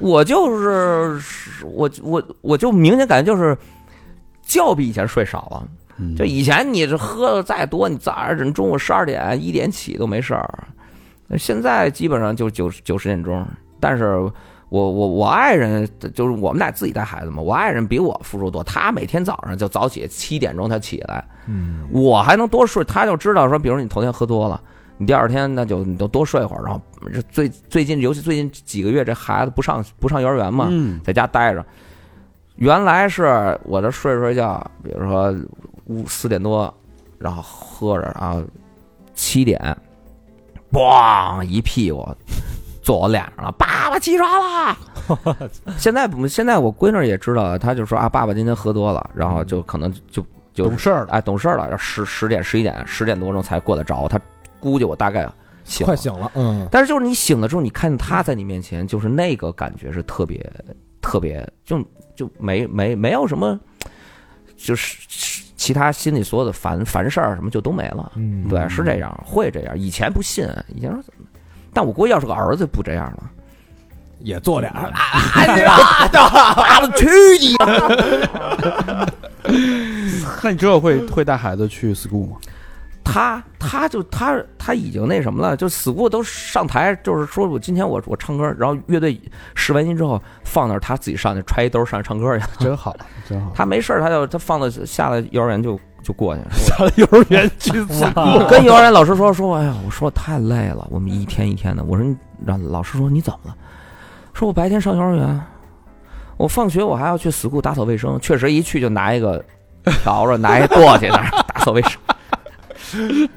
S4: 我就是我我我就明显感觉就是觉比以前睡少了。
S6: 嗯
S1: 嗯
S4: 就以前你这喝的再多，你早上中午十二点一点起都没事儿，现在基本上就九九十点钟。但是我我我爱人就是我们俩自己带孩子嘛，我爱人比我付出多，他每天早上就早起七点钟他起来，
S5: 嗯，
S4: 我还能多睡，他就知道说，比如你头天喝多了，你第二天那就你就多睡会儿，然后这最最近尤其最近几个月这孩子不上不上幼儿园嘛，
S6: 嗯，
S4: 在家待着。原来是我这睡着睡觉，比如说五四点多，然后喝着，然后七点，咣一屁股坐我脸上了，爸爸起床 了。现在不，现在我闺女也知道了，她就说啊，爸爸今天喝多了，然后就可能就就
S6: 懂事儿了，
S4: 哎，懂事儿了，要十十点、十一点、十点多钟才过来找我，他估计我大概醒了
S2: 快。醒了，嗯，
S4: 但是就是你醒了之后，你看他在你面前，就是那个感觉是特别特别，就就没没没有什么，就是其他心里所有的烦烦事儿什么就都没了。
S5: 嗯
S4: 对，是这样，会这样。以前不信，以前说怎么，但我估计要是个儿子不这样了。
S2: 也做俩，
S4: 爸爸去你！
S6: 那你之后会会带孩子去 school 吗？
S4: 他他就他他已经那什么了，就死不都上台，就是说我今天我我唱歌，然后乐队试完音之后放那儿，他自己上去揣一兜儿上去唱歌去。
S6: 真好，真好。
S4: 他没事儿，他就他放到下了幼儿园就就过去了，
S6: 幼儿园去
S5: 啊
S6: school，
S4: 我跟幼儿园老师说说，哎呀，我说太累了，我们一天一天的。我说你让老师说你怎么了？说我白天上幼儿园，我放学我还要去 school 打扫卫生，确实一去就拿一个笤帚，拿一簸箕那儿打扫卫生。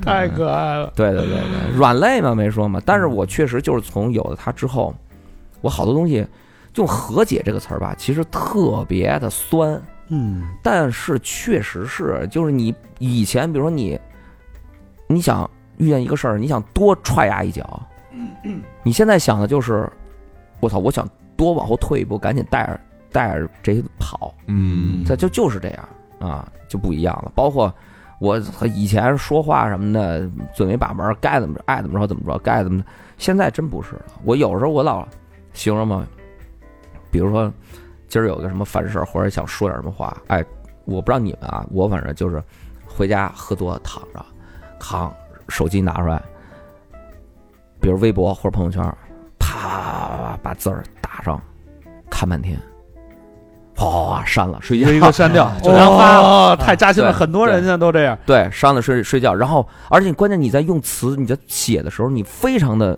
S6: 太可爱了。
S4: 对对对对，软肋嘛没说嘛，但是我确实就是从有了它之后，我好多东西用和解这个词儿吧，其实特别的酸。
S6: 嗯，
S4: 但是确实是，就是你以前，比如说你，你想遇见一个事儿，你想多踹他一脚，你现在想的就是，我操，我想多往后退一步，赶紧带着带着这些跑，
S1: 嗯
S4: 这就就是这样啊，就不一样了。包括我和以前说话什么的，嘴没把门儿，该怎么着爱怎么着怎么着，该怎么，现在真不是了。我有时候我老形容嘛，比如说今儿有个什么烦事儿，或者想说点什么话，哎，我不知道你们啊，我反正就是回家喝多了躺着，扛手机拿出来，比如微博或者朋友圈，啪啪啪啪把字儿打上，看半天，哗哗哗删了，睡
S6: 一
S4: 觉
S6: 个一个删掉， 就
S5: 哦
S6: 然后发了太扎心了，
S4: 对
S6: 很多人现在都这样。
S4: 对，删了睡睡觉，然后而且关键你在用词你在写的时候，你非常的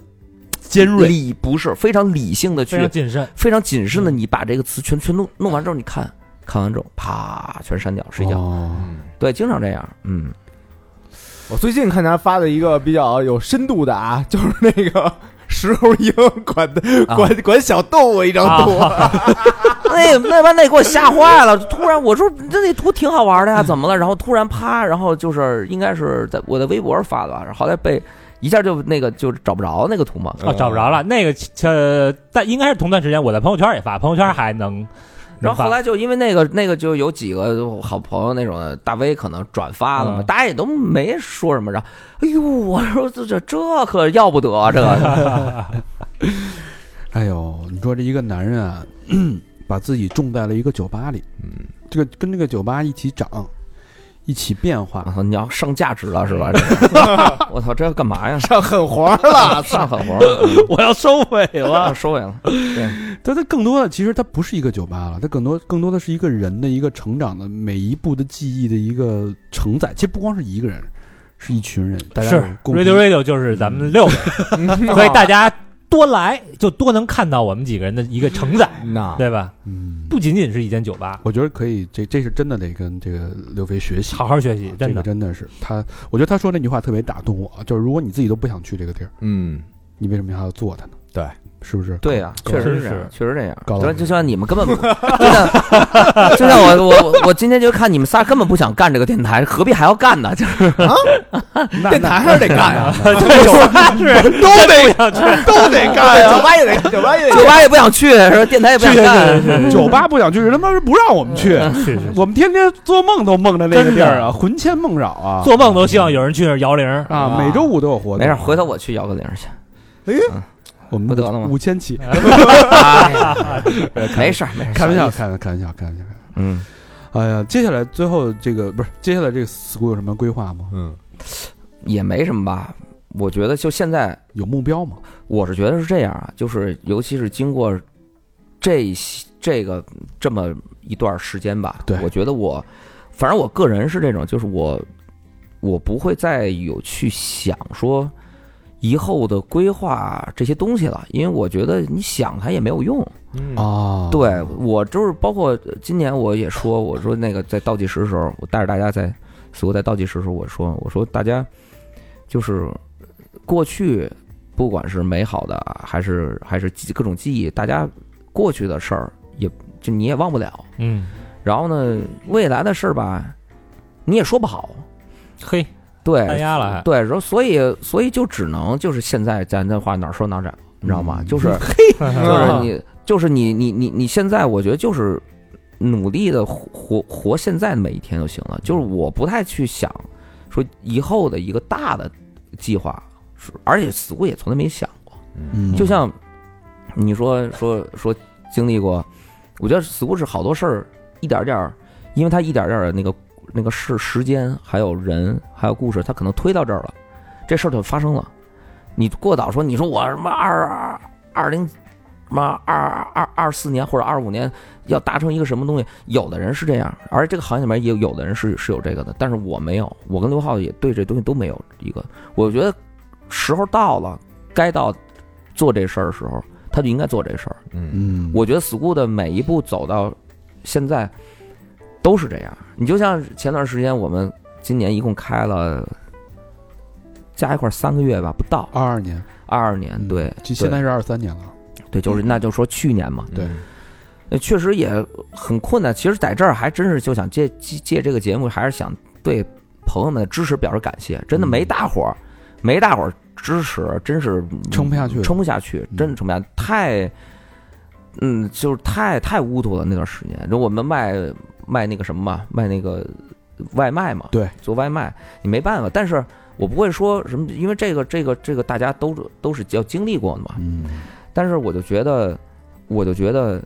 S6: 尖锐
S4: 理不是非常理性的去
S5: 非常谨慎，
S4: 非常谨慎的，你把这个词全全弄弄完之后，你看看完之后，啪全删掉睡觉。
S6: 哦
S2: 嗯
S4: 对，经常这样，嗯，
S2: 我最近看他发的一个比较有深度的啊， 就是那个石猴鹰管管管小动物一张图，
S4: 哎那那把那给我吓坏了。突然我说这那图挺好玩的呀，怎么了？然后突然啪，然后就是应该是在我在微博上发的吧，好歹被一下就那个就找不着那个图嘛。
S5: 哦，找不着了。那个呃，但应该是同段时间，我在朋友圈也发，朋友圈还能。
S4: 然后后
S5: 能发
S4: 来就因为那个那个就有几个好朋友那种的，大 V 可能转发了嘛，
S5: 嗯
S4: 大家也都没说什么。然后，哎呦，我说这这这可要不得，啊这个
S6: 哎呦，你说这一个男人啊，把自己种在了一个酒吧里，嗯，这个跟这个酒吧一起长，
S1: 一起变化
S4: 我。操，你要上价值了是吧？这个我操，这要干嘛呀？
S2: 上狠活 儿了，
S4: 上狠活 儿，
S7: 我要收尾了。
S4: 嗯收尾了。
S1: 但它更多的其实它不是一个酒吧了，它更多更多的是一个人的一个成长的每一步的记忆的一个承载。其实不光是一个人，是一群人，大家
S5: 是
S1: 有共
S5: Radio
S1: 同
S5: Radio 就是咱们六个人，所以大家多来就多能看到我们几个人的一个承载，
S2: 那
S5: 对吧？
S1: 嗯，
S5: 不仅仅是一间酒吧，
S1: 我觉得可以，这这是真的得跟这个刘飞学习。
S5: 好好学习，
S1: 这
S5: 真
S1: 个
S5: 的。
S1: 真的是他，我觉得他说那句话特别打动我，就是如果你自己都不想去这个地儿，
S2: 嗯，
S1: 你为什么还要做它呢？
S2: 对，
S1: 是不是？
S4: 对呀、
S1: 高
S4: 确实
S5: 真
S4: 是这样
S5: 是，
S4: 确实这样。
S1: 高老
S4: 就
S1: 师
S4: 就像你们根本不，就像就像我我我我今天就看你们仨根本不想干这个电台，何必还要干呢？就是
S1: 那
S2: 电台还是得干呀，
S5: 酒吧是
S2: 都得
S5: 想去，
S2: 都得干啊呀，酒吧也得，酒吧也得
S4: 酒吧也不想去，是吧？电台也不想干。
S1: 那酒吧不想去，人他妈是不让我们去，
S5: 是是，
S1: 我们天天做梦都梦着那个地儿
S5: 真
S1: 啊，魂牵梦绕啊，
S5: 做梦都希望有人去那儿摇铃儿。
S1: 啊，每周五都有活动。
S4: 没事，回头我去摇个铃儿去。
S1: 我们
S4: 不得了吗
S1: 五千起，
S4: 哎呀 没事儿，没事儿，
S1: 开玩笑，开玩笑，开玩笑，开玩笑。
S4: 嗯，
S1: 哎呀，接下来最后这个不是接下来这个 school 有什么规划吗？
S2: 嗯
S4: 也没什么吧。我觉得就现在，
S1: 有目标吗？
S4: 我是觉得是这样啊，就是尤其是经过这些这个这么一段时间吧，
S1: 对
S4: 我觉得我，反正我个人是这种，就是我我不会再有去想说以后的规划这些东西了，因为我觉得你想它也没有用。
S2: 嗯
S1: 啊，
S4: 对我就是包括今年我也说，我说那个在倒计时的时候，我带着大家在所有在倒计时的时候，我说我说大家就是过去不管是美好的啊还是还是记各种记忆，大家过去的事儿也就你也忘不了。
S5: 嗯，
S4: 然后呢，未来的事儿吧，你也说不好。
S5: 嘿，
S4: 对，
S5: 单压了还
S4: 哎对，然后所以所以就只能就是现在咱这话哪儿说哪儿斩，你知道吗？
S1: 嗯
S4: 就是就是你，就是你，你，你，你现在，我觉得就是努力的活活活现在的每一天就行了。就是我不太去想说以后的一个大的计划，是而且死我也从来没想过。
S1: 嗯，
S4: 就像你说说说经历过，我觉得死不是好多事儿一点点儿，因为他一点点儿的那个那个事时间，还有人，还有故事，他可能推到这儿了，这事儿就发生了。你过早说，你说我什么二二二零，什么二二二四年或者二五年要达成一个什么东西，有的人是这样，而这个行业里面也有有的人是是有这个的，但是我没有，我跟刘浩也对这东西都没有一个，我觉得时候到了，该到做这事儿的时候，他就应该做这事儿。
S2: 嗯
S1: 嗯，
S4: 我觉得 school 的每一步走到现在都是这样。你就像前段时间我们今年一共开了加一块儿三个月吧，不到
S1: 二二年，
S4: 二二年，嗯
S1: 嗯
S4: 对，
S1: 其实现
S4: 对
S1: 在是二三年了，
S4: 对，就是那就说去年嘛，
S1: 对，
S4: 呃确实也很困难。其实在这儿还真是就想借借借这个节目，还是想对朋友们的支持表示感谢。真的没大伙儿，没大伙儿支持，真是
S1: 撑不下去了
S4: 嗯
S1: 嗯
S4: 撑不下去，真的撑不下去，太，嗯，就是太太糊涂了那段时间。就我们卖卖那个什么嘛，卖那个外卖嘛，
S1: 对，
S4: 做外卖你没办法，但是。我不会说什么，因为这个、这个、这个，大家都都是要经历过的嘛。
S1: 嗯，
S4: 但是我就觉得，我就觉得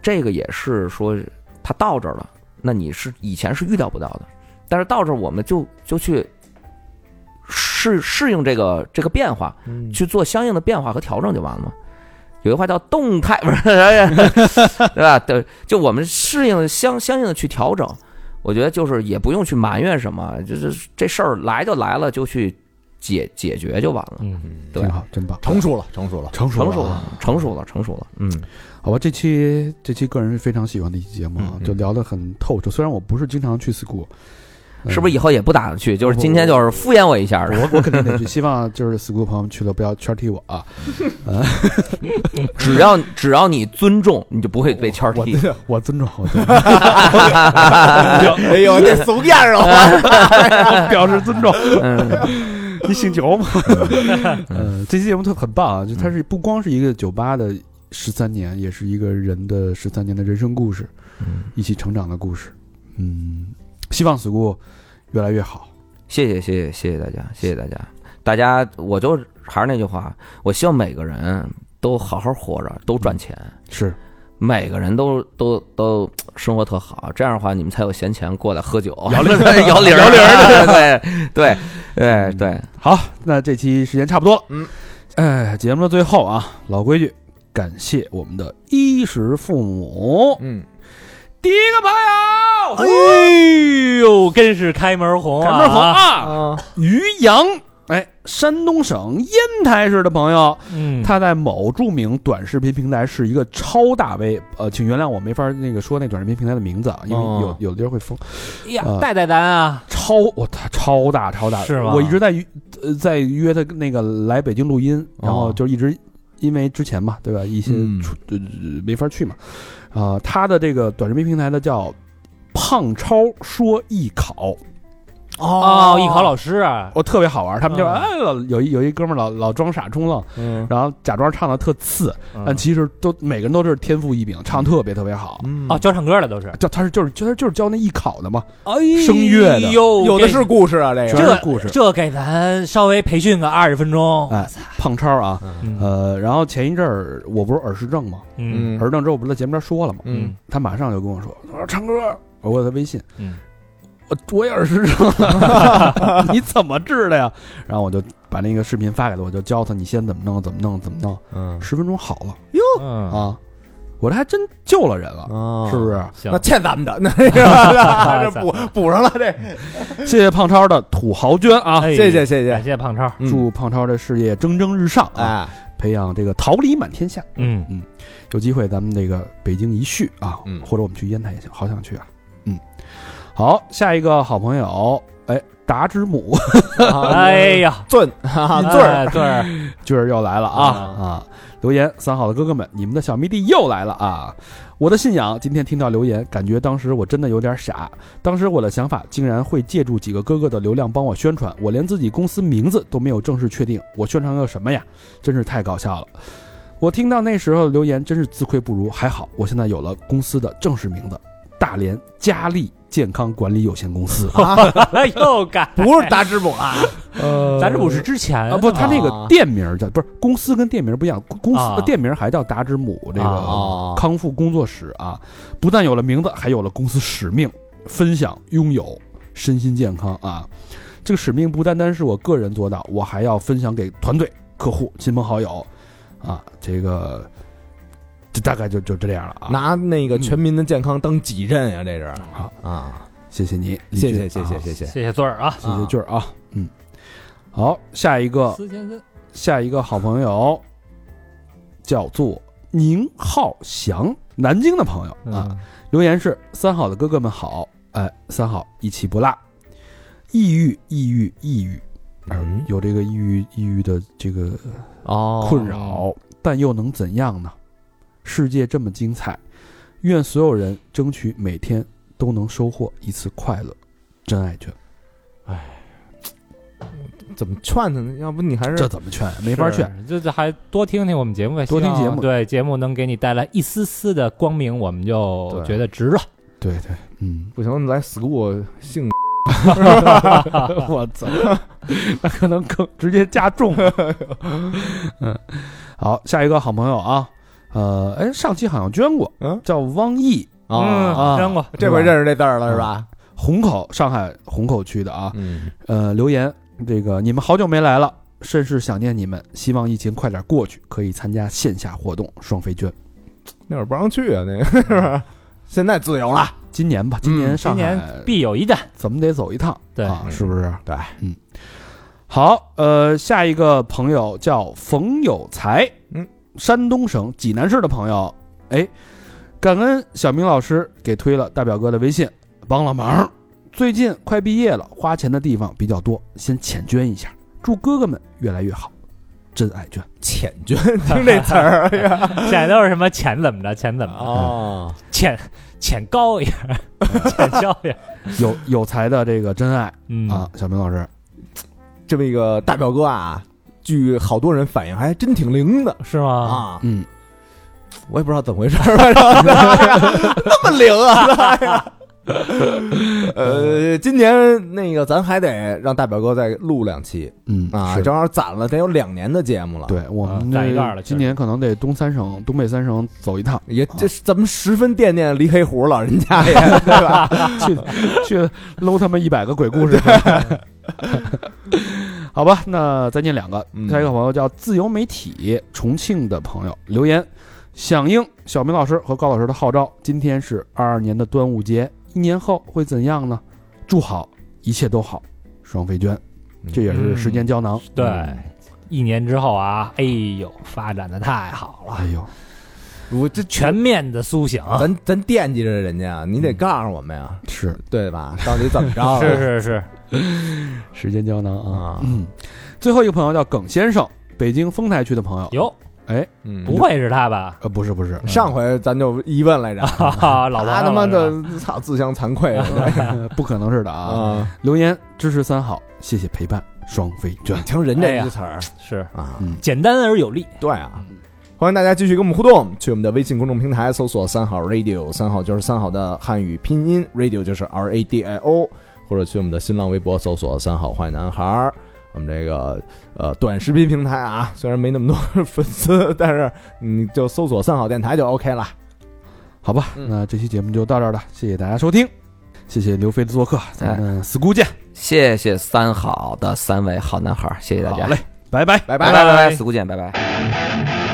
S4: 这个也是说他到这儿了，那你是以前是预料不到的，但是到这儿我们就就去适适应这个这个变化，去做相应的变化和调整就完了嘛。有句话叫动态， 不是，对吧？对，就我们适应相相应的去调整，我觉得就是也不用去埋怨什么，就是这事儿来就来了，就去解解决就完了。
S5: 嗯，
S4: 对
S1: 挺，好，真棒，
S2: 成熟了，成熟了，
S1: 成熟
S4: 成
S1: 了
S4: 熟
S1: 啊
S4: 了，，成熟了，成熟了，嗯。
S1: 好吧，这期这期个人是非常喜欢的一期节目啊
S2: 嗯，嗯
S1: 就聊得很透彻。虽然我不是经常去 school，嗯
S4: 是不是以后也不打算去？就是今天就是敷衍我一下，
S1: 我我肯定得去，希望就是 school 朋友们去了不要圈踢我啊！
S4: 只要只要你尊重，你就不会被圈
S1: 我
S4: 踢。
S1: 我尊重，我尊
S2: 哎呦，这怂样儿啊！
S1: 重，表示尊重。
S4: 嗯，
S1: 你姓酒吗？
S2: 嗯
S1: 呃，这期节目特很棒啊，就它是不光是一个酒吧的十三年，也是一个人的十三年的人生故事，
S2: 嗯
S1: 一起成长的故事。嗯，希望 school 越来越好。
S4: 谢谢谢谢谢谢大家，谢谢大家，大家我就还是那句话，我希望每个人都好好活着，都赚钱，
S1: 是
S4: 每个人都都都生活特好，这样的话你们才有闲钱过来喝酒，摇铃摇 铃摇铃，对 对对对对，
S1: 好，那这期时间差不多了。
S2: 嗯，
S1: 哎，节目的最后啊，老规矩，感谢我们的衣食父母。
S2: 嗯，哎
S1: 第一个朋友，
S5: 哎呦，真是开门红啊！
S1: 赶快红啊，
S2: 啊，
S1: 于洋，哎，山东省烟台市的朋友，
S5: 嗯，
S1: 他在某著名短视频平台是一个超大 V，呃，请原谅我没法那个说那短视频平台的名字啊，因为有、
S2: 哦
S1: 有的地儿会封。
S5: 哎呀
S1: 呃，
S5: 带带咱啊，
S1: 超我他超大超大，
S5: 是吗
S1: 我一直在约呃在约他那个来北京录音，
S5: 哦
S1: 然后就一直因为之前嘛，对吧？一些
S8: 嗯
S1: 出、呃没法去嘛，啊、他的这个短视频平台的叫“胖超说艺考
S5: 哦，艺考老师啊，”，
S1: 我特别好玩。他们就、
S5: 嗯
S1: 哎老有一有一哥们儿老老装傻充愣，
S2: 嗯，
S1: 然后假装唱的特次，但其实都每个人都是天赋异禀，唱得特别特别好。
S2: 嗯
S5: 哦，教唱歌的都是，
S1: 就他是就是就是就是教那艺考的
S2: 嗯
S1: 嘛，
S5: 哎
S1: 声乐的
S5: 呦
S2: 有的是故事啊，这
S1: 全
S2: 个
S1: 是故事
S5: 给。这给咱稍微培训个二十分钟，
S1: 哎，胖超啊，
S5: 嗯
S1: 呃，然后前一阵儿我不是耳石症吗？
S5: 嗯
S1: 耳症之后不是在节目上说了吗？
S2: 嗯，
S1: 他马上就跟我说：“我说唱歌，我有他微信，
S5: 嗯，
S1: 我我也耳石症 了， 你怎么治的呀？”然后我就把那个视频发给他，我就教他，你先怎么弄，怎么弄，怎么弄，
S2: 嗯
S1: 十分钟好了
S5: 嗯，
S1: 啊！我这还真救了人了，
S2: 啊
S1: 是不是？
S5: 行
S2: 那，欠咱们的，那是吧这补补上了，这
S1: 谢谢胖超的土豪捐啊！
S5: 哎
S2: 谢谢，谢
S5: 感
S2: 谢，
S5: 谢胖超，
S2: 嗯
S1: 祝胖超的事业蒸蒸日上啊！
S2: 哎，
S1: 培养这个桃李满天下，
S5: 嗯，
S1: 有机会咱们这个北京一叙啊，
S2: 嗯
S1: 或者我们去烟台也行，好想去啊。嗯，好，下一个好朋友，哎，达之母
S5: 哎呀，
S2: 尊啊
S5: 哎
S2: 尊儿，
S5: 对 儿，
S1: 军儿又来了啊啊！留言，三好的哥哥们，你们的小迷弟又来了啊！我的信仰，今天听到留言，感觉当时我真的有点傻。当时我的想法竟然会借助几个哥哥的流量帮我宣传，我连自己公司名字都没有正式确定，我宣传个什么呀？真是太搞笑了。我听到那时候的留言，真是自愧不如。还好我现在有了公司的正式名字——大连佳丽健康管理有限公司。
S2: 啊
S5: 哎又改，
S2: 不是达之母啊，
S1: 呃
S5: 咱这不是之前
S1: 啊，不，他那
S2: 啊
S1: 个店名儿叫不是公司跟店名儿不一样，公公司
S5: 啊
S1: 的店名儿还叫达之姆这
S2: 啊
S1: 个康复工作室啊，不但有了名字，还有了公司使命，分享拥有身心健康啊。这个使命不单单是我个人做到，我还要分享给团队、客户、亲朋好友啊。这个，这大概就就这样了啊。
S2: 拿那个全民的健康当己任呀，这是
S1: 好
S2: 啊，
S1: 谢谢你，李
S2: 谢
S1: 军
S2: 谢谢谢
S1: 啊
S2: 谢谢，
S5: 谢谢尊儿啊，
S1: 谢谢俊儿啊，嗯。好，下一个
S5: 四千三，
S1: 下一个好朋友叫做宁浩翔，南京的朋友啊，留言是：三好的哥哥们好，哎，三好一起不落，抑郁，抑郁，抑郁，啊
S2: 嗯
S1: 有这个抑郁，抑郁的这个
S2: 哦
S1: 困扰，但又能怎样呢？世界这么精彩，愿所有人争取每天都能收获一次快乐。真爱圈，
S2: 怎么劝他呢？要不你还
S1: 这
S2: 是
S1: 怎么劝？啊没法劝。
S5: 是，这这还多听听我们节目呗，
S1: 多听
S5: 希
S1: 节
S5: 望
S1: 目
S5: 对节目能给你带来一丝丝的光明，我们就
S2: 对
S5: 觉得值了。
S1: 对对，嗯，
S2: 不行，来 school 性
S1: 我操， 那可能更直接加重了。嗯，好，下一个好朋友啊，呃，哎，上期好像捐过，
S2: 嗯
S1: 叫汪毅，
S2: 哦
S5: 嗯
S1: 啊
S5: 扔过，
S2: 这回认识这字儿了是吧？啊
S1: 虹口，上海虹口区的啊，
S2: 嗯，
S1: 呃，留言这个你们好久没来了，甚是想念你们，希望疫情快点过去，可以参加线下活动，双飞捐，
S2: 那会儿不让去啊，那个是 吧？现在自由了，
S1: 今年吧，今年
S5: 嗯今
S1: 上海、
S5: 年必有一战。
S1: 怎么得走一趟，
S5: 对
S2: 哦
S1: 啊，是不是？
S2: 对，
S1: 嗯。好，呃，下一个朋友叫冯有才，
S2: 嗯，
S1: 山东省济南市的朋友，哎，感恩小明老师给推了大表哥的微信，帮了忙。最近快毕业了，花钱的地方比较多，先浅捐一下，祝哥哥们越来越好，真爱 捐。
S2: 浅捐，听这词儿哎呀，
S5: 现在都是什么钱怎么着，钱怎么着，
S2: 哦，
S5: 钱钱高一点 儿，钱高一点儿。
S1: 有有才的这个真爱
S5: 嗯
S2: 哦
S1: 啊，小明老师，
S2: 这么一个大表哥啊，据好多人反映，还真挺灵的
S5: 是吗？
S2: 啊，
S1: 嗯，
S2: 我也不知道怎么回事儿，反正那么灵啊，呃，今年那个咱还得让大表哥再录两期
S1: 嗯
S2: 啊，
S1: 是
S2: 正好攒了得有两年的节目了。，
S1: 对我们
S5: 啊占一半了
S1: 今年可能得东三省、东北三省走一趟，
S2: 也这是咱们十分惦念离黑胡了，人家也对吧？
S1: 去去搂他们一百个鬼故事。好吧，那再念两个。
S2: 嗯
S1: 下一个朋友叫自由媒体重庆的朋友留言，响应小明老师和高老师的号召，今天是二二年的端午节，一年后会怎样呢？祝好，一切都好。双飞娟，这也是时间胶囊。
S5: 对，
S2: 嗯
S5: 一年之后啊，哎呦，发展的太好了，
S1: 哎呦，
S2: 我这
S5: 全面的苏醒，
S2: 咱咱惦记着人家，你得告诉我们呀，
S1: 是
S2: 对吧？到底怎么着了？
S5: 啊 是是是，
S1: 时间胶囊啊。
S2: 啊，
S1: 嗯，最后一个朋友叫耿先生，北京丰台区的朋友。
S5: 哟，
S2: 嗯
S5: 不会是他吧？
S1: 呃，不是 不是，
S2: 上回咱就疑问来着，
S5: 哈哈， 老王
S2: 他他妈的操自相惭愧
S1: 呃不可能是的啊。
S2: 啊！
S1: 留言支持三好，谢谢陪伴，双飞卷。
S2: 听人
S5: 哎
S2: 家
S5: 呀
S2: 这词儿
S5: 是
S2: 啊，
S4: 嗯
S5: 简单而有力，
S2: 对
S1: 嗯
S2: 啊，欢迎大家继续跟我们互动，去我们的微信公众平台搜索“三好 radio”，三好就是三好的汉语拼音，radio 就是 R A D I O，或者去我们的新浪微博搜索“三好坏男孩儿”。我们这个呃短视频平台啊，虽然没那么多粉丝，但是你就搜索“三好电台”就 OK 了。
S1: 好吧，
S2: 嗯
S1: 那这期节目就到这儿了，谢谢大家收听，谢谢刘飞的做客，咱们 school 见，
S4: 哎谢谢三好的三位好男孩儿，谢谢大家，
S1: 好嘞，拜拜。
S2: 拜
S4: 拜
S2: 拜。
S4: 拜拜拜，死姑见，拜拜。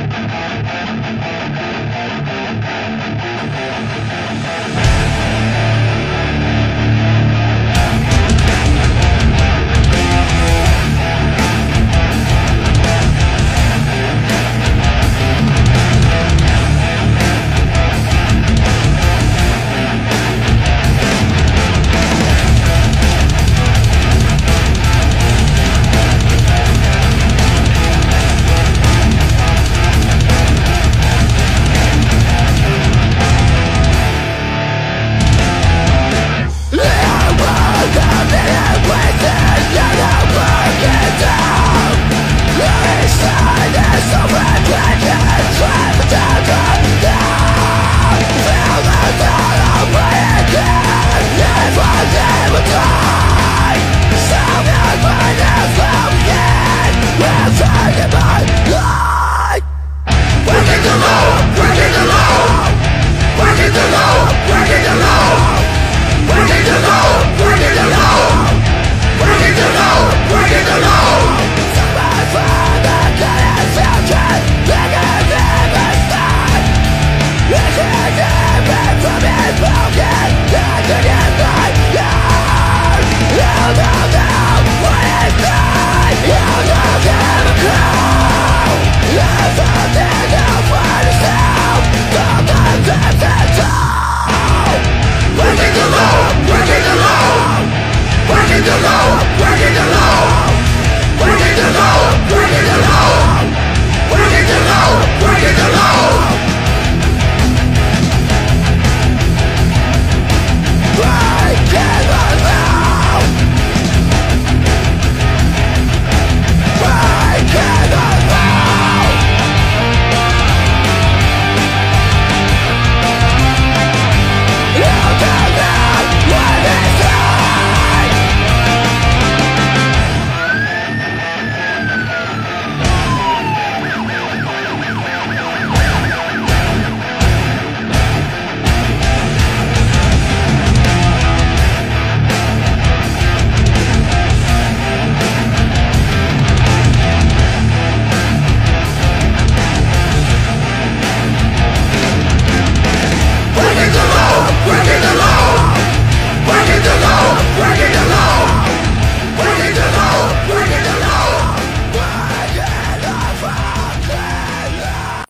S9: Yeah!